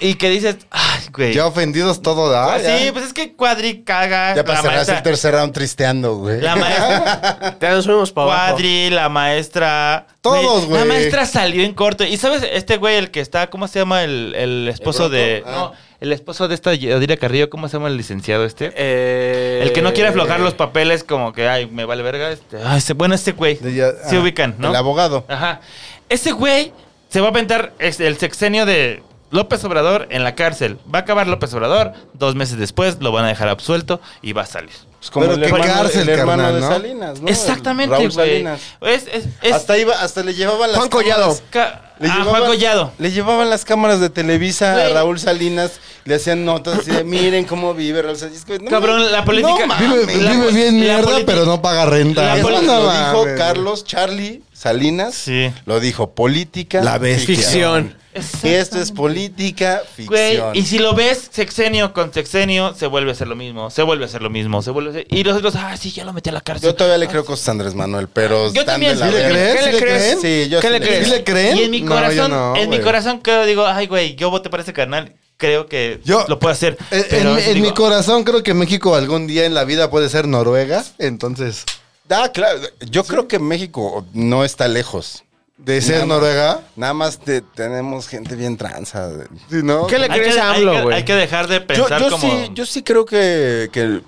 F: Y que dices, ay, güey.
E: Ya ofendidos todo da.
F: Ah,
E: ya.
F: sí, pues es que Cuadri caga.
E: Ya
F: la
E: pasarás
F: maestra-
E: el tercer round tristeando, güey.
F: La maestra
B: Te nos fuimos para abajo.
F: Cuadri, la maestra.
E: Todos,
F: La
E: güey.
F: maestra salió en corto. Y sabes, este güey, el que está, ¿cómo se llama el, el esposo
E: ¿El Bronco?
F: de.
E: Ah.
F: No, el esposo de esta Yadira Carrillo, ¿cómo se llama el licenciado este?
B: Eh,
F: el que no quiere aflojar los papeles, como que, ay, me vale verga. Este, ay, ese- bueno, este güey.
G: De ya-
F: Se
G: ah,
F: ubican, ¿no?
E: El abogado.
F: Ajá. Ese güey se va a aventar ex- el sexenio de López Obrador en la cárcel. Va a acabar López Obrador, dos meses después lo van a dejar absuelto y va a salir.
E: Pues como
G: Pero
E: el
G: qué
E: hermano,
G: cárcel,
E: el hermano
G: carnal,
E: de
G: ¿no?
E: Salinas, ¿no? El
F: Exactamente,
E: Raúl
F: güey.
E: Salinas.
F: Es, es, es-
E: Hasta, iba, hasta le llevaban las
B: Juan Collado.
E: cámaras-
F: ca-
E: Le
F: ah,
E: llevaban-
F: Juan Collado.
E: Le llevaban las cámaras de Televisa
F: Güey.
E: a Raúl Salinas, le hacían notas así de, miren cómo vive Raúl Salinas. Es que, no
F: Cabrón,
E: mames,
F: la política-
E: no mames.
G: Vive,
F: La-
G: vive bien
F: la
G: mierda,
F: politi-
G: pero no paga renta.
F: La
E: Es
G: No,
E: más,
F: politi-
G: no
E: lo
G: mames.
E: dijo Carlos Charlie Salinas.
F: Sí.
E: Lo dijo política.
G: La bestia.
B: Ficción.
E: Esto es política,
F: Güey,
E: ficción.
F: y si lo ves sexenio con sexenio, se vuelve a hacer lo mismo, se vuelve a hacer lo mismo, se vuelve a hacer... Y nosotros, ah, sí, ya lo metí a la cárcel.
E: Yo todavía le creo cosas a Andrés Manuel, pero
F: Yo
E: están
F: también.
E: de la
F: ¿Sí le
E: verga.
G: crees? ¿Sí le creen?
E: Sí, yo
B: ¿Qué
E: sí
B: le crees?
G: ¿Sí le creen?
F: Ah, Y en mi
G: No, yo
F: corazón,
G: no,
F: en mi
G: güey.
F: corazón creo, digo, ay, güey, yo voté para ese canal, creo que
G: Yo-
F: lo puedo hacer.
G: Eh,
F: pero
G: en mi-
F: sí
G: en mi
F: digo,
G: corazón creo que México algún día en la vida puede ser Noruega. Entonces,
E: Ah, claro. Yo creo que México no está lejos.
G: de ser
E: Nada más.
G: Noruega,
E: Nada más te- tenemos gente bien tranza.
G: si no,
B: ¿Qué le
F: hay que-
B: crees a
F: hay que-
B: AMLO,
F: Hay
B: güey?
F: que dejar de
E: Yo,
F: pensar
E: yo
F: como...
E: sí, yo sí creo que, que,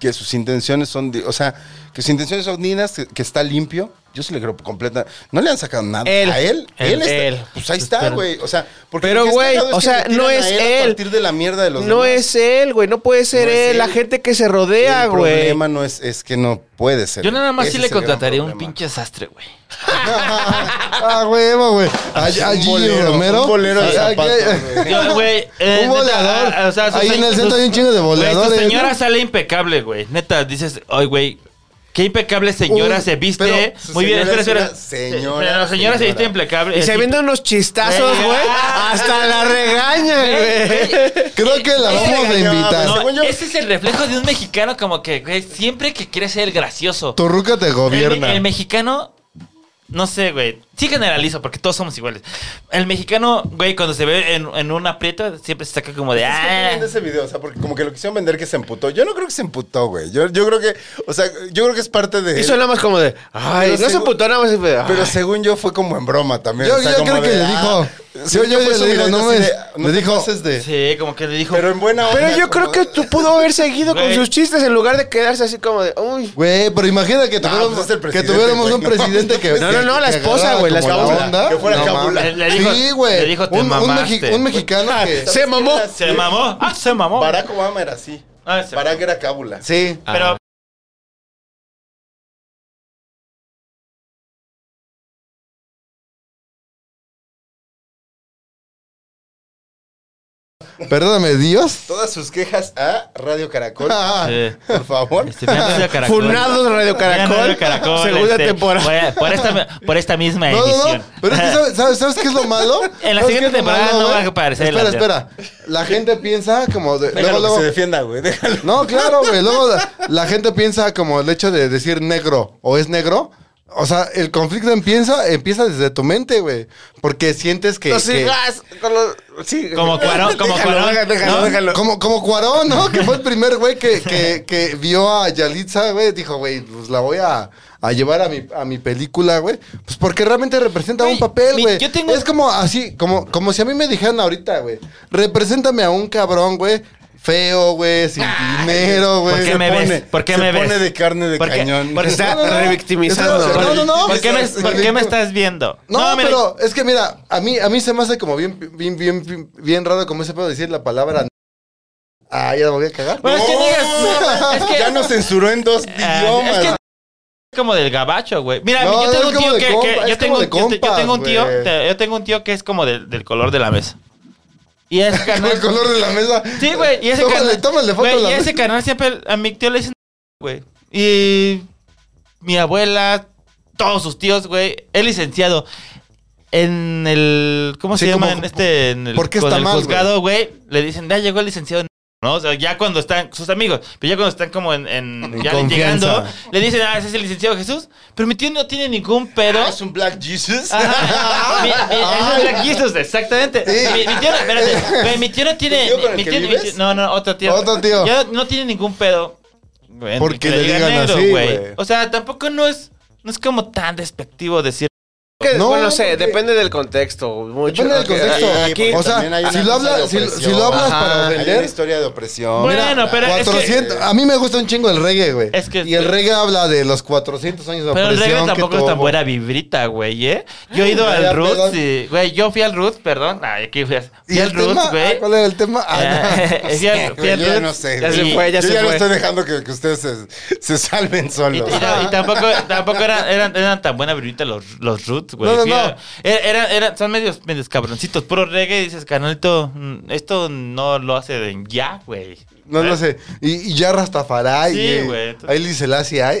E: que sus intenciones son, de- o sea, que sus intenciones son dignas, que, que está limpio. Yo sí le creo completa. No le han sacado nada
B: Él.
E: a él.
B: Él.
E: Él, está-
B: Él.
E: Pues ahí está,
F: Espera.
E: güey. O sea, porque
B: Pero,
E: lo que está
B: güey,
E: cagado
B: o
E: que
B: sea,
E: le tiran
B: no
E: a
B: es
E: A
B: él.
E: partir de la mierda de los
B: No
E: demás.
B: es él, güey. No puede ser
E: No es
B: él. La
E: él.
B: gente que se rodea,
E: el
B: güey.
E: problema no es, es que no puede ser.
F: Yo nada más
E: Ese
F: sí le
E: es el gran
F: contrataría un
E: problema.
F: pinche sastre, güey.
G: Ah, huevo, güey. A, a
E: Un
G: Gigi
E: bolero,
G: Romero.
E: un bolero de
G: Ah,
E: zapato,
G: ¿qué?
E: güey.
F: Yo, güey, eh,
G: Un
F: neta,
G: boleador.
F: ah, o sea, su
G: Ahí
F: se-
G: en el
F: su-
G: centro hay un chingo de
F: Güey, su
G: boleadores. ¿eh?
F: señora
G: ¿no?
F: sale impecable, güey. Neta, dices, ay, güey, qué impecable señora
E: Uy,
F: se viste.
E: pero su
F: Muy bien,
E: señora
F: espera,
E: es
F: espera.
E: una señora,
F: Pero la señora se viste
E: señora.
F: impecable.
B: Y se
F: Así-
B: venden unos chistazos,
F: Güey.
B: güey. Hasta la regaña, güey.
G: Creo que la
F: Ese
G: vamos a
E: cañón,
G: invitar.
E: no.
F: No,
E: Según yo-
F: ese es el reflejo de un mexicano como que, güey, siempre que quiere ser el gracioso.
G: Tu ruca te
F: El, me-
G: gobierna.
F: el mexicano, no sé, güey. Sí generalizo, porque todos somos iguales. El mexicano, güey, cuando se ve en, en un aprieto, siempre se saca como de...
E: Es que
F: "Ah".
E: miren ese video, o sea, porque como que lo quisieron vender que se emputó. Yo no creo que se emputó, güey. Yo, yo creo que, o sea, yo creo que es parte de.
B: Hizo nada más como de. Ay,
E: Pero
B: no se
E: según-
B: putó nada más. y fue, ay.
E: Pero según yo fue como en broma también.
G: Yo-
E: o sea,
G: yo
E: como
G: creo que le
E: ah,
G: dijo-
E: según
G: yo- yo
E: fue
G: le
E: su
G: digo,
E: mirada
G: no
E: así
G: me- le
E: te
G: dijo-
E: pases de-
F: Sí, como que le dijo...
E: Pero en buena onda.
B: Pero yo creo
E: como-
B: que tú pudo haber seguido con
F: Güey.
B: sus chistes en lugar de quedarse así como de. Uy.
G: Güey, pero imagina que
E: No,
G: tuviéramos,
E: pues es el
G: que
E: presidente,
G: tuviéramos
E: güey,
G: un
E: no.
G: presidente que.
B: No, no, no,
G: que-
B: la
G: que
B: esposa,
G: agarraba
B: güey, la
G: como
B: esposa.
G: onda.
E: Que fuera
G: No,
E: cábula.
G: mames.
F: Le- le dijo-
G: sí, güey.
F: le dijo, te
G: un, un
F: mamaste.
G: mexi- un mexicano
E: "Ah,
G: que.
B: Se mamó.
F: Se mamó. Ah, se mamó.
E: Barack Obama era así.
F: Ah, se
E: Barack era cábula.
G: Sí.
F: mamó. Pero
G: Perdóname, Dios.
E: Todas sus quejas a Radio Caracol,
G: Ah,
F: Sí.
E: por favor.
F: Este, vean Radio Caracol.
B: Funados Radio Caracol.
F: Vean Radio Caracol,
B: segunda
F: este,
B: temporada.
F: Por, por esta, por esta misma
G: No, no,
F: edición.
G: no. Pero es que, ¿sabes, sabes, sabes qué es lo malo?
F: En la
G: ¿Sabes
F: siguiente
G: qué es lo
F: temporada no
G: güey?
F: va a aparecer el
G: Espera,
F: Andrés.
G: espera. La gente piensa como. De,
E: Déjalo
G: luego,
E: que
G: luego.
E: se defienda, güey. Déjalo.
G: No, claro, güey. Luego la, la gente piensa como el hecho de decir negro o es negro. O sea, el conflicto empieza, empieza desde tu mente, güey. Porque sientes que.
B: No
G: que-
B: sigas con los. Sí.
F: Como Cuarón, como
B: Déjalo,
F: Cuarón,
B: déjalo,
F: ¿no?
B: Déjalo, déjalo.
G: como, como Cuarón, ¿no? Que fue el primer güey que, que- que vio a Yalitza, güey. Dijo, güey, pues la voy a, a llevar a mi, a mi película, güey. Pues porque realmente representa
F: Güey,
G: un papel,
F: mi-
G: güey.
F: yo tengo-
G: Es como así, como, como si a mí me dijeran ahorita, güey. Represéntame a un cabrón, güey. Feo, güey, sin dinero, güey.
F: ¿Por qué
G: Se
F: me
G: pone-
F: ves? ¿Por qué
E: se
F: me ves?
E: pone de carne de
F: ¿Por qué?
E: cañón.
F: ¿Por qué?
B: Está
G: No, no, no.
B: revictimizando.
G: Está- No, no, no.
F: ¿Por qué me, por qué me estás viendo?
G: No,
F: mira,
G: pero es que mira, a mí, a mí se me hace como bien, bien, bien, bien, bien raro como se puede decir la palabra. Ah, ya la voy a cagar.
F: Bueno, es que digas- es que-
E: Ya nos censuró en dos
F: ah,
E: idiomas.
F: es que es como del gabacho, güey. Mira,
G: No,
F: yo
G: es
F: tengo un
G: como
F: tío
G: de
F: que,
G: compa-
F: que yo
G: es
F: tengo, este,
G: como de
F: yo te- yo tengo un
G: compas,
F: tío,
G: güey.
F: te- yo tengo un tío que es como del, del color de la mesa. Y es
G: Como el color de la mesa.
F: Sí, güey. Y ese
G: Tómale-
F: canal.
G: tómale foto
F: güey,
G: a la
F: y ese
G: mesa.
F: canal siempre a mi tío le dicen, güey. Y mi abuela, todos sus tíos, güey. Es licenciado. en el. ¿Cómo
G: Sí,
F: se llama?
G: como-
F: en este. En el,
G: ¿por qué
F: con
G: está
F: el
G: mal, güey?
F: juzgado, güey. Le dicen, ya llegó el licenciado. ¿No? O sea, ya cuando están sus amigos, pero ya cuando están como en. en-
E: En
F: ya
E: confianza.
F: llegando, le dicen, ah, ese es el licenciado Jesús. Pero mi tío no tiene ningún pedo.
E: Ah, ¿Es un Black Jesus?
F: Ajá. Mi- mi- ese es Black Jesus, exactamente. Mi, mi tío, no- espérate, güey, mi tío no tiene.
E: ¿Tu tío con el
F: mi
E: que
F: tío- mi
E: vives?
F: tío- no, no, otro tío.
G: Otro tío.
F: Ya no tiene ningún pedo. güey, en
G: Porque
F: que
G: le digan así, güey.
F: O sea, tampoco no es, no es como tan despectivo decir.
G: No,
B: no, no sé,
G: porque-
B: depende del contexto. mucho.
G: Depende del
B: Ok,
G: contexto.
B: ahí- Aquí,
G: o
E: también hay
G: sea,
E: una
G: si lo,
E: cosa de
G: hablas, si,
E: opresión.
G: si lo hablas
B: Ajá,
G: para
E: Hay una
G: ofender,
E: historia de opresión. Ah,
F: bueno, pero es que. eh,
G: 400. A mí me gusta un chingo el reggae, güey.
F: Es que-
G: y el reggae habla de los 400 años de
F: Pero el
G: opresión.
F: reggae
G: que
F: tampoco es tan
G: tuvo.
F: buena vibrita, güey, ¿eh? Yo he ido
G: Ay,
F: al
G: ya,
F: Roots
G: perdón.
F: y, güey, yo fui al Roots, perdón. Ay, aquí fui, a- fui
G: ¿Y
F: al
G: el tema?
F: Roots,
G: Ah,
F: güey.
G: ¿Cuál era el tema? Ah, no.
F: Eh, fui al- fui
E: Güey,
F: al
E: yo ya
F: Roots.
E: no sé.
B: Ya se
E: güey.
B: fue, ya
E: yo
B: se
E: ya no
B: fue.
E: estoy dejando que, que ustedes se, se salven
F: Y, y-
E: solos.
F: y tampoco, tampoco eran, eran, eran tan buena vibrita los, los roots, güey.
G: No, no,
F: Sí,
G: no.
F: era- era- era- era- son medios, medios cabroncitos. Puro reggae, dices, canalito, mm, esto no lo hace de ya, güey.
G: No lo sé. Y, y ya Rastafaray.
F: Sí,
G: eh,
F: güey, entonces-
G: Ahí dice la sí hay.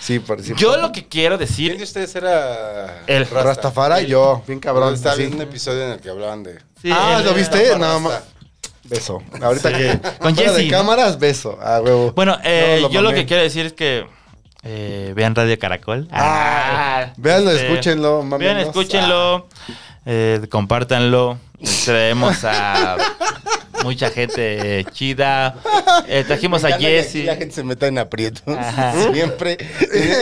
G: sí, por sí.
F: Yo lo que quiero
E: ¿Quién de
F: decir.
E: ustedes era
F: El-
E: Rasta?
G: Rastafaray, yo. Bien cabrón.
E: Estaba
G: sí.
E: viendo un episodio en el que hablaban de...
F: sí,
G: ah,
F: el-
G: ¿lo viste?
E: Rasta.
G: Nada más. Beso. Ahorita que.
F: Con
G: fuera
F: Jesse,
G: de
F: ¿no?
G: cámaras, beso. Ah, huevo.
F: Bueno, eh,
G: No,
F: yo lo
G: mamé.
F: que quiero decir es que eh, vean Radio Caracol.
G: Ah, véanlo, escúchenlo, mámenos.
F: Este, Vean, escúchenlo. eh, compártanlo. Traemos a mucha gente chida. Eh, trajimos a
E: Ya no hay-
F: Jesse.
E: La gente se meta en aprietos.
F: Ajá.
E: Siempre.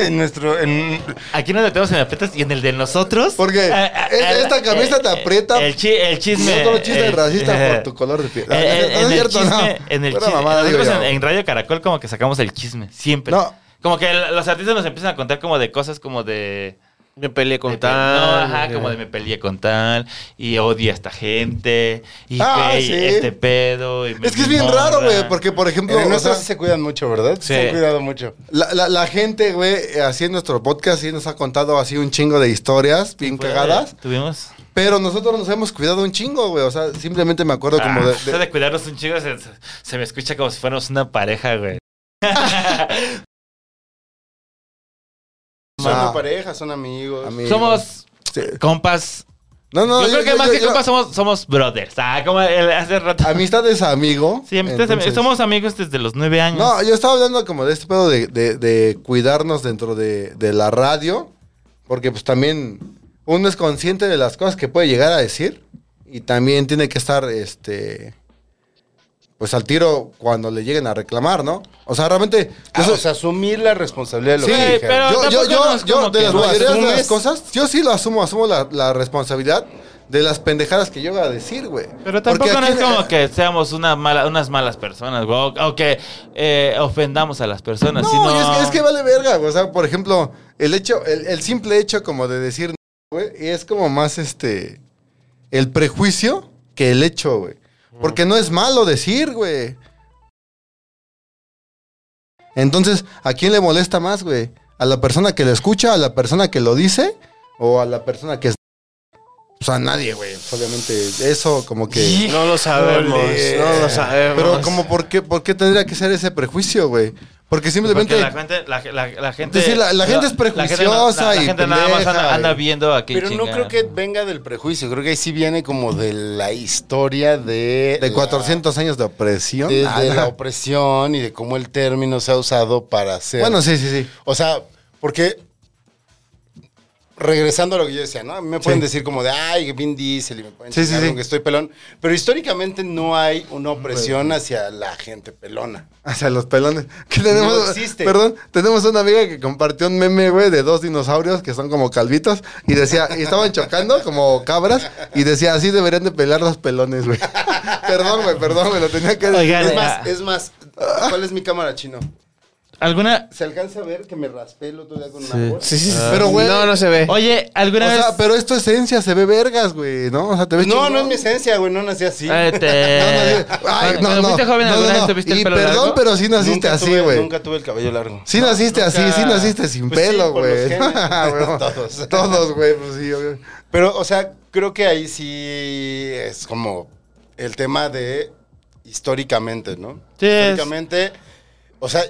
E: En nuestro... En,
F: Aquí nos metemos en aprietas y en el de nosotros. Ah,
G: Porque es- esta camisa te aprieta.
F: eh, El, chi- el chisme.
G: No solo chiste
F: el-
G: racista
F: eh,
G: por tu color de piel. Ah,
F: eh, eh,
G: no
F: en
G: es
F: el
G: cierto, no.
F: chisme- En el
G: Fuera
F: chisme.
G: mamada, digo
F: Nosotros en,
G: yo.
F: en Radio Caracol como que sacamos el chisme, siempre.
G: No.
F: Como que el- los artistas nos empiezan a contar como de cosas como de...
B: Me peleé con
F: de-
B: tal. eh,
F: No, ajá, como de me peleé con tal y odia a esta gente y
G: Ah,
F: güey,
G: sí.
F: este pedo. y me-
G: Es que es bien
F: morra.
G: raro, güey, porque, por ejemplo,
E: en
G: o
E: nuestro
G: sea,
E: sí se cuidan mucho, ¿verdad? Sí. Se han cuidado mucho.
G: la, la- la gente, güey, eh, así en nuestro podcast, sí nos ha contado así un chingo de historias bien
F: Fue-
G: cagadas,
F: Tuvimos...
G: pero nosotros nos hemos cuidado un chingo, güey, o sea, simplemente me acuerdo
F: Ah,
G: como de...
F: eso
G: de-
F: de cuidarnos un chico se, se me escucha como si fuéramos una pareja, güey.
E: Son
G: Ah.
E: una pareja, son amigos.
G: amigos.
F: somos
G: Sí.
F: compas.
G: No, no,
F: yo, creo que más que
G: yo-
F: compas somos, somos brothers. Ah, como el- hace rato.
G: Amistades a amigo.
F: sí, amistades,
G: entonces-
F: somos amigos desde los nueve años.
G: No, yo estaba hablando como de este pedo de, de- de cuidarnos dentro de, de la radio, porque pues también uno es consciente de las cosas que puede llegar a decir y también tiene que estar, este, pues al tiro cuando le lleguen a reclamar, ¿no? O sea, realmente... yo
E: Ah,
G: soy-
E: o sea, asumir la responsabilidad de lo
G: Sí,
E: que dijeron.
F: pero
G: yo, yo,
F: tampoco no es
G: yo, yo
F: como
G: de
F: que
G: las
F: lo
G: mayorías de
E: asumes.
G: las cosas, yo sí lo asumo, asumo la, la responsabilidad de las pendejadas que yo voy a decir, güey.
F: Pero
G: Porque
F: tampoco no
G: aquí-
F: es como que seamos una mala, unas malas personas, güey. O, o que eh, ofendamos a las personas.
G: No,
F: sino-
G: y es, que, es que vale verga, güey. O sea, por ejemplo, el hecho, el, el simple hecho como de decir, no, güey, es como más este, el prejuicio que el hecho, güey. Porque no es malo decir, güey. Entonces, ¿a quién le molesta más, güey? ¿A la persona que lo escucha, a la persona que lo dice o a la persona que es... O sea, a nadie, güey. Pues, Obviamente, eso como que...
B: No lo sabemos,
G: Híjole.
B: no lo sabemos.
G: Pero como, ¿por qué, ¿por qué tendría que ser ese prejuicio, güey? Porque simplemente...
F: Porque la gente, la, la- la gente,
G: Es decir, la- la gente es
F: la gente no-
G: prejuiciosa
F: la- la
G: y
F: gente nada más anda,
G: pendeja,
F: anda
G: y-
F: viendo aquí.
E: Pero no creo que venga del prejuicio, creo que ahí sí viene como de la historia de...
G: De
E: la-
G: 400 años de opresión.
E: de,
G: Ah,
E: de
G: no.
E: la opresión y de cómo el término se ha usado para hacer...
G: Bueno, sí, sí, sí.
E: O sea, porque... Regresando a lo que yo decía, ¿no? A mí me pueden
G: Sí.
E: decir como de, ay, Vin Diesel, y me pueden
G: Sí,
E: decir
G: sí, sí.
E: que estoy pelón. Pero históricamente no hay una opresión hacia la gente pelona.
G: Hacia los pelones. Que tenemos,
E: No existe.
G: Perdón, tenemos una amiga que compartió un meme, güey, de dos dinosaurios que son como calvitos y decía, y estaban chocando como cabras y decía, así deberían de pelar los pelones, güey. perdón, güey, perdón, güey, lo tenía que decir.
F: Oigan,
E: Es
F: eh,
E: más,
F: ah,
E: es más, ¿cuál es mi cámara, chino?
F: alguna,
E: ¿Se alcanza a ver que me raspé el otro día con una bolsa?
B: Sí, sí, sí.
G: Pero, güey-
B: Ah, No, no se ve.
F: oye,
G: Eh, O
F: alguna vez,
G: sea, pero esto es esencia, se ve vergas, güey, ¿no? O sea, te ves
E: No,
G: chingón.
E: no es mi esencia, güey, no nací así.
F: eh, te-
G: No, no, sí. Ay,
F: cuando-
G: no,
F: cuando
G: no.
F: fuiste joven,
G: No, no,
F: alguna vez
G: no.
F: tuviste el
G: Y
F: pelo
G: perdón,
F: largo?
G: pero sí naciste
E: Nunca
G: así,
E: tuve-
G: güey.
E: Nunca tuve el cabello largo.
G: Sí naciste así,
E: nunca-
G: sí naciste sin
E: Pues sí,
G: pelo,
E: por los
G: güey.
E: genes.
G: Ah, güey.
E: Todos.
G: Todos, güey, pues sí, obvio.
E: Pero, o sea, creo que ahí sí es como el tema de históricamente, ¿no?
F: Sí, es-
E: históricamente, o sea,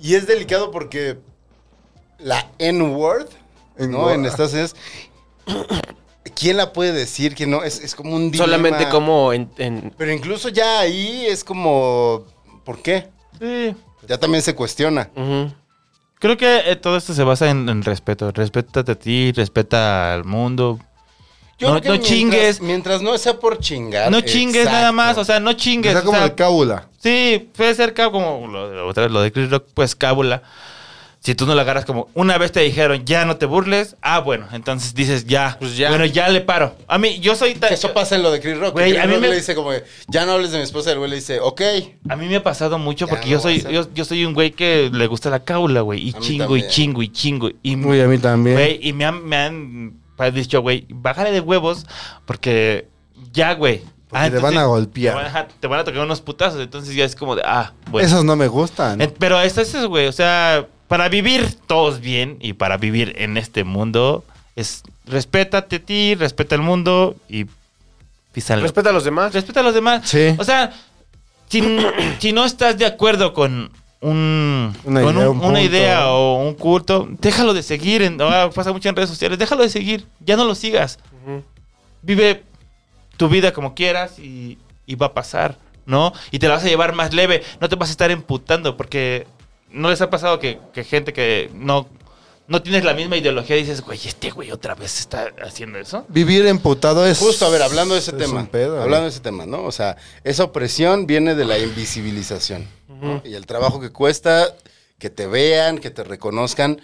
E: y es delicado porque la N-word, ¿no?
G: N-word.
E: En Estados Unidos ¿Quién la puede decir que no? Es, es como un dilema.
B: Solamente como en, en-
E: Pero incluso ya ahí es como... ¿Por qué?
F: Sí.
E: Ya también se cuestiona.
B: ujú.
F: Creo que eh, todo esto se basa en, en respeto. Respétate a ti, respeta al mundo. No-
E: creo que
F: no chingues.
E: Mientras no sea por chingar.
F: No chingues
E: Ah, exacto.
F: nada más, o sea, no chingues.
G: Está
F: o
G: como
F: sea,
G: el cábula.
F: Sí, puede ser cab- como lo, lo- otra vez lo de Chris Rock, pues cábula. Si tú no la agarras como una vez te dijeron, ya no te burles, ah, bueno, entonces dices, ya,
B: Pues ya.
F: bueno, ya le paro. A mí, yo soy tan...
E: Que eso pasa en lo de Chris Rock.
F: Güey,
E: Chris
F: a mí
E: Rock
F: me-
E: le dice como, que, ya no hables de mi esposa, el güey le dice, ok.
F: A mí me ha pasado mucho
E: Ya,
F: porque
E: no
F: yo
E: voy a
F: soy
E: hacer.
F: yo, yo soy un güey que le gusta la cábula, güey, y
E: A mí
F: chingo, y
E: también.
F: chingo, y chingo, y...
G: Muy a mí también.
F: Güey, y me han, me han pa- dicho, güey, bájale de huevos porque ya, güey. Ah,
G: Porque te van a golpear.
F: Te van a, te van a tocar unos putazos, entonces ya es como de, ah, bueno.
G: Esas no me gustan.
F: Eh, Pero es eso, güey. O sea, para vivir todos bien y para vivir en este mundo, es respétate a ti, respeta al mundo y písalo.
B: Respeta a los demás.
F: respeta a los demás.
G: Sí.
F: O sea, si, n- si no estás de acuerdo con un,
G: Una
F: con
G: idea,
F: un-
G: un
F: una
G: punto.
F: idea o un culto, déjalo de seguir. en- ahora pasa mucho en redes sociales. Déjalo de seguir. Ya no lo sigas. Vive tu vida como quieras y, y va a pasar, ¿no? Y te la vas a llevar más leve. No te vas a estar emputando porque no les ha pasado que, que gente que no, no tienes la misma ideología dices, güey, este güey otra vez está haciendo eso.
G: Vivir emputado es.
E: Justo, a ver, hablando de ese
G: es
E: tema.
G: un pedo,
E: hablando de ese tema, ¿no? O sea, esa opresión viene de la invisibilización. ¿no? Y el trabajo que cuesta, que te vean, que te reconozcan.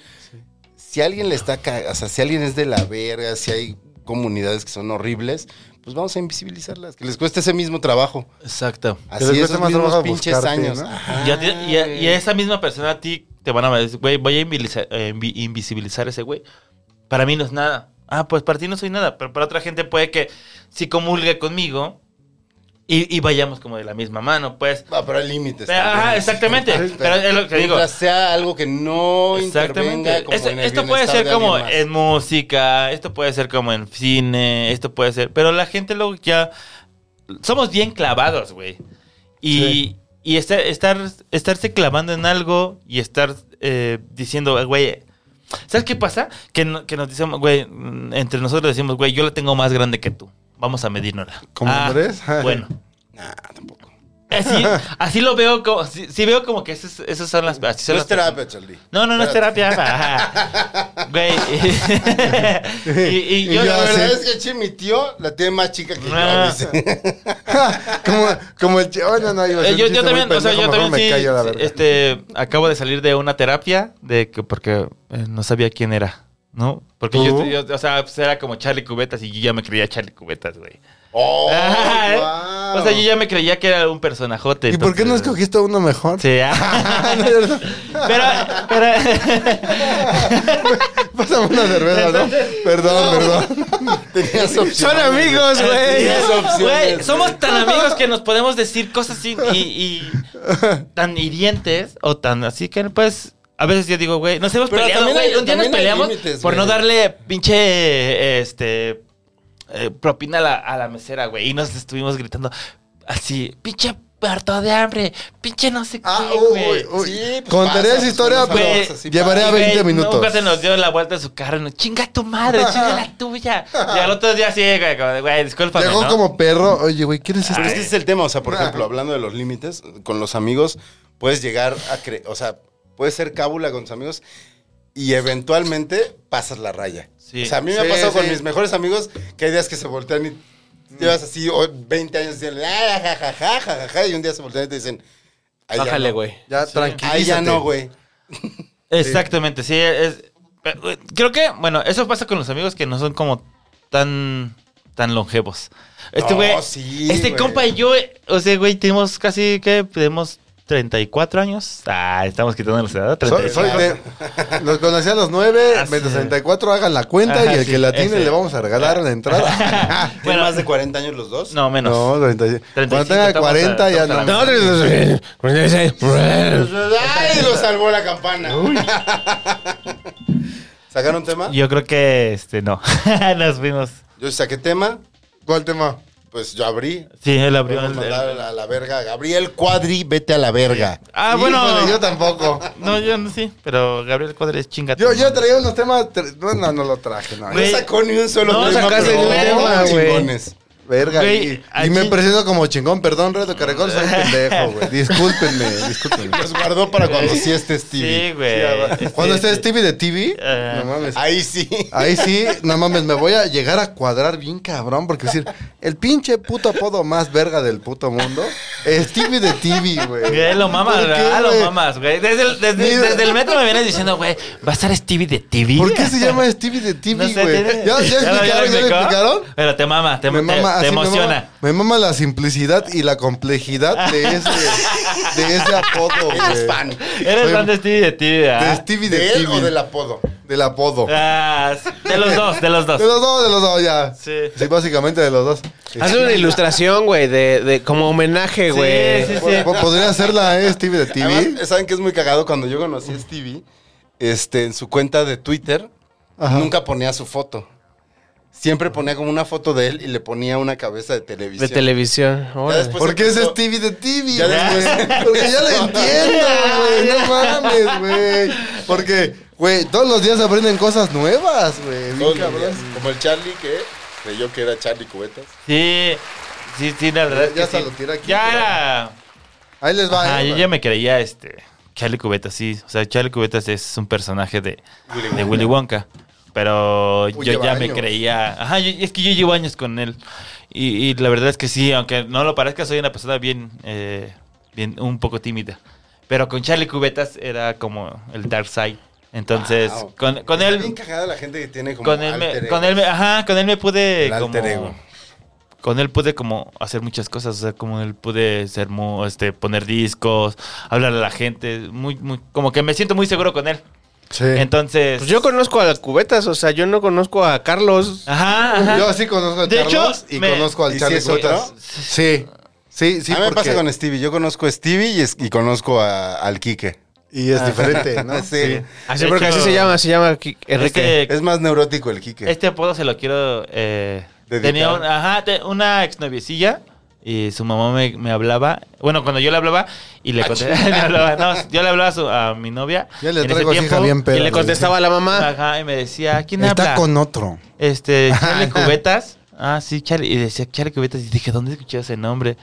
E: Si alguien le está ca- o sea, si alguien es de la verga, si hay comunidades que son horribles, pues vamos a invisibilizarlas. Que les cueste ese mismo trabajo.
F: Exacto.
G: les
E: Así
G: cueste
E: esos
G: más
E: mismos
G: trabajo
E: pinches
G: buscarte,
E: años.
G: ¿no?
E: Ajá,
F: Y a ti- y, a, y a
E: güey.
F: esa misma persona a ti te van a decir, güey, voy a invisibilizar, eh, invi- invisibilizar a ese güey. Para mí no es nada. Ah, pues para ti no soy nada, pero para otra gente puede que si comulgue conmigo y, y vayamos como de la misma mano, pues.
E: Ah, pero hay límites.
F: Pero,
E: también.
F: ajá, exactamente. Pero es lo que digo.
E: Mientras sea algo que no intervenga
F: Exactamente.
E: como
F: Esto,
E: en el
F: esto puede
E: bienestar
F: ser
E: de
F: como
E: alguien más.
F: en música, esto puede ser como en cine, esto puede ser. Pero la gente luego ya. Somos bien clavados, güey. Y, y estar, estar, estarse clavando en algo y estar eh, diciendo, güey. ¿Sabes qué pasa? Que, no- que nos decimos, güey, mm, entre nosotros decimos, güey, yo la tengo más grande que tú. Vamos a medirnosla.
G: ¿Como Andrés?
F: Bueno.
E: Nah, tampoco.
F: Así, así lo veo, como, sí, sí veo como que esas, esas son las... así son
E: No
F: las
E: es terapia, Charlie.
F: no, no, no es
E: Espérate.
F: terapia. ajá. Güey. y, y yo,
E: la
F: la
E: verdad
F: verdad,
E: es que Chi, mi tío, la tiene más chica que
F: Ah.
E: yo. dice.
G: como, como el. ch- Bueno, no, iba a
F: eh,
G: ser
F: yo,
G: un
F: yo
G: chiste muy
F: también, o sea,
G: pendejo,
F: yo
G: mejor
F: también
G: me
F: sí,
G: callo, la
F: sí,
G: verdad.
F: este, acabo de salir de una terapia de que porque eh, no sabía quién era, ¿no? Porque yo,
G: ¿Tú?
F: yo- o sea, pues era como Charlie Cubetas y yo ya me creía Charlie Cubetas, güey.
E: Oh,
F: Ajá,
E: guau.
F: ¿eh? O sea, yo ya me creía que era un personajote.
G: ¿Y por qué no
F: entonces-
G: escogiste uno mejor?
F: Sí, ah. pero, pero...
G: Pásame una cerveza, ¿no? Perdón, perdón.
E: Tenías opciones.
B: Son amigos, güey.
E: Tenías opciones.
F: Güey, somos tan amigos que nos podemos decir cosas así y, y tan hirientes o tan así que pues a veces yo digo, güey, nos hemos
E: Pero
F: peleado,
E: también
F: güey,
E: hay-
F: un día nos
E: también hay
F: peleamos
E: límites,
F: por no
E: güey.
F: darle pinche este eh, propina a la, a la mesera, güey, y nos estuvimos gritando así, pinche parto de hambre, pinche no sé
G: Ah,
F: qué,
E: oh,
F: güey.
G: uy, uy.
E: Sí, pues pasa,
G: Contaré esa
E: pues,
G: historia,
E: son los
F: Güey,
E: amigos, así
G: llevaré a
E: pasa.
F: güey,
G: 20 minutos.
F: Nunca se nos dio la vuelta de su carro. no, Chinga tu madre, chinga la tuya. Y al otro día sí, güey, como de, güey, discúlpame.
G: Llegó
F: ¿no?
G: como perro. Oye, güey, ¿quién es
E: Pero es
G: este?
E: que ese es el tema, o sea, por ejemplo, hablando de los límites, con los amigos puedes llegar a creer, o sea, puedes ser cábula con tus amigos y eventualmente pasas la raya.
F: Sí.
E: O sea, a mí me
G: Sí,
E: ha pasado con
G: sí. Mm.
E: mis mejores amigos que hay días que se voltean y llevas así o- 20 años diciendo, "Ah, ja, ja, ja, ja, ja, ja", y un día se voltean y te dicen, "Ay, ya
B: Bájale,
E: no".
B: güey.
G: Ya,
E: Ahí ya no, güey.
F: Exactamente, sí. es- eh, creo que, bueno, eso pasa con los amigos que no son como tan tan longevos. Este
E: No,
F: güey,
E: sí,
F: este
E: güey.
F: compa y yo, eh, o sea, güey, tenemos casi que tenemos 34 años. Ah, estamos quitando la edad,
G: Soy,
F: 35.
G: soy de. Los conocí a los 9,
F: Así
G: menos
F: es.
G: 64, hagan la cuenta
F: Ah, Ajá,
G: y el
F: sí,
G: que la tiene
F: ese.
G: le vamos a regalar una entrada.
E: ¿Tienen
F: Bueno,
E: más de 40 años los dos?
F: no, menos.
G: No, 35.
F: 35,
G: Cuando tenga
F: estamos a-
G: 40 ya
F: estamos a la
G: no. No,
F: mitad.
E: ¡Ay, lo salvó la campana! ¿Sacaron tema?
F: Yo creo que este no. Nos vimos.
E: Yo saqué tema.
G: ¿Cuál tema?
E: pues yo abrí.
F: Sí, él abrió
E: Podemos
F: el,
E: mandar a la verga. Gabriel Cuadri, vete a la verga.
F: Ah,
E: Híjole,
F: bueno.
E: yo tampoco.
F: No, yo no sí, pero Gabriel Cuadri es chingate.
G: Yo, yo traía unos temas. tr- No, no, no lo traje, no.
E: No
F: Güey.
E: sacó ni un solo
F: No
E: tema,
B: sacaste
E: pero
B: ni un tema, güey.
E: chingones.
G: Verga,
F: Güey,
G: y, y
F: aquí-
G: me presento como chingón, perdón, Reto Caracol, soy un pendejo, güey. Discúlpenme, discúlpenme.
E: Los guardó para cuando sí esté
F: Sí,
E: Stevie.
F: güey. Este,
G: Cuando
F: Sí,
G: esté
F: sí.
G: Stevie de TV,
F: Ah.
G: no mames.
E: Ahí sí.
G: Ahí sí, no mames, me voy a llegar a cuadrar bien cabrón, porque decir, el pinche puto apodo más verga del puto mundo es Stevie de TV, güey.
F: Güey, lo mamas,
G: ¿Por qué,
F: ah, lo
G: güey?
F: mamas, güey. Desde el, desde,
G: Ni-
F: desde el metro me vienes diciendo, güey, va a estar Stevie de TV.
G: ¿Por qué se llama Stevie de TV,
F: No
G: güey?
F: sé, tiene-
G: ¿Ya, ya
F: lo-
G: explicaron, ya,
F: lo
G: lo
F: explicó?
G: explicaron.
F: Pero te mama, te,
G: me
F: te-
G: mama,
F: te
G: así me
F: emociona.
G: mama- Me mama, la simplicidad y la complejidad de ese, de ese apodo, güey.
E: Eres fan.
F: Eres
G: Soy
F: fan de Stevie de TV,
G: De
F: ¿verdad?
G: Stevie de,
E: ¿De él
G: TV.
E: o del apodo?
G: Del apodo.
F: Ah, de los dos, de los dos.
G: De los dos, de los dos, ya.
F: Sí.
G: Sí. básicamente de los dos.
F: Ah,
B: Hazle una ilustración, güey, de, de- como homenaje,
F: Sí,
B: güey.
F: sí, sí.
G: Po- po- Podría hacerla, ¿eh? Stevie de TV.
E: Además, ¿Saben que es muy cagado? Cuando yo conocí a Stevie, este, en su cuenta de Twitter,
G: Ajá.
E: nunca ponía su foto. Siempre ponía como una foto de él y le ponía una cabeza de televisión.
B: De televisión.
E: Ya
B: órale.
E: después
G: ¿Por
E: se
G: qué es
E: puso-
G: Stevie de TV,
E: Ya
G: güey? Porque ya lo entiendo, güey. No mames, güey. Porque, güey, todos los días aprenden cosas nuevas, güey.
E: Todos
G: Bien
E: los
G: cabrón.
E: días. Como el Charlie que creyó que era Charlie Cubetas.
F: Sí, sí, sí, la verdad.
G: Ya-
F: es que
G: ya hasta
F: sí.
G: lo tira aquí,
F: Ya
G: pero-
F: era.
G: Ahí les va,
F: Ah,
G: eh,
F: yo
G: güey.
F: ya me creía este. Charlie Cubetas, sí. O sea, Charlie Cubetas es un personaje de
E: Willy
F: de Willy Wonka. Pero
G: Uy,
F: yo
G: lleva
F: ya me
G: años.
F: creía. Ajá, yo- es que yo llevo años con él. Y, y la verdad es que sí, aunque no lo parezca, soy una persona bien, eh, bien un poco tímida. Pero con Charlie Cubetas era como el Dark Side. Entonces,
E: Wow.
F: con, con
E: Está bien
F: él.
E: cagada la gente que tiene como
F: Con él,
E: alter
F: me,
E: ego.
F: con él me- ajá, con él me pude
E: El alter
F: como-
E: ego.
F: con él pude como hacer muchas cosas, o sea, como él pude ser mu- este poner discos, hablar a la gente, muy muy como que me siento muy seguro con él.
G: Sí.
F: Entonces,
B: Pues yo conozco a Cubetas, o sea, yo no conozco a Carlos.
F: Ajá, ajá.
G: Yo sí conozco al
F: De hecho,
G: Carlos y
F: me-
G: conozco
E: ¿Y
G: al
E: si
G: Charlie
E: es otro?
G: Cuetas. Sí. Sí, sí,
E: a mí me pasa
G: porque-
E: con este. Stevie. Yo conozco a Stevie y, es- y conozco a- al Quique.
G: Y es diferente,
F: Ah,
G: ¿no?
E: Sí.
B: Así,
F: De
B: porque
F: hecho,
B: así se llama, se llama Qui- Enrique.
F: Este,
E: Es más neurótico el Quique.
F: este apodo se lo quiero. eh,
E: Dedicar.
F: tenía un- ajá, te- una exnoviecilla y su mamá me, me hablaba. Bueno, cuando yo le hablaba y le contestaba. yo le hablaba a, su- a mi novia.
G: Ya le
F: en ese
G: traigo así, Javier
F: Y
G: Pérez.
F: le
B: Le contestaba a la mamá.
F: Ajá, y me decía, ¿quién
G: Está
F: habla?
G: con otro.
F: Este, Charlie Cubetas. Ah, sí, Charlie. Y decía Charlie Cubetas. Y dije, ¿dónde escuché ese nombre?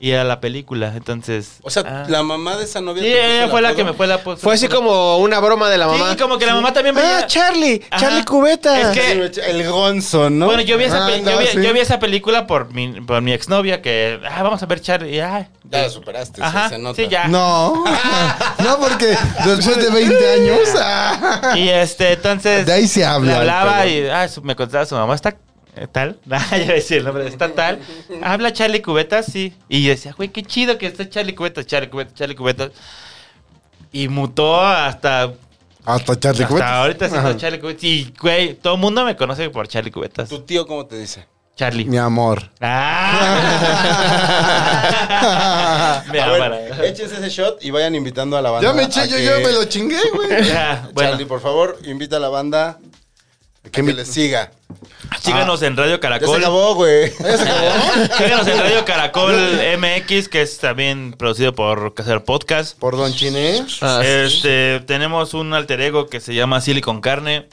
F: Y a la película, entonces.
E: O sea,
F: ah.
E: la mamá de esa novia.
F: Sí,
E: te puso
F: ella
E: el
F: fue la
E: apodo.
F: que me fue la
B: Fue así como una broma de la mamá.
F: Sí, como que la mamá también
B: Ah,
F: veía.
B: Charlie,
F: Ajá.
B: Charlie Cubetas.
F: Es que-
E: El Gonzo, ¿no?
F: Bueno, yo vi, esa
G: Ah,
F: pe-
G: anda,
F: yo vi-
G: sí.
F: yo vi esa película por mi, por mi exnovia que, ah, vamos a ver Charlie. Ah,
E: Ya la superaste,
F: Ajá,
E: se, se nota.
F: sí, ya.
G: No. No, porque después de 20 años. ah,
F: Y este, entonces...
G: De ahí se
F: le
G: habla.
F: hablaba y
G: pero-
F: ah, su- me contestaba su mamá, ¿está eh, tal? Ah, yo iba a decir el nombre, ¿está tal? Habla Charlie Cubetas, sí. Y yo decía, güey, qué chido que está Charlie Cubetas, Charlie Cubetas, Charlie Cubetas. Y mutó hasta...
G: Hasta Charlie
F: hasta
G: Cuetas.
F: ahorita siendo
G: Ajá.
F: Charlie Cubetas. Y, güey, todo el mundo me conoce por Charlie Cubetas.
E: ¿Tu tío cómo te dice?
F: Charlie.
G: Mi amor.
F: Ah. Me
E: a
F: aman.
E: ver, échense ese shot y vayan invitando a la banda.
G: Ya me
E: a
G: eché, yo,
E: que-
G: yo me lo chingué, güey.
F: Ya,
E: Charlie,
F: Ah, bueno,
E: por favor, invita a la banda a que
G: me-
E: le siga.
F: síganos en Radio
E: Ah, Ya se
F: Caracol.
E: acabó, güey.
F: Síganos en Radio Caracol MX, que es también producido por Casar Podcast.
G: Por Don Chiné.
B: Ah,
F: Este, tenemos un alter ego que se llama Silicon Carne.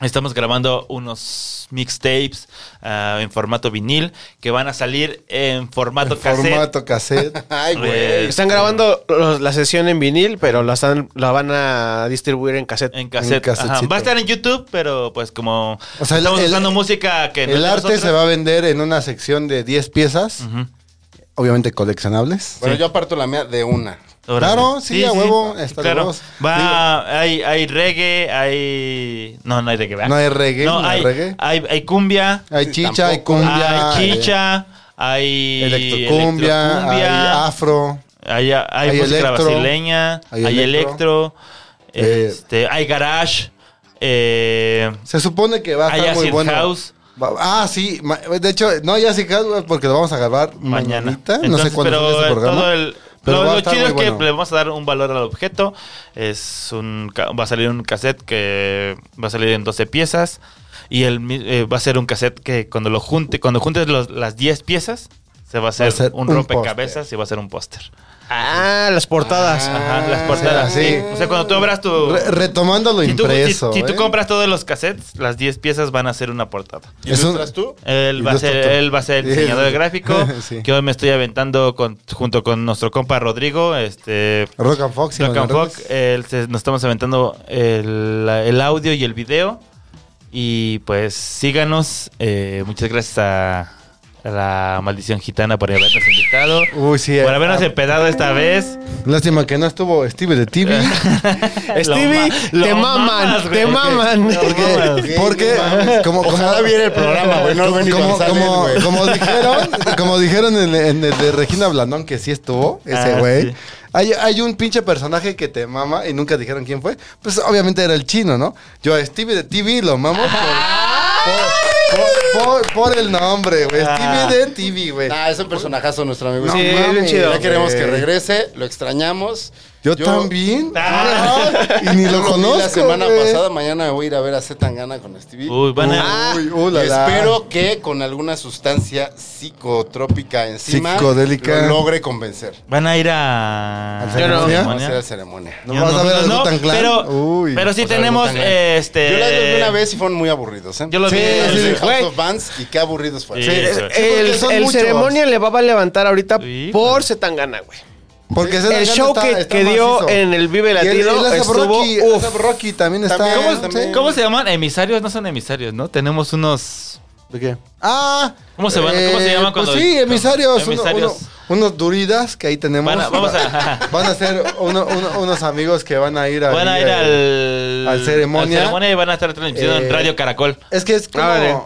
F: Estamos grabando unos mixtapes ah, en formato vinil que van a salir en formato cassette.
G: Formato cassette.
E: Ay,
F: Eh,
E: güey.
B: Están grabando los- la sesión en vinil, pero la, están, la van a distribuir en cassette.
F: En cassette.
G: En
F: ajá.
G: cassettecito.
F: Va a estar en YouTube, pero pues como
G: O sea, el-
F: estamos
G: el-
F: usando música que no
G: El
F: es de
G: arte se
F: nosotros.
G: va a vender en una sección de 10 piezas,
F: Ujú.
G: obviamente coleccionables.
E: Bueno, yo aparto la mía de una.
F: Órale.
G: Claro, sí, a huevo, hasta
F: claro.
G: los huevos.
F: Va, hay, hay reggae, hay. No, no hay reggae. ¿verdad?
G: No hay reggae,
F: No,
G: no hay reggae.
F: Hay, hay cumbia,
G: Hay chicha, hay
E: tampoco.
G: cumbia,
F: hay
G: hay
F: chicha, hay.
G: electrocumbia, hay afro.
F: hay, hay,
G: hay
F: música
G: electro,
F: brasileña, hay,
G: hay
F: electro,
G: electro, eh,
F: este, hay garage, eh,
G: Se supone que va a
F: hay
G: estar muy
F: acid
G: bueno.
F: house.
G: Va- Ah, sí. ma- De hecho, no, ya sí, House, porque lo vamos a grabar
F: mañana.
G: mañanita. no
F: Entonces,
G: sé cuándo
F: pero
G: sale ese programa.
F: todo el-
G: pero
F: lo,
G: va a
F: lo
G: estar
F: chido
G: muy
F: es que
G: bueno.
F: le vamos a dar un valor al objeto. Es un ca- va a salir un cassette que va a salir en 12 piezas. Y el, mi- eh, va a ser un cassette que cuando lo junte, cuando juntes los- las 10 piezas, se va a hacer
G: ser
F: un
G: un
F: rompecabezas y va a ser un póster.
B: Ah, las portadas.
F: Ajá, las portadas.
G: sí.
F: Sí. O sea, cuando tú abras tu.
G: Re- retomando lo
F: si tú,
G: impreso.
F: si- si tú
G: ¿eh?
F: compras todos los cassettes, las 10 piezas van a ser una portada.
E: ¿Es
G: un-
E: tú?
F: Él va, a ser,
G: Ilústrate.
F: él va a ser el
G: Sí.
F: diseñador gráfico.
G: Sí.
F: Que hoy me estoy aventando con, junto con nuestro compa Rodrigo. Este,
G: Rock and Fox. y
F: Rock and
G: Manuel
F: Fox, el- se- nos estamos aventando el, la- el audio y el video. Y pues síganos. eh, muchas gracias a, a la maldición gitana por habernos invitado.
G: Reyes. Uy, sí.
F: por
G: eh,
F: habernos
G: ah,
F: empedado esta vez.
G: Lástima que no estuvo Steve de TV.
B: Ah. Stevie,
F: Lo ma-
B: te
F: lo
B: maman,
F: mamas, güey.
B: te maman.
G: Porque, porque como, como,
E: Ojalá viera el programa, güey. No lo ven ni
G: como,
E: González,
G: como-
E: güey.
G: como dijeron, como dijeron en, en el de Regina Blandón que sí estuvo, ese
F: Ah,
G: güey.
F: sí.
G: Hay, hay un pinche personaje que te mama y nunca dijeron quién fue. Pues obviamente era el chino, ¿no? Yo a Stevie de TV lo mamo por, por, por- por el nombre, güey.
F: Ah.
G: Stevie de TV, güey.
E: Nah, Ah, es un personajazo nuestro amigo.
G: No
E: Sí,
G: mames,
E: bien chido. Ya queremos que
G: güey.
E: regrese, lo extrañamos.
G: Yo, también.
F: Ah.
G: y ni
E: Yo
G: lo
E: vi
G: conozco.
E: La semana
G: güey.
E: pasada, mañana me voy a ir a ver a Zetangana con Stevie.
F: Uy, van a-
G: Uy,
E: Y
G: hola, la.
E: espero que con alguna sustancia psicotrópica encima
G: Psicodélica.
E: lo logre convencer.
F: Van a ir a.
G: Yo no.
F: a la
E: Vamos a hacer la
F: ceremonia.
E: ceremonia.
G: No vamos a ver a
F: No,
G: Gutan Clan.
F: pero,
G: Uy.
F: pero sí
E: O sea,
F: tenemos
E: Gutan Clan.
F: eh, este.
E: Yo la vi una vez y fueron muy aburridos, ¿eh?
F: Yo lo vi.
E: Los de
G: sí,
E: House
B: güey.
E: of Bands y qué aburridos fueron.
F: Sí.
B: Eh,
G: porque
B: el
G: son
B: el
G: muchos.
B: ceremonia le va a levantar ahorita
F: Sí,
B: por Setangana, güey.
G: Porque ese
B: El
G: Dangana
B: show
G: está-
B: que,
G: está
B: que dio
G: macizo.
B: en el Vive
G: Y el- el
B: Latino
G: Asap
B: estuvo...
G: Rocky,
B: uf.
G: Asap Rocky también está.
E: También,
G: ¿sí?
E: también.
F: ¿Cómo se llaman? Emisarios, no son emisarios, ¿no? Tenemos unos.
G: ¿De qué? Ah.
F: ¿Cómo se van- cómo se llaman
G: pues
F: cuando-
G: sí, emisarios. uno-
F: emisarios?
G: uno- unos duridas que ahí tenemos.
F: Van a- vamos a-
G: Van a ser uno- uno- unos amigos que van a ir a.
F: Van a ir al.
G: al ceremonia.
F: al ceremonia y van a estar transmitiendo
G: Eh,
F: en Radio Caracol.
G: Es que es como.
B: Órale.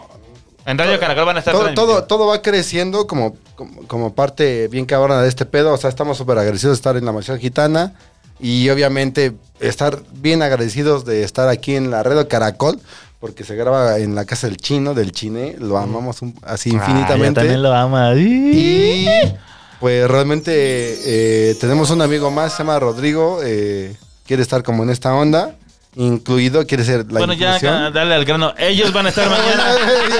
F: En Radio Caracol van a estar
G: todo,
F: transmitiendo.
G: todo, todo va creciendo como, como, como parte bien cabrona de este pedo. O sea, estamos súper agradecidos de estar en la mansión gitana. Y obviamente estar bien agradecidos de estar aquí en la Red Caracol. Porque se graba en la casa del chino, del chine.
F: Mm.
G: Lo amamos un- así infinitamente.
F: Ah, lo ama.
G: Y pues realmente eh, tenemos un amigo más, se llama Rodrigo. eh, quiere estar como en esta onda. Incluido, quiere ser la
F: bueno, ya
G: inclusión.
F: ca- dale al grano. Ellos van a estar mañana. ellos,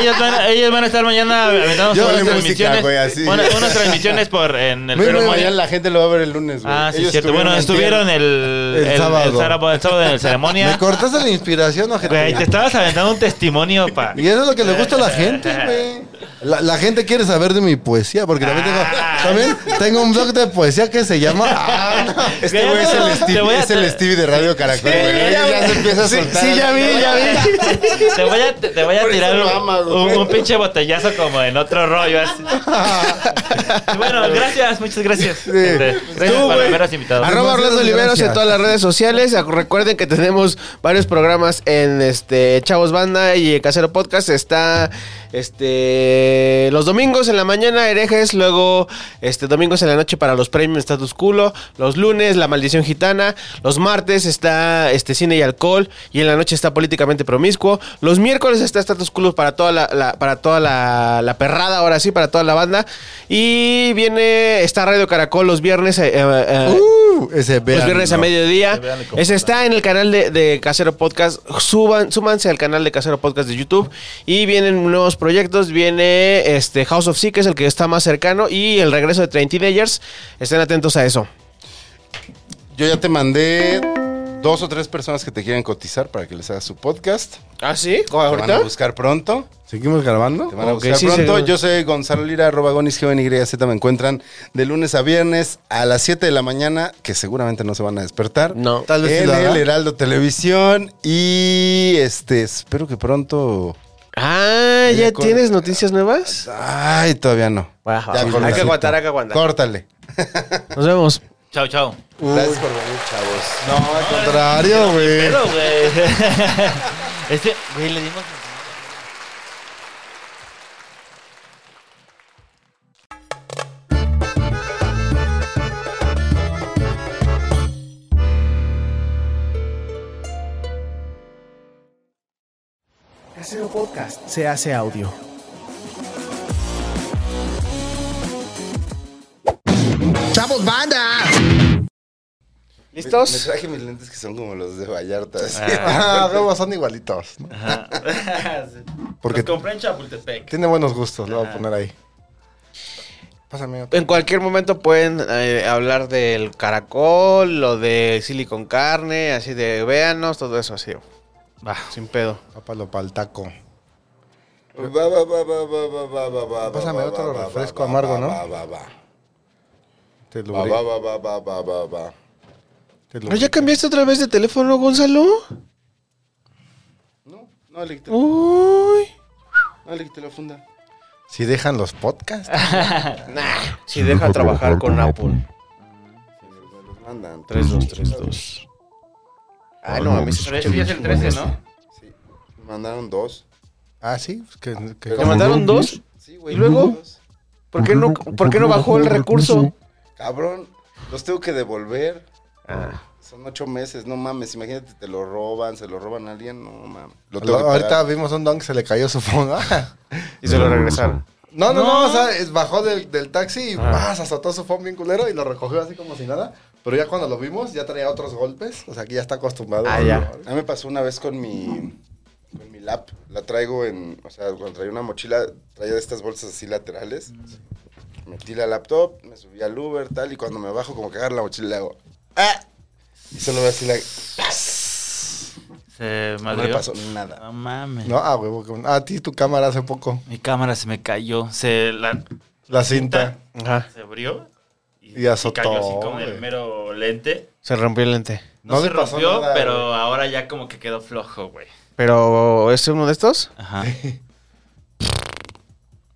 F: ellos van, ellos van a estar mañana aventando
E: Yo vale
F: unas
E: música,
F: transmisiones.
E: güey, así.
F: Bueno, unas transmisiones por en el
E: Pero
F: Perú.
E: mañana la gente lo va a ver el lunes, güey.
F: Ah, sí,
E: Ellos
F: es cierto. Bueno,
E: antier.
F: estuvieron el,
G: el
F: el- el
G: sábado.
F: sábado- el sábado en el
G: ¿Me
F: ceremonia.
G: cortaste la inspiración, ojete?
F: Güey, te estabas aventando un testimonio para.
G: Y eso es lo que le gusta a la gente, güey. La, la gente quiere saber de mi poesía, porque también tengo,
E: Ah.
G: también tengo un blog de poesía que se llama... Ah, no.
E: Este güey es el
F: Te voy
E: Stevie,
F: a-
E: es el Stevie de Radio Caracol, güey. Él ya se empieza a soltar.
B: Sí, ya vi, ya vi.
F: Te voy a, te voy a
E: Por eso
F: tirar
E: lo
F: un,
E: amas,
F: un-
E: güey.
F: un pinche botellazo como en otro rollo. Así. bueno, gracias, muchas gracias. Este, gracias por habernos invitado.
B: Arroba Orlando Oliveros en todas las redes sociales. Ac- Recuerden que tenemos varios programas en este Chavos Banda y Casero Podcast. Está este los domingos en la mañana, herejes, luego este domingos en la noche para los premios Status Culo, los lunes, La Maldición Gitana, los martes está este cine y alcohol, y en la noche está políticamente promiscuo. Los miércoles está Status Culo para toda la, la- para toda la, la perrada, ahora sí, para toda la banda. Y viene, está Radio Caracol los viernes. eh, eh, eh,
G: Uh, ese
E: Pues
B: los viernes a
G: verano.
B: mediodía.
F: Véanlo como
B: Ese está en el canal de, de Casero Podcast. Suban, súmanse al canal de Casero Podcast de YouTube. Y vienen nuevos proyectos. Viene este House of Sick, que es el que está más cercano. Y el regreso de Train Teenagers. Estén atentos a eso.
E: Yo ya te mandé dos o tres personas que te quieren cotizar para que les hagas su podcast.
B: ¿Ah, sí?
E: Te van a buscar pronto.
G: ¿Seguimos grabando?
E: Te van a
B: Ok,
E: buscar
B: sí,
E: pronto.
B: seguro.
E: Yo soy Gonzalo Lira, arroba gonis, joven YZ. Me encuentran de lunes a viernes a las 7 de la mañana, que seguramente no se van a despertar.
B: No.
G: Tal vez sí
E: en
G: lo
E: el
G: haga.
E: Heraldo Televisión. Y este, espero que pronto.
B: Ah, ¿ya
E: Ya con-
B: tienes noticias nuevas?
E: Ay, todavía no.
B: Baja,
E: Ya,
B: baja.
E: córtale.
B: Hay que aguantar, hay que aguantar.
E: Córtale.
B: Nos vemos.
F: Chao, chao.
E: Gracias por venir, chavos.
G: No, al contrario, güey.
F: Pero, güey. Este, güey, le dimos.
I: Casero Podcast se hace audio.
E: Me,
B: listos?
E: traje mis lentes que son como los de Vallarta. así.
G: Ah, huevo, son igualitos. ¿no?
F: Ajá. Sí.
G: Porque-
F: Los compré en Chapultepec.
G: Tiene buenos gustos, lo voy
E: Ah.
G: a
F: Ajá.
G: poner ahí. Pásame otro.
B: En cualquier momento pueden eh, hablar del caracol o de silicon carne, así de véanos, todo eso así.
F: Va.
B: Sin pedo.
G: Pápalo para el taco.
E: Va, va, va, va, va, va, va, va, va, va,
G: Pásame
E: va,
G: otro
E: va, va,
G: refresco
E: va,
G: amargo,
E: va,
G: ¿no?
E: Va, va, va.
G: Te
E: Va,
G: lubrico.
E: va, va, va, va, va, va, va.
G: te
B: ¿No ¿Ah, ya
G: lubrico.
B: cambiaste otra vez de teléfono, Gonzalo?
E: No, no le quité,
B: Uy.
E: no le quité la funda.
G: Si dejan los podcasts.
B: Nah, si deja trabajar con Apple.
E: Los mandan.
B: 3, 2, 3, 2. Ah, no, a mí se
F: Pero
B: escucha
F: ese ya
B: bien
F: es el
B: chingón
F: 13,
B: este.
F: ¿no?
E: Sí. Me mandaron dos.
G: Ah, sí. pues que- que-
B: ¿Le mandaron dos?
E: Sí, güey.
B: ¿Y luego?
E: dos.
B: ¿Por qué no, por qué no bajó el recurso?
E: Cabrón, los tengo que devolver.
B: Ah.
E: Son ocho meses, no mames. Imagínate, te lo roban, se lo roban a alguien, no mames. Lo
G: Lo-
E: tengo que
G: ahorita
E: pagar.
G: vimos un don que se le cayó su fondo.
B: Y se lo regresaron.
G: No, no, no,
F: No.
G: o sea, es- bajó del, del taxi y ¡paz! azotó su phone bien culero y lo recogió así como si nada. Pero ya cuando lo vimos, ya traía otros golpes. O sea, que ya está acostumbrado.
B: Ah, ya.
E: A mí me pasó una vez con mi, con mi lap. La traigo en. O sea, cuando traía una mochila, traía de estas bolsas así laterales. Metí la laptop, me subí al Uber, tal. Y cuando me bajo, como que agarro la mochila y le hago. ¡Ah! Y solo veo así la.
F: Se
E: No
F: madrió.
E: me pasó nada.
F: No mames.
G: No, ah, huevo. que- A ti tu cámara hace poco.
F: Mi cámara se me cayó. Se la
G: La cinta.
B: Ajá.
F: se abrió y,
G: Y azotó,
F: cayó así como
G: güey.
F: el mero lente.
B: Se rompió el lente.
F: No,
G: No
F: se
G: le pasó
F: rompió,
G: nada,
F: pero
G: güey.
F: ahora ya como que quedó flojo, güey.
B: ¿Pero es uno de estos?
F: Ajá.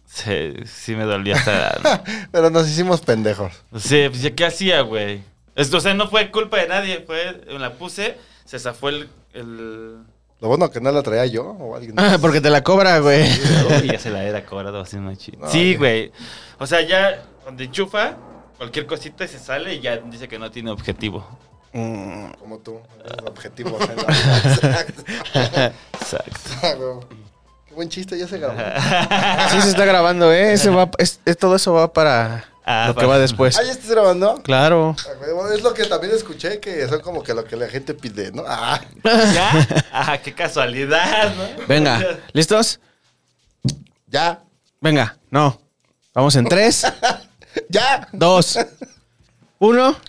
F: Sí, sí me dolía hasta...
G: Pero nos hicimos pendejos.
F: sí, pues ya qué hacía, güey. Esto, o sea, no fue culpa de nadie, fue... La puse, se zafó el... el...
G: Lo bueno que no la traía yo o alguien.
B: Ah,
G: más.
B: porque te la cobra, güey.
F: y ya se la era cobrado así machín.
G: No,
F: sí,
G: ya.
F: güey. O sea, ya donde enchufa, cualquier cosita y se sale y ya dice que no tiene objetivo.
B: Ah.
G: Como tú. eres objetivo.
E: Exacto.
F: Exacto.
G: Ah, huevo. Qué buen chiste, ya se grabó.
B: Sí, se está grabando, ¿eh? Ese va, es- es- todo eso va para
F: Ah,
B: lo que
F: va.
B: va después.
E: ¿Ah, ya estás grabando?
B: Claro.
G: Ah, huevo, Es lo que también escuché, que son como que lo que la gente pide, ¿no? Ah,
F: ¿Ya? Ajá, qué casualidad, ¿no?
B: Venga, ¿listos?
E: Ya.
B: Venga, no. Vamos en 3,
E: Ya.
B: 2, 1.